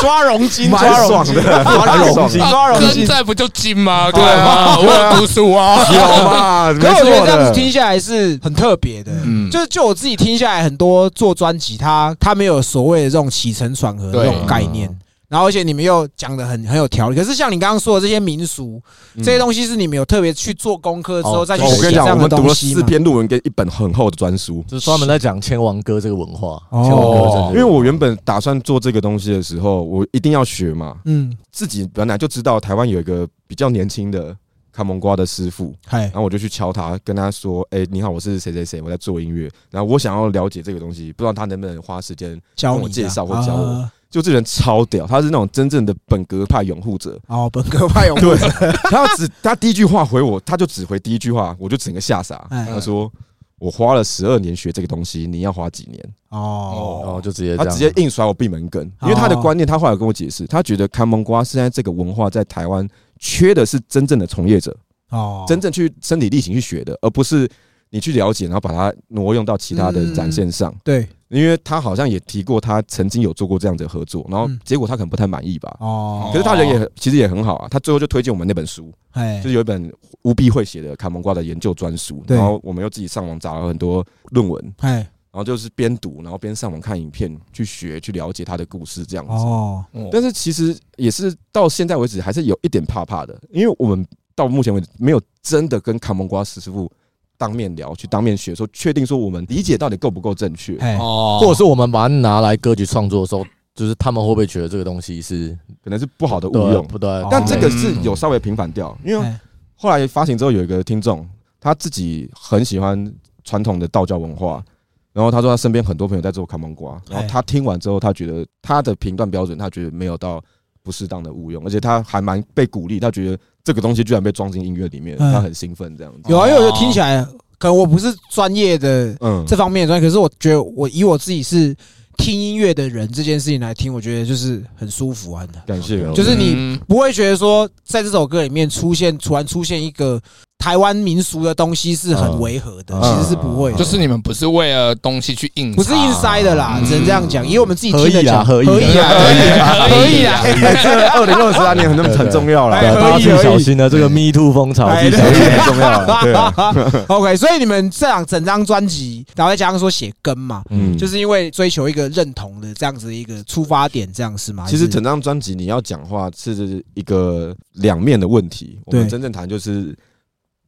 [SPEAKER 4] 抓龙筋
[SPEAKER 1] 蛮爽的， 蛮爽 的，
[SPEAKER 5] 啊根在不就筋吗？对啊，我有读书啊。
[SPEAKER 1] 有嘛？
[SPEAKER 2] 可是我觉得
[SPEAKER 1] 没错
[SPEAKER 2] 这样子
[SPEAKER 1] 的
[SPEAKER 2] 听下来是很特别的，
[SPEAKER 5] 嗯
[SPEAKER 2] 就是就我自己听下来，很多做专辑，他他没有所谓的这种起承转合的
[SPEAKER 5] 对
[SPEAKER 2] 这种概
[SPEAKER 1] 嗯
[SPEAKER 2] 念，然后而且你们又讲的很很有条理。可是像你刚刚说的这些民俗，这些东西是你们有特别去做功课之后
[SPEAKER 4] 哦
[SPEAKER 2] 再
[SPEAKER 1] 嗯
[SPEAKER 2] 去
[SPEAKER 1] 哦我
[SPEAKER 2] 写
[SPEAKER 1] 跟你
[SPEAKER 2] 这
[SPEAKER 1] 讲，我
[SPEAKER 2] 样的
[SPEAKER 1] 们读
[SPEAKER 2] 东
[SPEAKER 1] 了
[SPEAKER 2] 西
[SPEAKER 1] 四
[SPEAKER 2] 嘛？
[SPEAKER 1] 篇论文跟一本很厚的专书。
[SPEAKER 4] 就是专门在讲千王歌这个文化。
[SPEAKER 2] 哦
[SPEAKER 4] 千王歌真的，
[SPEAKER 1] 因为我原本打算做这个东西的时候，我一定要学嘛。
[SPEAKER 2] 嗯，
[SPEAKER 1] 自己本来就知道台湾有一个比较年轻的看蒙瓜的师傅，
[SPEAKER 2] 嗨
[SPEAKER 1] 然，后我就去敲他，跟他说：“哎，你好，我是谁谁谁，我在做音乐，然后我想要了解这个东西，不知道他能不能花时间。
[SPEAKER 2] 教
[SPEAKER 1] 跟
[SPEAKER 2] 你
[SPEAKER 1] 我
[SPEAKER 2] 这
[SPEAKER 1] 介
[SPEAKER 2] 样
[SPEAKER 1] 绍或教我
[SPEAKER 2] 啊”
[SPEAKER 1] 就这人超屌，他是那种真正的本格派拥护者，
[SPEAKER 2] 哦，本科派有
[SPEAKER 1] 对， 他要只他第一句话回我，他就只回第一句话，我就整个吓傻。
[SPEAKER 2] 哎
[SPEAKER 1] 他说：“我花了十二年学这个东西，你要花几年
[SPEAKER 2] 哦，
[SPEAKER 4] 哦就直接
[SPEAKER 1] 他
[SPEAKER 4] 这
[SPEAKER 1] 直
[SPEAKER 4] 样
[SPEAKER 1] 接硬甩我闭门羹，因为他的观念，他后来有跟我解
[SPEAKER 2] 哦
[SPEAKER 1] 释，他觉得看蒙瓜现在这个文化在台湾缺的是真正的从业者，
[SPEAKER 2] 哦，
[SPEAKER 1] 真正去身体力行去学的，而不是你去了解，然后把它挪用到其他
[SPEAKER 2] 嗯
[SPEAKER 1] 的展现上。
[SPEAKER 2] 对
[SPEAKER 1] 因为他好像也提过，他曾经有做过这样的合作，然后
[SPEAKER 2] 嗯
[SPEAKER 1] 结果他可能不太满意吧。
[SPEAKER 2] 哦，
[SPEAKER 1] 可是他人也很其实也很好啊，他最后就推荐我们那本书，
[SPEAKER 2] 哎
[SPEAKER 1] 就是有一本吴必会写的《看蒙瓜的研究专书》，
[SPEAKER 2] 对
[SPEAKER 1] 然后我们又自己上网找了很多论文，
[SPEAKER 2] 哎
[SPEAKER 1] 然后就是边读，然后边上网看影片去学，去了解他的故事这样子。
[SPEAKER 2] 哦，
[SPEAKER 1] 但是其实也是到现在为止，还是有一点怕怕的，因为我们到目前为止没有真的跟卡蒙瓜师傅当面聊，去当面学，说确定说我们理解到底够不够正确。
[SPEAKER 2] 哎
[SPEAKER 5] 哦
[SPEAKER 4] 或者是我们把它拿来歌曲创作的时候，就是他们会不会觉得这个东西是哦
[SPEAKER 1] 可能是不好的误
[SPEAKER 4] 对
[SPEAKER 1] 用。
[SPEAKER 4] 不对？
[SPEAKER 1] 但
[SPEAKER 4] 嗯
[SPEAKER 1] 这个是有稍微平反掉，因为
[SPEAKER 2] 哎
[SPEAKER 1] 后来发行之后有一个听众，他自己很喜欢传统的道教文化，然后他说他身边很多朋友在做卡蒙瓜，然后他听完之后，他觉得他的评断标准，他觉得没有到不适当的误用，而且他还蛮被鼓励，他觉得这个东西居然被装进音乐里面，
[SPEAKER 2] 嗯
[SPEAKER 1] 他很兴奋这样子。
[SPEAKER 2] 有啊，因为我就听起来，可能我不是专业的
[SPEAKER 1] 嗯
[SPEAKER 2] 这方面的专业，可是我觉得我以我自己是听音乐的人这件事情来听，我觉得就是很舒服啊，真的
[SPEAKER 1] 感谢，
[SPEAKER 2] 就是你
[SPEAKER 5] 嗯
[SPEAKER 2] 不会觉得说在这首歌里面出现突然出现一个台湾民俗的东西是很违和的，
[SPEAKER 4] 嗯
[SPEAKER 2] 其实是不会的，
[SPEAKER 5] 就是你们不是为了东西去硬，
[SPEAKER 2] 不是硬塞的啦，只能这样讲，因为我们自己
[SPEAKER 4] 合
[SPEAKER 2] 听
[SPEAKER 4] 意
[SPEAKER 2] 得
[SPEAKER 4] 啦，
[SPEAKER 2] 讲，
[SPEAKER 4] 合意
[SPEAKER 2] 合意
[SPEAKER 4] 啦，
[SPEAKER 2] 啊，合意啊，
[SPEAKER 5] 可以啊，
[SPEAKER 1] 哎这二零二三年很很重要
[SPEAKER 4] 对
[SPEAKER 1] 啦，
[SPEAKER 4] 大家自己
[SPEAKER 2] 合意
[SPEAKER 4] 小心啊，这个 Me Too 风潮自
[SPEAKER 2] 哎
[SPEAKER 4] 己小心，很重要啊。
[SPEAKER 1] 对啊，
[SPEAKER 2] OK，所以你们这样整张专辑，然后再加上说写根嘛，
[SPEAKER 1] 嗯，
[SPEAKER 2] 就是因为追求一个认同的这样子的一个出发点，这样是吗？
[SPEAKER 1] 其实
[SPEAKER 2] 还是
[SPEAKER 1] 整张专辑你要讲话是一个两面的问题，我们
[SPEAKER 2] 对嗯
[SPEAKER 1] 真正谈就是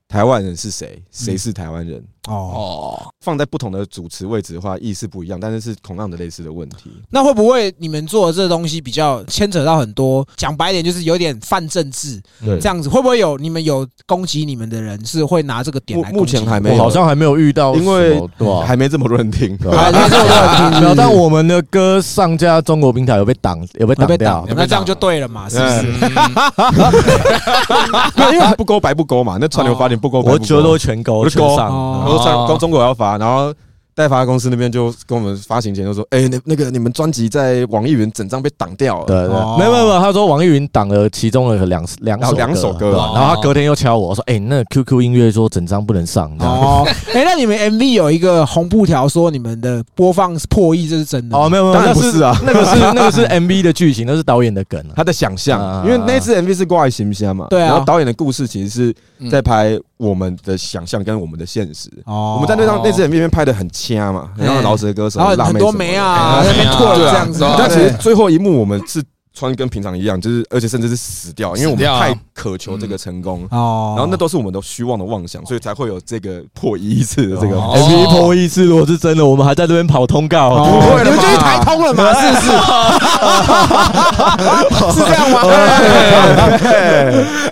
[SPEAKER 1] 台湾人是谁，谁是台湾人。
[SPEAKER 2] 哦，
[SPEAKER 5] 哦，
[SPEAKER 1] 放在不同的主持位置的话，意思不一样，但是是同样的类似的问题。
[SPEAKER 2] 那会不会你们做的这东西比较牵扯到很多？讲白一点，就是有点泛政治
[SPEAKER 4] 对
[SPEAKER 2] 这样子，会不会有你们有攻击你们的人是会拿这个点
[SPEAKER 1] 目
[SPEAKER 2] 来攻
[SPEAKER 1] 目
[SPEAKER 2] 击你
[SPEAKER 1] 前
[SPEAKER 2] 们？
[SPEAKER 1] 还没
[SPEAKER 4] 我
[SPEAKER 1] 有，
[SPEAKER 4] 好像还没有遇到什么，
[SPEAKER 1] 因为
[SPEAKER 4] 对吧？
[SPEAKER 1] 还没这么多人听。
[SPEAKER 2] 还没做到，
[SPEAKER 4] 没有，但我们的歌上架中国平台有被挡，有被
[SPEAKER 2] 还
[SPEAKER 4] 挡
[SPEAKER 2] 被
[SPEAKER 4] 掉
[SPEAKER 2] 挡，，那这样就对了嘛，是不是？
[SPEAKER 5] 嗯
[SPEAKER 1] 没 有因为还不勾白不勾嘛，那串流发点不勾白
[SPEAKER 4] 哦我
[SPEAKER 1] 不勾，
[SPEAKER 4] 觉得都全勾
[SPEAKER 1] 我就勾
[SPEAKER 4] 全上。啊
[SPEAKER 2] 哦
[SPEAKER 1] 我都上光中国要发，然后代发公司那边就跟我们发行前就说，哎，那那个你们专辑在网易云整张被挡掉了，
[SPEAKER 4] 对对，
[SPEAKER 2] 哦
[SPEAKER 4] 没有没有没有，他说王玉云挡了其中的两两
[SPEAKER 1] 然后两首歌
[SPEAKER 4] 对吧
[SPEAKER 5] 哦
[SPEAKER 4] 然后他隔天又敲我说：“哎，那 QQ 音乐说整张不能上。”哦
[SPEAKER 2] 哦，哎，那你们 MV 有一个红布条说你们的播放破亿，这是真的吗？
[SPEAKER 4] 哦，没有没
[SPEAKER 1] 嗯
[SPEAKER 4] 有，
[SPEAKER 1] 当然
[SPEAKER 4] 那
[SPEAKER 1] 不是啊
[SPEAKER 4] 那个 是那个是 MV 的剧情，那是导演的梗啊。
[SPEAKER 1] 他的想
[SPEAKER 4] 啊
[SPEAKER 1] 象，因为那次 MV 是挂在行不行嘛，
[SPEAKER 2] 对啊
[SPEAKER 1] 然后导演的故事其实
[SPEAKER 5] 嗯
[SPEAKER 1] 是在拍我们的想象跟我们的现实。
[SPEAKER 2] 哦，
[SPEAKER 1] 我们在那张那次 MV 里面拍的很掐嘛，很像饶舌歌手，
[SPEAKER 2] 然后
[SPEAKER 1] 辣
[SPEAKER 2] 很
[SPEAKER 1] 妹
[SPEAKER 2] 多
[SPEAKER 1] 什么的
[SPEAKER 2] 梅啊，那
[SPEAKER 5] 对啊
[SPEAKER 2] 边
[SPEAKER 5] 对
[SPEAKER 2] 退
[SPEAKER 5] 啊
[SPEAKER 2] 这样子
[SPEAKER 5] 对啊，
[SPEAKER 1] 但其
[SPEAKER 2] 对
[SPEAKER 1] 实最后一幕我们是穿跟平常一样，就是而且甚至是死掉，因为我
[SPEAKER 5] 死
[SPEAKER 1] 们
[SPEAKER 5] 掉啊
[SPEAKER 1] 太渴求这个成
[SPEAKER 4] 嗯
[SPEAKER 1] 功，
[SPEAKER 2] 哦，
[SPEAKER 1] 然后那都是我们的虚妄的妄想，所以才会有这个破一次的这个。
[SPEAKER 5] 哦
[SPEAKER 4] MV 破亿次，如果是真的，我们还在这边跑通告。啊
[SPEAKER 2] 哦
[SPEAKER 1] 不会了吧
[SPEAKER 2] 你们就去台通了 嘛，是不是？是这样 吗？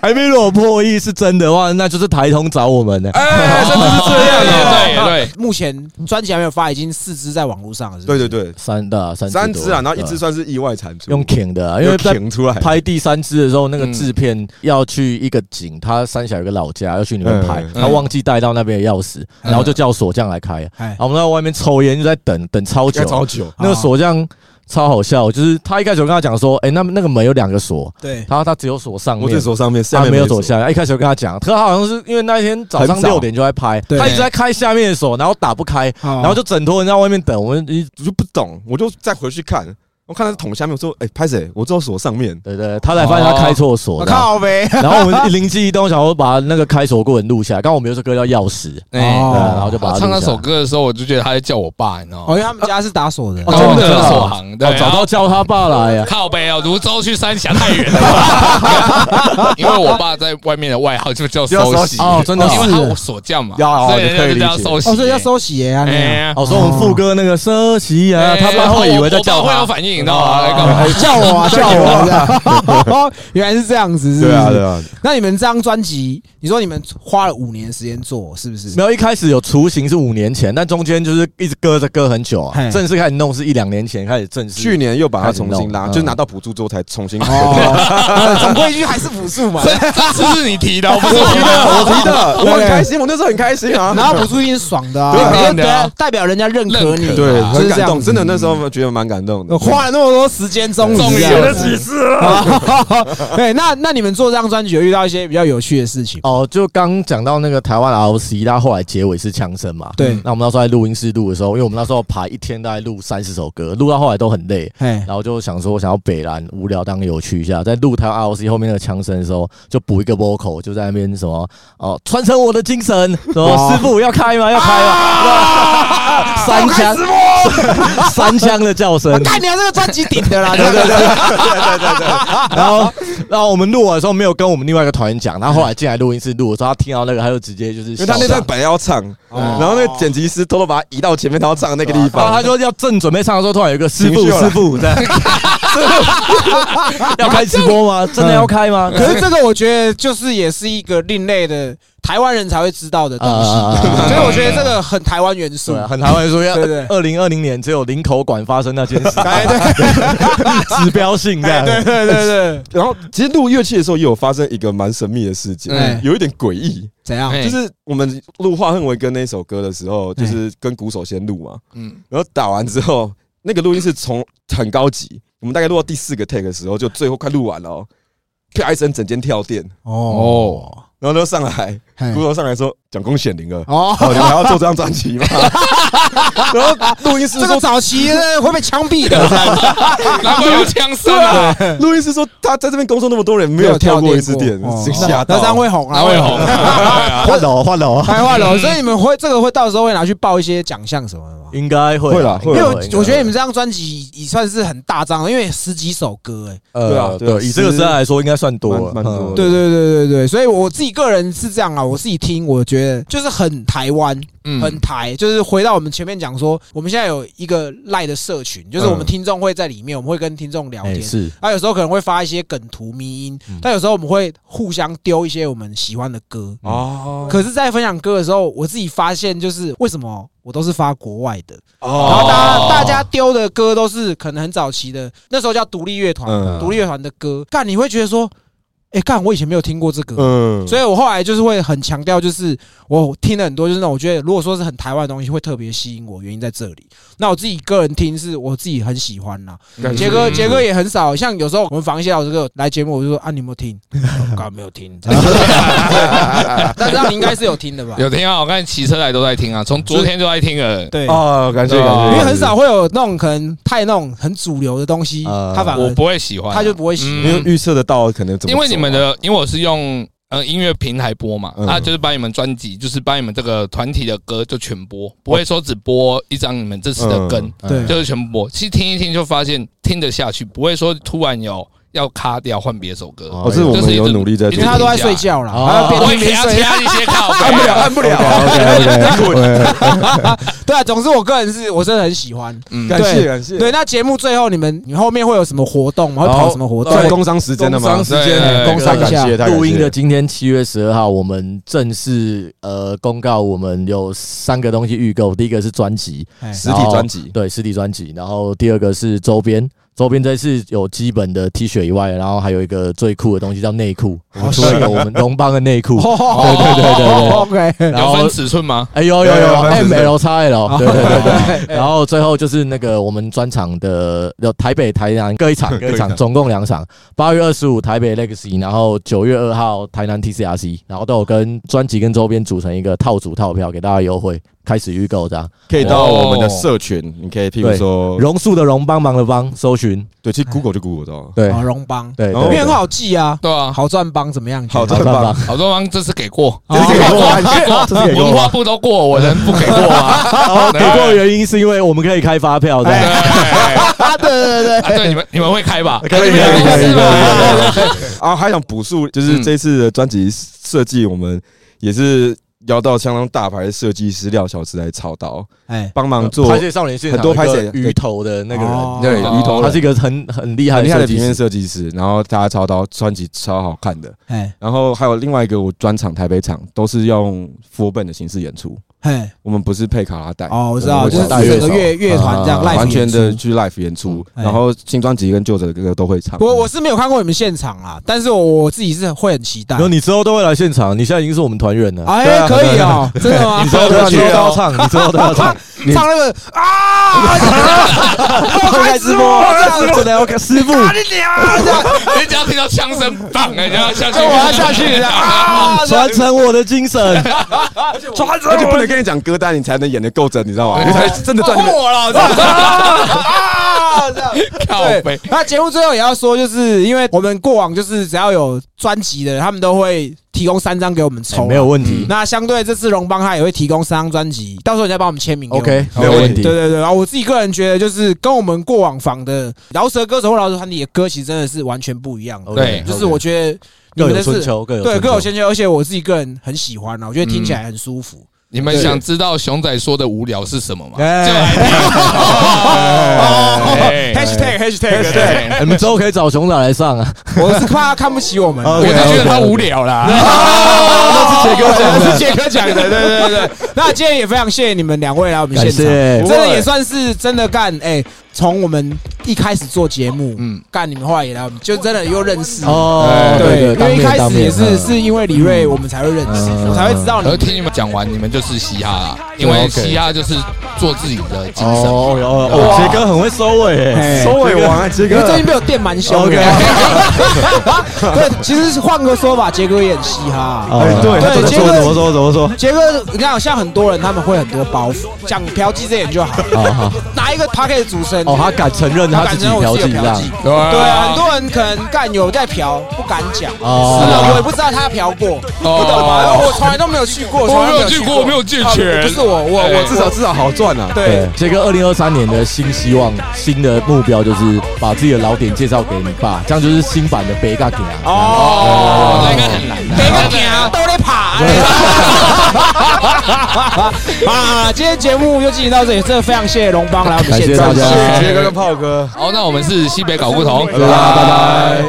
[SPEAKER 4] 哎 MV 如果破亿是真的话，那就是台通找我们呢。
[SPEAKER 5] 哎，真的是这样的，对对，
[SPEAKER 2] 目前专辑还没有发，已经四支在网络上了，是不
[SPEAKER 1] 对
[SPEAKER 2] 是？
[SPEAKER 1] 对对，
[SPEAKER 4] 三的三
[SPEAKER 1] 三
[SPEAKER 4] 多
[SPEAKER 1] 只啊，然后一
[SPEAKER 4] 对
[SPEAKER 1] 只算是意外产出，
[SPEAKER 4] 用挺的啊，因为
[SPEAKER 1] 又
[SPEAKER 4] 在
[SPEAKER 1] 停出来，
[SPEAKER 4] 拍第三支的时候，那个
[SPEAKER 5] 嗯
[SPEAKER 4] 制片要去一个景，他三峡有个老家要去里面
[SPEAKER 1] 嗯
[SPEAKER 4] 拍，
[SPEAKER 1] 嗯
[SPEAKER 4] 他忘记带到那边的钥匙，然后就叫锁匠来开。
[SPEAKER 2] 哎
[SPEAKER 4] 然后我们在外面抽烟，就在等等超久
[SPEAKER 1] 要，超久，啊
[SPEAKER 4] 那个锁匠超好笑，就是他一开始我跟他讲说，哎，那那个门有两个锁，
[SPEAKER 2] 对，
[SPEAKER 4] 他说他只有锁上
[SPEAKER 1] 哎我这
[SPEAKER 4] 面。
[SPEAKER 1] 手上面下
[SPEAKER 4] 他
[SPEAKER 1] 面
[SPEAKER 4] 没有
[SPEAKER 1] 手
[SPEAKER 4] 锁下来，一开始我跟他讲，他好像是因为那一天早上
[SPEAKER 1] 很早哦
[SPEAKER 4] 六点就在拍，
[SPEAKER 2] 对
[SPEAKER 4] 他一直在开下面的锁，然后打不开，
[SPEAKER 2] 然
[SPEAKER 4] 然后就整坨人在外面等，我们一
[SPEAKER 1] 我就不懂，我就再回去看，我看他桶下面，我说哎，拍谁？我只有锁上面，
[SPEAKER 4] 对对，他才发现他开错锁，
[SPEAKER 2] 我
[SPEAKER 4] 然
[SPEAKER 2] 哦
[SPEAKER 4] 后
[SPEAKER 2] 靠呗，
[SPEAKER 4] 然后我们灵机一动，想说把那个开锁过程录下来。刚刚我们有首歌叫《钥匙》，
[SPEAKER 5] 哎
[SPEAKER 2] 哦，
[SPEAKER 4] 对，然后就把它
[SPEAKER 5] 唱那
[SPEAKER 4] 录下来
[SPEAKER 5] 首歌的时候，我就觉得他在叫我爸，你知道
[SPEAKER 2] 哦，因
[SPEAKER 5] 吗？
[SPEAKER 2] 为他们家是打锁的，
[SPEAKER 4] 哦
[SPEAKER 5] 高
[SPEAKER 4] 真的啊
[SPEAKER 5] 歌所行，对
[SPEAKER 4] 哦，，找到叫他爸来啊呀。
[SPEAKER 5] 靠北哦，泸州去三峡太远了吧，因为我爸在外面的外号就叫收洗，
[SPEAKER 4] 哦，真的
[SPEAKER 5] 因为
[SPEAKER 4] 是
[SPEAKER 5] 他我锁匠嘛，
[SPEAKER 1] 要要
[SPEAKER 5] 所以人
[SPEAKER 1] 可以
[SPEAKER 5] 家就
[SPEAKER 1] 理
[SPEAKER 5] 叫
[SPEAKER 1] 解
[SPEAKER 5] 收洗，
[SPEAKER 2] 哦，所以要收鞋啊，
[SPEAKER 5] 哎
[SPEAKER 2] 那样
[SPEAKER 5] 呀，
[SPEAKER 4] 哦，说我们副歌那个奢侈啊，
[SPEAKER 5] 哎
[SPEAKER 4] 他爸会以为在
[SPEAKER 5] 我
[SPEAKER 4] 叫
[SPEAKER 5] 爸会有
[SPEAKER 4] 他。
[SPEAKER 5] 反应，你知道吗？在干嘛？
[SPEAKER 2] 叫我啊，叫我啊，这样原来是这样子，是不
[SPEAKER 1] 对啊对
[SPEAKER 2] 是？
[SPEAKER 1] 啊，
[SPEAKER 2] 那你们这张专辑，你说你们花了五年时间做，是不是
[SPEAKER 4] 没？有，一开始有雏形是五年前，但中间就是一直搁着搁很久
[SPEAKER 2] 嘿
[SPEAKER 4] 啊。正式开始弄是一两年前开始正式。
[SPEAKER 1] 去年又把它重新
[SPEAKER 4] 开始弄
[SPEAKER 1] 拉，
[SPEAKER 4] 嗯
[SPEAKER 1] 就是拿到补助之后才重新。
[SPEAKER 2] 哦，总归一句还是补助嘛。
[SPEAKER 5] 这这是你提的，不是我提的。
[SPEAKER 1] 我提的，
[SPEAKER 2] 对
[SPEAKER 1] 我很开心，我那时候很开心 啊。
[SPEAKER 2] 然后补助一定是爽的啊，
[SPEAKER 5] 对啊
[SPEAKER 2] 因为
[SPEAKER 5] 一定的啊
[SPEAKER 2] 代代表人家认可你，
[SPEAKER 5] 认可
[SPEAKER 1] 对，
[SPEAKER 2] 就
[SPEAKER 1] 很
[SPEAKER 2] 是这
[SPEAKER 1] 感
[SPEAKER 2] 样
[SPEAKER 1] 动，
[SPEAKER 2] 子
[SPEAKER 1] 真的那时候觉得蛮感动的。
[SPEAKER 2] 花了那么多时间，终于
[SPEAKER 5] 终于
[SPEAKER 2] 这样
[SPEAKER 5] 有了
[SPEAKER 2] 子
[SPEAKER 5] 几
[SPEAKER 1] 次了，
[SPEAKER 2] 对，那那你们做这张专辑有遇到一些比较有趣的事情？
[SPEAKER 4] 哦，就刚讲到那个台湾 ROC，他后来结尾是枪声嘛。
[SPEAKER 2] 对，
[SPEAKER 4] 那我们那时候在录音室录的时候，因为我们那时候排一天大概录三十首歌，录到后来都很累。
[SPEAKER 2] 哎，
[SPEAKER 4] 然后就想说，想要北兰无聊当有趣一下，在录台湾 ROC 后面那个枪声的时候，就补一个 vocal，就在那边什么哦，传承我的精神，什么师傅要开吗？要开
[SPEAKER 1] 啊
[SPEAKER 4] 吗？ 三枪，三枪的叫声
[SPEAKER 2] 我。看你啊，这个专辑顶的啦，对对对，
[SPEAKER 4] 然后，然后我们录完的时候没有跟我们另外一个团员讲，然后后来进来录音室录的时候，他听到那个，他就直接就是
[SPEAKER 1] 因为他那
[SPEAKER 4] 笑
[SPEAKER 1] 段
[SPEAKER 4] 场
[SPEAKER 1] 本来要唱，然后那个剪辑师偷偷把它移到前面他要唱的那个地
[SPEAKER 4] 然后
[SPEAKER 1] 方
[SPEAKER 4] 哦他，就要正准备唱的时候，突然有一个师傅
[SPEAKER 1] 情绪又来
[SPEAKER 4] 师傅在，要开直播
[SPEAKER 1] 嗯
[SPEAKER 4] 吗？真的要开吗？
[SPEAKER 2] 可是这个我觉得就是也是一个另类的台湾人才会知道的东西，
[SPEAKER 4] 啊啊啊啊
[SPEAKER 2] 所以我觉得这个很台湾元素
[SPEAKER 4] 对，。很台湾说要
[SPEAKER 2] 啊对对
[SPEAKER 4] 二零二零年只有林口馆发生那件 事，
[SPEAKER 2] 哎， 对
[SPEAKER 4] 指标性这样。
[SPEAKER 2] 对对对对，
[SPEAKER 1] 然后其实录乐器的时候也有发生一个蛮神秘的事情
[SPEAKER 2] 嗯，
[SPEAKER 1] 有一点诡异，
[SPEAKER 2] 怎样？
[SPEAKER 5] 哎
[SPEAKER 1] 啊就是我们录《化恨为根》那首歌的时候，就是跟鼓手先录嘛，
[SPEAKER 5] 嗯，
[SPEAKER 1] 然后打完之后，那个录音是从很高级，我们大概录到第四个 take 的时候，就最后快录完了、哦，啪一声，整间跳电，
[SPEAKER 2] 哦，
[SPEAKER 1] 然后就上来，
[SPEAKER 2] 嘿
[SPEAKER 1] 骨头上来说蒋公显灵了，
[SPEAKER 2] 哦，
[SPEAKER 1] 哦，你们还要做这张专辑吗？然后录音师
[SPEAKER 2] 这个
[SPEAKER 1] 说，
[SPEAKER 2] 早期的会被枪毙的，
[SPEAKER 5] 然后有枪声啊，
[SPEAKER 1] 对，录音师说他在这边工作那么多人，没有跳过一次电，吓
[SPEAKER 2] 哦那这样
[SPEAKER 1] 到。
[SPEAKER 2] 会红啊，
[SPEAKER 5] 哪会红？
[SPEAKER 4] 换楼换楼啊，
[SPEAKER 2] 开话
[SPEAKER 1] 嗯
[SPEAKER 2] 了，所以你们会这个会到时候会拿去报一些奖项什么的吗？
[SPEAKER 4] 应该会
[SPEAKER 1] 会啦
[SPEAKER 4] 应
[SPEAKER 2] 因
[SPEAKER 4] 该
[SPEAKER 2] 为我
[SPEAKER 4] 会应该
[SPEAKER 2] 我觉得
[SPEAKER 4] 会
[SPEAKER 2] 你们这张专辑已算是很大张了，因为十几首歌哎、
[SPEAKER 1] 对啊
[SPEAKER 4] 呃，
[SPEAKER 1] 对啊
[SPEAKER 4] 对，以这个时代来说，应该算多了，
[SPEAKER 1] 蛮蛮多的
[SPEAKER 2] 对对对对对，所以我自己个人是这样啊，我自己听我觉得就是很台湾，
[SPEAKER 5] 嗯
[SPEAKER 2] 很台，就是回到我们前面讲说，我们现在有一个赖的社群，
[SPEAKER 1] 嗯
[SPEAKER 2] 就是我们听众会在里面，我们会跟听众聊
[SPEAKER 4] 哎
[SPEAKER 2] 天。
[SPEAKER 4] 是
[SPEAKER 2] 啊，有时候可能会发一些梗图、迷音，
[SPEAKER 1] 嗯
[SPEAKER 2] 但有时候我们会互相丢一些我们喜欢的歌。
[SPEAKER 1] 哦
[SPEAKER 2] 可是，在分享歌的时候，我自己发现，就是为什么我都是发国外的，然
[SPEAKER 1] 哦，
[SPEAKER 2] 后大家、大家丢的歌都是可能很早期的，那时候叫独立乐团，
[SPEAKER 1] 嗯
[SPEAKER 2] 独立乐团的歌，干你会觉得说，哎、干我以前没有听过这个，
[SPEAKER 1] 嗯，
[SPEAKER 2] 所以我后来就是会很强调，就是我听了很多，就是那种我觉得如果说是很台湾的东西，会特别吸引我，原因在这里。那我自己个人听是我自己很喜欢啦。
[SPEAKER 5] 嗯
[SPEAKER 1] 感觉
[SPEAKER 2] 杰哥，杰哥也很少，像有时候我们房一些老师哥来节目，我就说啊，你有没有听？我刚没有听，但是你应该是有听的吧？
[SPEAKER 5] 有听啊，我刚才骑车来都在听啊，从昨天就在听了。
[SPEAKER 2] 对，因
[SPEAKER 1] 哦，感谢
[SPEAKER 5] 对啊
[SPEAKER 1] 感谢，
[SPEAKER 2] 为很少会有那种可能太那种很主流的东西，
[SPEAKER 4] 呃
[SPEAKER 2] 他反
[SPEAKER 5] 我
[SPEAKER 2] 而
[SPEAKER 5] 不会喜欢啊，
[SPEAKER 2] 他就不会喜
[SPEAKER 1] 因为
[SPEAKER 5] 嗯
[SPEAKER 1] 预测得到可能怎么走啊，
[SPEAKER 5] 因为你们的，因为我是用呃音乐平台播嘛，
[SPEAKER 1] 嗯
[SPEAKER 5] 啊，就是把你们专辑，就是把你们这个团体的歌就全播，不会说只播一张你们这次的
[SPEAKER 1] 哦嗯
[SPEAKER 5] 跟，
[SPEAKER 2] 对
[SPEAKER 5] 就是全部播。其实听一听就发现听得下去，不会说突然有要卡掉换别首歌。
[SPEAKER 1] 哦，这是我们有努力在
[SPEAKER 5] 就
[SPEAKER 1] 做
[SPEAKER 2] 因为他都在睡觉啦，他
[SPEAKER 5] 我
[SPEAKER 2] 边
[SPEAKER 5] 啊会啊
[SPEAKER 2] 听边
[SPEAKER 5] 掐
[SPEAKER 2] 睡。
[SPEAKER 5] 掐一些靠背，
[SPEAKER 1] 按不了，按不了，
[SPEAKER 2] 对啊，总之我个人是我真的很喜欢。
[SPEAKER 5] 嗯
[SPEAKER 1] 感
[SPEAKER 2] 对
[SPEAKER 1] 谢感谢。哦
[SPEAKER 2] 对，那节目最后你们你后面会有什么活动吗？会
[SPEAKER 4] 好
[SPEAKER 2] 跑什么活动？
[SPEAKER 1] 在工商时间的吗？哎
[SPEAKER 4] 工商时间
[SPEAKER 5] 对
[SPEAKER 4] 工商
[SPEAKER 1] 太感
[SPEAKER 2] 一下
[SPEAKER 1] 谢，太感谢
[SPEAKER 4] 录音的今天七月十二号，我们正式呃公告，我们有三个东西预购。第一个是专辑，哦
[SPEAKER 2] 哎
[SPEAKER 1] 实体专辑
[SPEAKER 4] 对，实体专辑。然后第二个是周边，周边这次有基本的 T 恤以外，然后还有一个最酷的东西叫内裤，我们出了一个我们龙邦的内裤。
[SPEAKER 2] 哦
[SPEAKER 4] 对对对对对
[SPEAKER 2] ，OK，
[SPEAKER 4] 然
[SPEAKER 5] 有
[SPEAKER 4] 后
[SPEAKER 5] 分尺寸吗？
[SPEAKER 4] 哎有有
[SPEAKER 1] 有有
[SPEAKER 4] 有
[SPEAKER 1] 分
[SPEAKER 4] M
[SPEAKER 1] 子
[SPEAKER 4] L X L，对对对对。然后最后就是那个我们专场的，有台北、台南各一场，各一场，总共两场。八月二十五台北 Legacy，然后九月二号台南 TCRC，然后都有跟专辑跟周边组成一个套组套票，给大家优惠，开始预购这样。
[SPEAKER 1] 可以到我们的社群，你可以譬如说，
[SPEAKER 4] 榕树的榕，帮忙的帮，搜寻
[SPEAKER 1] 对，去 Google 就 Google 到。
[SPEAKER 4] 对
[SPEAKER 2] 好哦荣邦，
[SPEAKER 4] 对，
[SPEAKER 1] 然
[SPEAKER 2] 因
[SPEAKER 1] 后
[SPEAKER 2] 为
[SPEAKER 4] 对
[SPEAKER 2] 很好记啊，
[SPEAKER 5] 对啊，
[SPEAKER 2] 好赚帮怎么样？
[SPEAKER 1] 好，
[SPEAKER 4] 好
[SPEAKER 1] 这
[SPEAKER 4] 棒
[SPEAKER 1] 很棒
[SPEAKER 4] 棒，，
[SPEAKER 5] 好多方这次给过，
[SPEAKER 1] 这是给过吗，
[SPEAKER 4] 这是给过
[SPEAKER 5] 文化
[SPEAKER 4] 吗？
[SPEAKER 5] 部都过，我能不给过吗？
[SPEAKER 4] 给过的原因是因为我们可以开发票这
[SPEAKER 5] 对。
[SPEAKER 4] 样。
[SPEAKER 5] 对对对对，对你们你们会开吧？
[SPEAKER 1] 可以可以
[SPEAKER 5] 你们
[SPEAKER 1] 可以
[SPEAKER 5] 有事吧
[SPEAKER 1] 可以。啊，还想补述，就是这次的专辑设计，我们也是邀到相当大牌的设计师廖小池来操刀，
[SPEAKER 2] 哎，
[SPEAKER 1] 帮忙做啊
[SPEAKER 4] 拍摄少年现场
[SPEAKER 1] 很多拍摄
[SPEAKER 4] 有一个鱼头的那个
[SPEAKER 2] 哦
[SPEAKER 4] 人，
[SPEAKER 1] 对
[SPEAKER 5] 哦
[SPEAKER 1] 鱼头
[SPEAKER 4] 他
[SPEAKER 1] 人
[SPEAKER 4] 是一个很很厉害
[SPEAKER 1] 很厉害的
[SPEAKER 4] 设计
[SPEAKER 1] 平面
[SPEAKER 4] 师。
[SPEAKER 1] 设计师，然后他操刀专辑超好看的。
[SPEAKER 2] 哎，
[SPEAKER 1] 然后还有另外一个我专场台北场都是用 f o r b a n 的形式演出，
[SPEAKER 2] 哎，
[SPEAKER 1] 我们不是配卡拉带
[SPEAKER 2] 哦，我知道，
[SPEAKER 1] 我
[SPEAKER 2] 就是
[SPEAKER 1] 们
[SPEAKER 4] 大
[SPEAKER 2] 整
[SPEAKER 4] 乐
[SPEAKER 2] 个
[SPEAKER 4] 手
[SPEAKER 2] 乐乐团这样
[SPEAKER 4] 啊
[SPEAKER 2] live
[SPEAKER 1] 完全的
[SPEAKER 2] 演出。
[SPEAKER 1] 去 live 演出，
[SPEAKER 2] 嗯
[SPEAKER 1] 然后新专辑跟旧的歌都会唱。
[SPEAKER 2] 我我是没有看过你们现场啊，但是我我自己是会很期待
[SPEAKER 4] 然。后你之后都会来现场，你现在已经是我们团员了。
[SPEAKER 1] 对
[SPEAKER 2] 哎，
[SPEAKER 1] 啊
[SPEAKER 2] 可以哦，真的吗
[SPEAKER 4] 你？之后都
[SPEAKER 1] 对啊
[SPEAKER 4] 要唱，你之后都要唱，
[SPEAKER 2] 唱那个 啊，开直播，开直播，
[SPEAKER 4] 的 OK，师傅，
[SPEAKER 5] 你只要听到枪声，棒，你就要下去，
[SPEAKER 2] 我要下去了啊！
[SPEAKER 4] 传承我的精神。
[SPEAKER 1] 而且不能跟你讲歌单，你才能演的够真，你知道吗？你才真的赚你的
[SPEAKER 5] 我了，我
[SPEAKER 2] 啊，这样。
[SPEAKER 5] 靠
[SPEAKER 2] 对
[SPEAKER 5] 背，，
[SPEAKER 2] 那节目最后也要说，就是因为我们过往就是只要有专辑的，他们都会提供三张给我们抽，啊
[SPEAKER 4] 哎没有。问题
[SPEAKER 2] 那相对这次荣邦他也会提供三张专辑，到时候你再帮我们签名给我们。
[SPEAKER 4] ，OK，没有
[SPEAKER 1] 对
[SPEAKER 4] 问
[SPEAKER 2] 对
[SPEAKER 4] 题。
[SPEAKER 2] 对对，然后我自己个人觉得，就是跟我们过往仿的饶舌歌手或饶舌团体的歌，其实真的是完全不一样的。
[SPEAKER 4] OK，
[SPEAKER 5] 对
[SPEAKER 4] OK
[SPEAKER 2] 就是我觉得你
[SPEAKER 4] 各
[SPEAKER 2] 们
[SPEAKER 4] 有
[SPEAKER 2] 的
[SPEAKER 4] 春
[SPEAKER 2] 是
[SPEAKER 4] 秋，各有
[SPEAKER 2] 对各有
[SPEAKER 4] 春秋
[SPEAKER 2] 千秋，而且我自己个人很喜欢啊，我觉得听起来很舒服。
[SPEAKER 5] 你们想知道熊仔说的无聊是什么吗？就
[SPEAKER 2] 哎
[SPEAKER 5] 来听。
[SPEAKER 2] 哦
[SPEAKER 5] 哎
[SPEAKER 2] ，#hashtag #hashtag，
[SPEAKER 5] 对，
[SPEAKER 4] 哎你们之后可以找熊仔来上啊。
[SPEAKER 2] 我是怕他看不起我们。啊
[SPEAKER 4] 哦
[SPEAKER 5] 我就觉得他无聊啦。
[SPEAKER 2] 那是杰哥讲的，是杰哥讲的，对对对对。那今天也非常谢谢你们两位来我们现场，
[SPEAKER 4] 感谢哎
[SPEAKER 2] 真的也算是真的干哎，从我们一开始做节目，嗯
[SPEAKER 5] 嗯，
[SPEAKER 2] 干你们后来也来，我们就真的又认识。
[SPEAKER 4] 哦，
[SPEAKER 2] 对，因
[SPEAKER 4] 当
[SPEAKER 2] 为一
[SPEAKER 4] 面
[SPEAKER 2] 开
[SPEAKER 4] 当
[SPEAKER 2] 始也
[SPEAKER 4] 面
[SPEAKER 2] 是
[SPEAKER 4] 嗯
[SPEAKER 2] 是因为李瑞，我们才会认识，
[SPEAKER 4] 嗯
[SPEAKER 2] 我才会知道你
[SPEAKER 5] 然后
[SPEAKER 2] 们
[SPEAKER 5] 听你们讲完，你们就是嘻哈啦。因为
[SPEAKER 4] 哦 OK
[SPEAKER 5] 嘻哈就是做自己的精神。
[SPEAKER 4] 哦哦哦，杰哥很会收尾诶，
[SPEAKER 1] 收尾王啊，杰
[SPEAKER 2] 因为最
[SPEAKER 1] 哥
[SPEAKER 2] 近被我电蛮凶的。 对，其实是换个说法，杰哥也很嘻哈。
[SPEAKER 4] 哦
[SPEAKER 1] 对
[SPEAKER 4] 他怎么
[SPEAKER 2] 杰
[SPEAKER 4] 说
[SPEAKER 2] 哥
[SPEAKER 4] 怎么说怎么说？
[SPEAKER 2] 杰哥，你看，像很多人他们会很多包袱，讲嫖妓这点就好。
[SPEAKER 4] 好哦好
[SPEAKER 2] 哪一个 p a r k 主持人？
[SPEAKER 4] 哦，他敢承认他自
[SPEAKER 2] 敢
[SPEAKER 4] 己
[SPEAKER 2] 承认
[SPEAKER 4] 嫖
[SPEAKER 2] 啊我自
[SPEAKER 4] 妓
[SPEAKER 2] 己有
[SPEAKER 4] 这
[SPEAKER 2] 嫖
[SPEAKER 4] 样
[SPEAKER 2] 妓？
[SPEAKER 5] 对
[SPEAKER 2] 对啊，很多人可能干有在嫖，不敢讲。
[SPEAKER 4] 哦
[SPEAKER 5] 是啊
[SPEAKER 2] 我也不知道他嫖过，不
[SPEAKER 5] 哦
[SPEAKER 2] 懂吗？我从来都没有去过，
[SPEAKER 5] 我
[SPEAKER 2] 从来
[SPEAKER 5] 没
[SPEAKER 2] 都
[SPEAKER 5] 有去过，我没有借钱，
[SPEAKER 2] 不是我，我
[SPEAKER 5] 对
[SPEAKER 2] 我
[SPEAKER 1] 至少至少好赚啊。
[SPEAKER 2] 对
[SPEAKER 4] 对，杰哥，二零二三年的新希望、新的目标就是把自己的老点介绍给你爸，这样就是新版的北嘎给啊。
[SPEAKER 5] 哦，那应该很难的，
[SPEAKER 2] 每个行都得 爬。 啊，今天节目就进行到这里，真的非常谢谢龙邦来我们现场，
[SPEAKER 4] 感谢大家
[SPEAKER 1] 杰哥跟炮哥，
[SPEAKER 5] 好，那我们是西北搞不同，
[SPEAKER 1] 拜
[SPEAKER 2] 啊
[SPEAKER 4] 啊
[SPEAKER 1] 拜。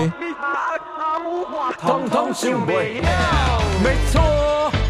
[SPEAKER 6] 统统想袂了。没错，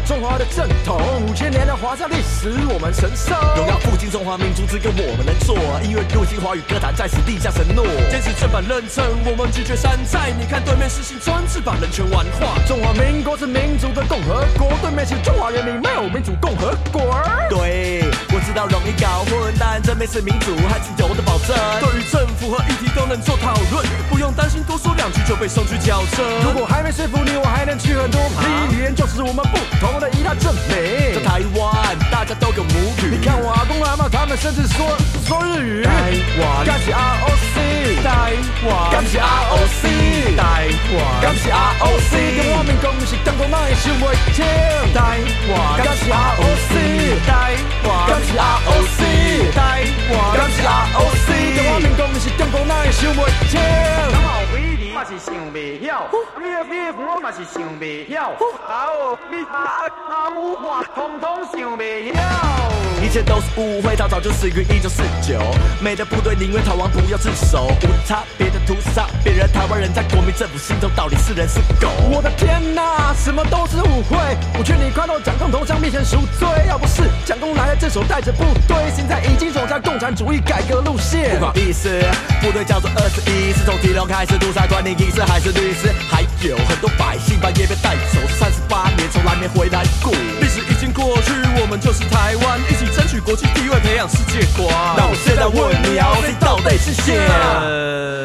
[SPEAKER 6] 中华的正统，五千年的华夏历史我们神收。
[SPEAKER 7] 荣耀复兴中华民族之歌，我们能做。音乐入侵华语歌坛，在此立下承诺。
[SPEAKER 6] 坚持正版认证，我们拒绝山寨。你看对面实行专制，把人权玩化。中华民国是民族的共和国，对面是中华人民没有民主共和国。
[SPEAKER 7] 对，我知道容易搞混，但这边是民主和自由的保证。
[SPEAKER 6] 对于政府和议题都能做讨论，不用担心多说两句就被送去矫正。啊如果还没说服你，我还能去很多旁。语言就是我们不同的一大证
[SPEAKER 7] 在
[SPEAKER 6] 明。
[SPEAKER 7] 台湾，大家都有母语。
[SPEAKER 6] 你看我阿公阿妈他们甚至说说日语。
[SPEAKER 7] 台湾
[SPEAKER 6] 感谢 ROC，台湾
[SPEAKER 7] 感谢 ROC
[SPEAKER 6] 台湾
[SPEAKER 7] 感谢 ROC
[SPEAKER 6] 中华民国不是中国人想袂清。台湾
[SPEAKER 7] 感谢 ROC
[SPEAKER 6] 台湾
[SPEAKER 7] 感谢 ROC
[SPEAKER 6] 台湾
[SPEAKER 7] 感谢 ROC
[SPEAKER 6] 中华民国不是中国人想袂清。
[SPEAKER 8] 老伟你嘛是想袂晓，你的你的我嘛是想袂晓，啊哦，你啊啊武话统统想袂晓。
[SPEAKER 7] 一切都是误会，早早就死于一九四九。美的部队宁愿逃亡，不要自首，无差别的屠杀别人台湾人，在国民政府心中到底是人是狗？
[SPEAKER 6] 我的天呐，什么都是误会！我劝你快到蒋公头上面前赎罪，要不是蒋公来了正手带着部队，现在已经走向共产主义改革路线
[SPEAKER 7] 不。好意思，部队叫做二十一，是从提笼开始屠杀管理医师还是律师，还有很多百姓半夜被带走，三十八年从来没回来过。
[SPEAKER 6] 历史已经过去，我们就是台湾，一起争取国际地位，培养世界观。
[SPEAKER 7] 那我现在问你，ROC 啊到底是谁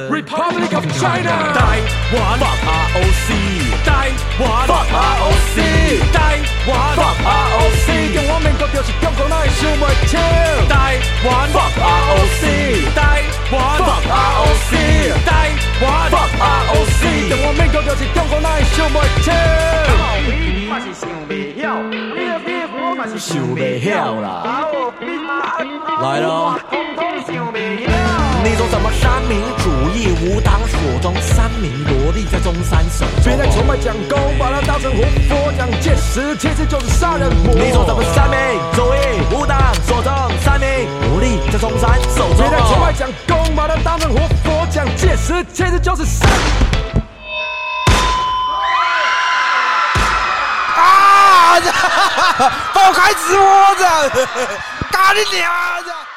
[SPEAKER 6] ，Republic of China，
[SPEAKER 7] 台湾 fuck ROC。
[SPEAKER 6] 台湾
[SPEAKER 7] Fuck ROC
[SPEAKER 6] 台湾
[SPEAKER 7] Fuck ROC
[SPEAKER 6] 中华民国就是中国人的想袂清，台湾
[SPEAKER 7] Fuck ROC
[SPEAKER 6] 台湾
[SPEAKER 7] Fuck ROC
[SPEAKER 6] 台湾
[SPEAKER 7] Fuck ROC
[SPEAKER 6] 中华民国就是中国人的想袂清。
[SPEAKER 8] 老伟你嘛是想袂晓，你的你的我嘛是想袂晓啦，啊哦，你啊啊
[SPEAKER 7] 来
[SPEAKER 8] 武
[SPEAKER 7] 咯
[SPEAKER 8] 话统统想袂晓。
[SPEAKER 7] 你说什么三民主义无党所中，三民罗立在中山手中
[SPEAKER 6] 别再崇拜蒋公，把他当成活佛。蒋介石其实就是杀人魔。
[SPEAKER 7] 你说什么三民主义无党所中，三民罗立在中山手中
[SPEAKER 6] 别再崇拜蒋公，把他当成活佛。蒋介石其实就是杀。
[SPEAKER 2] 啊！帮我开直播这样，咖喱娘这样。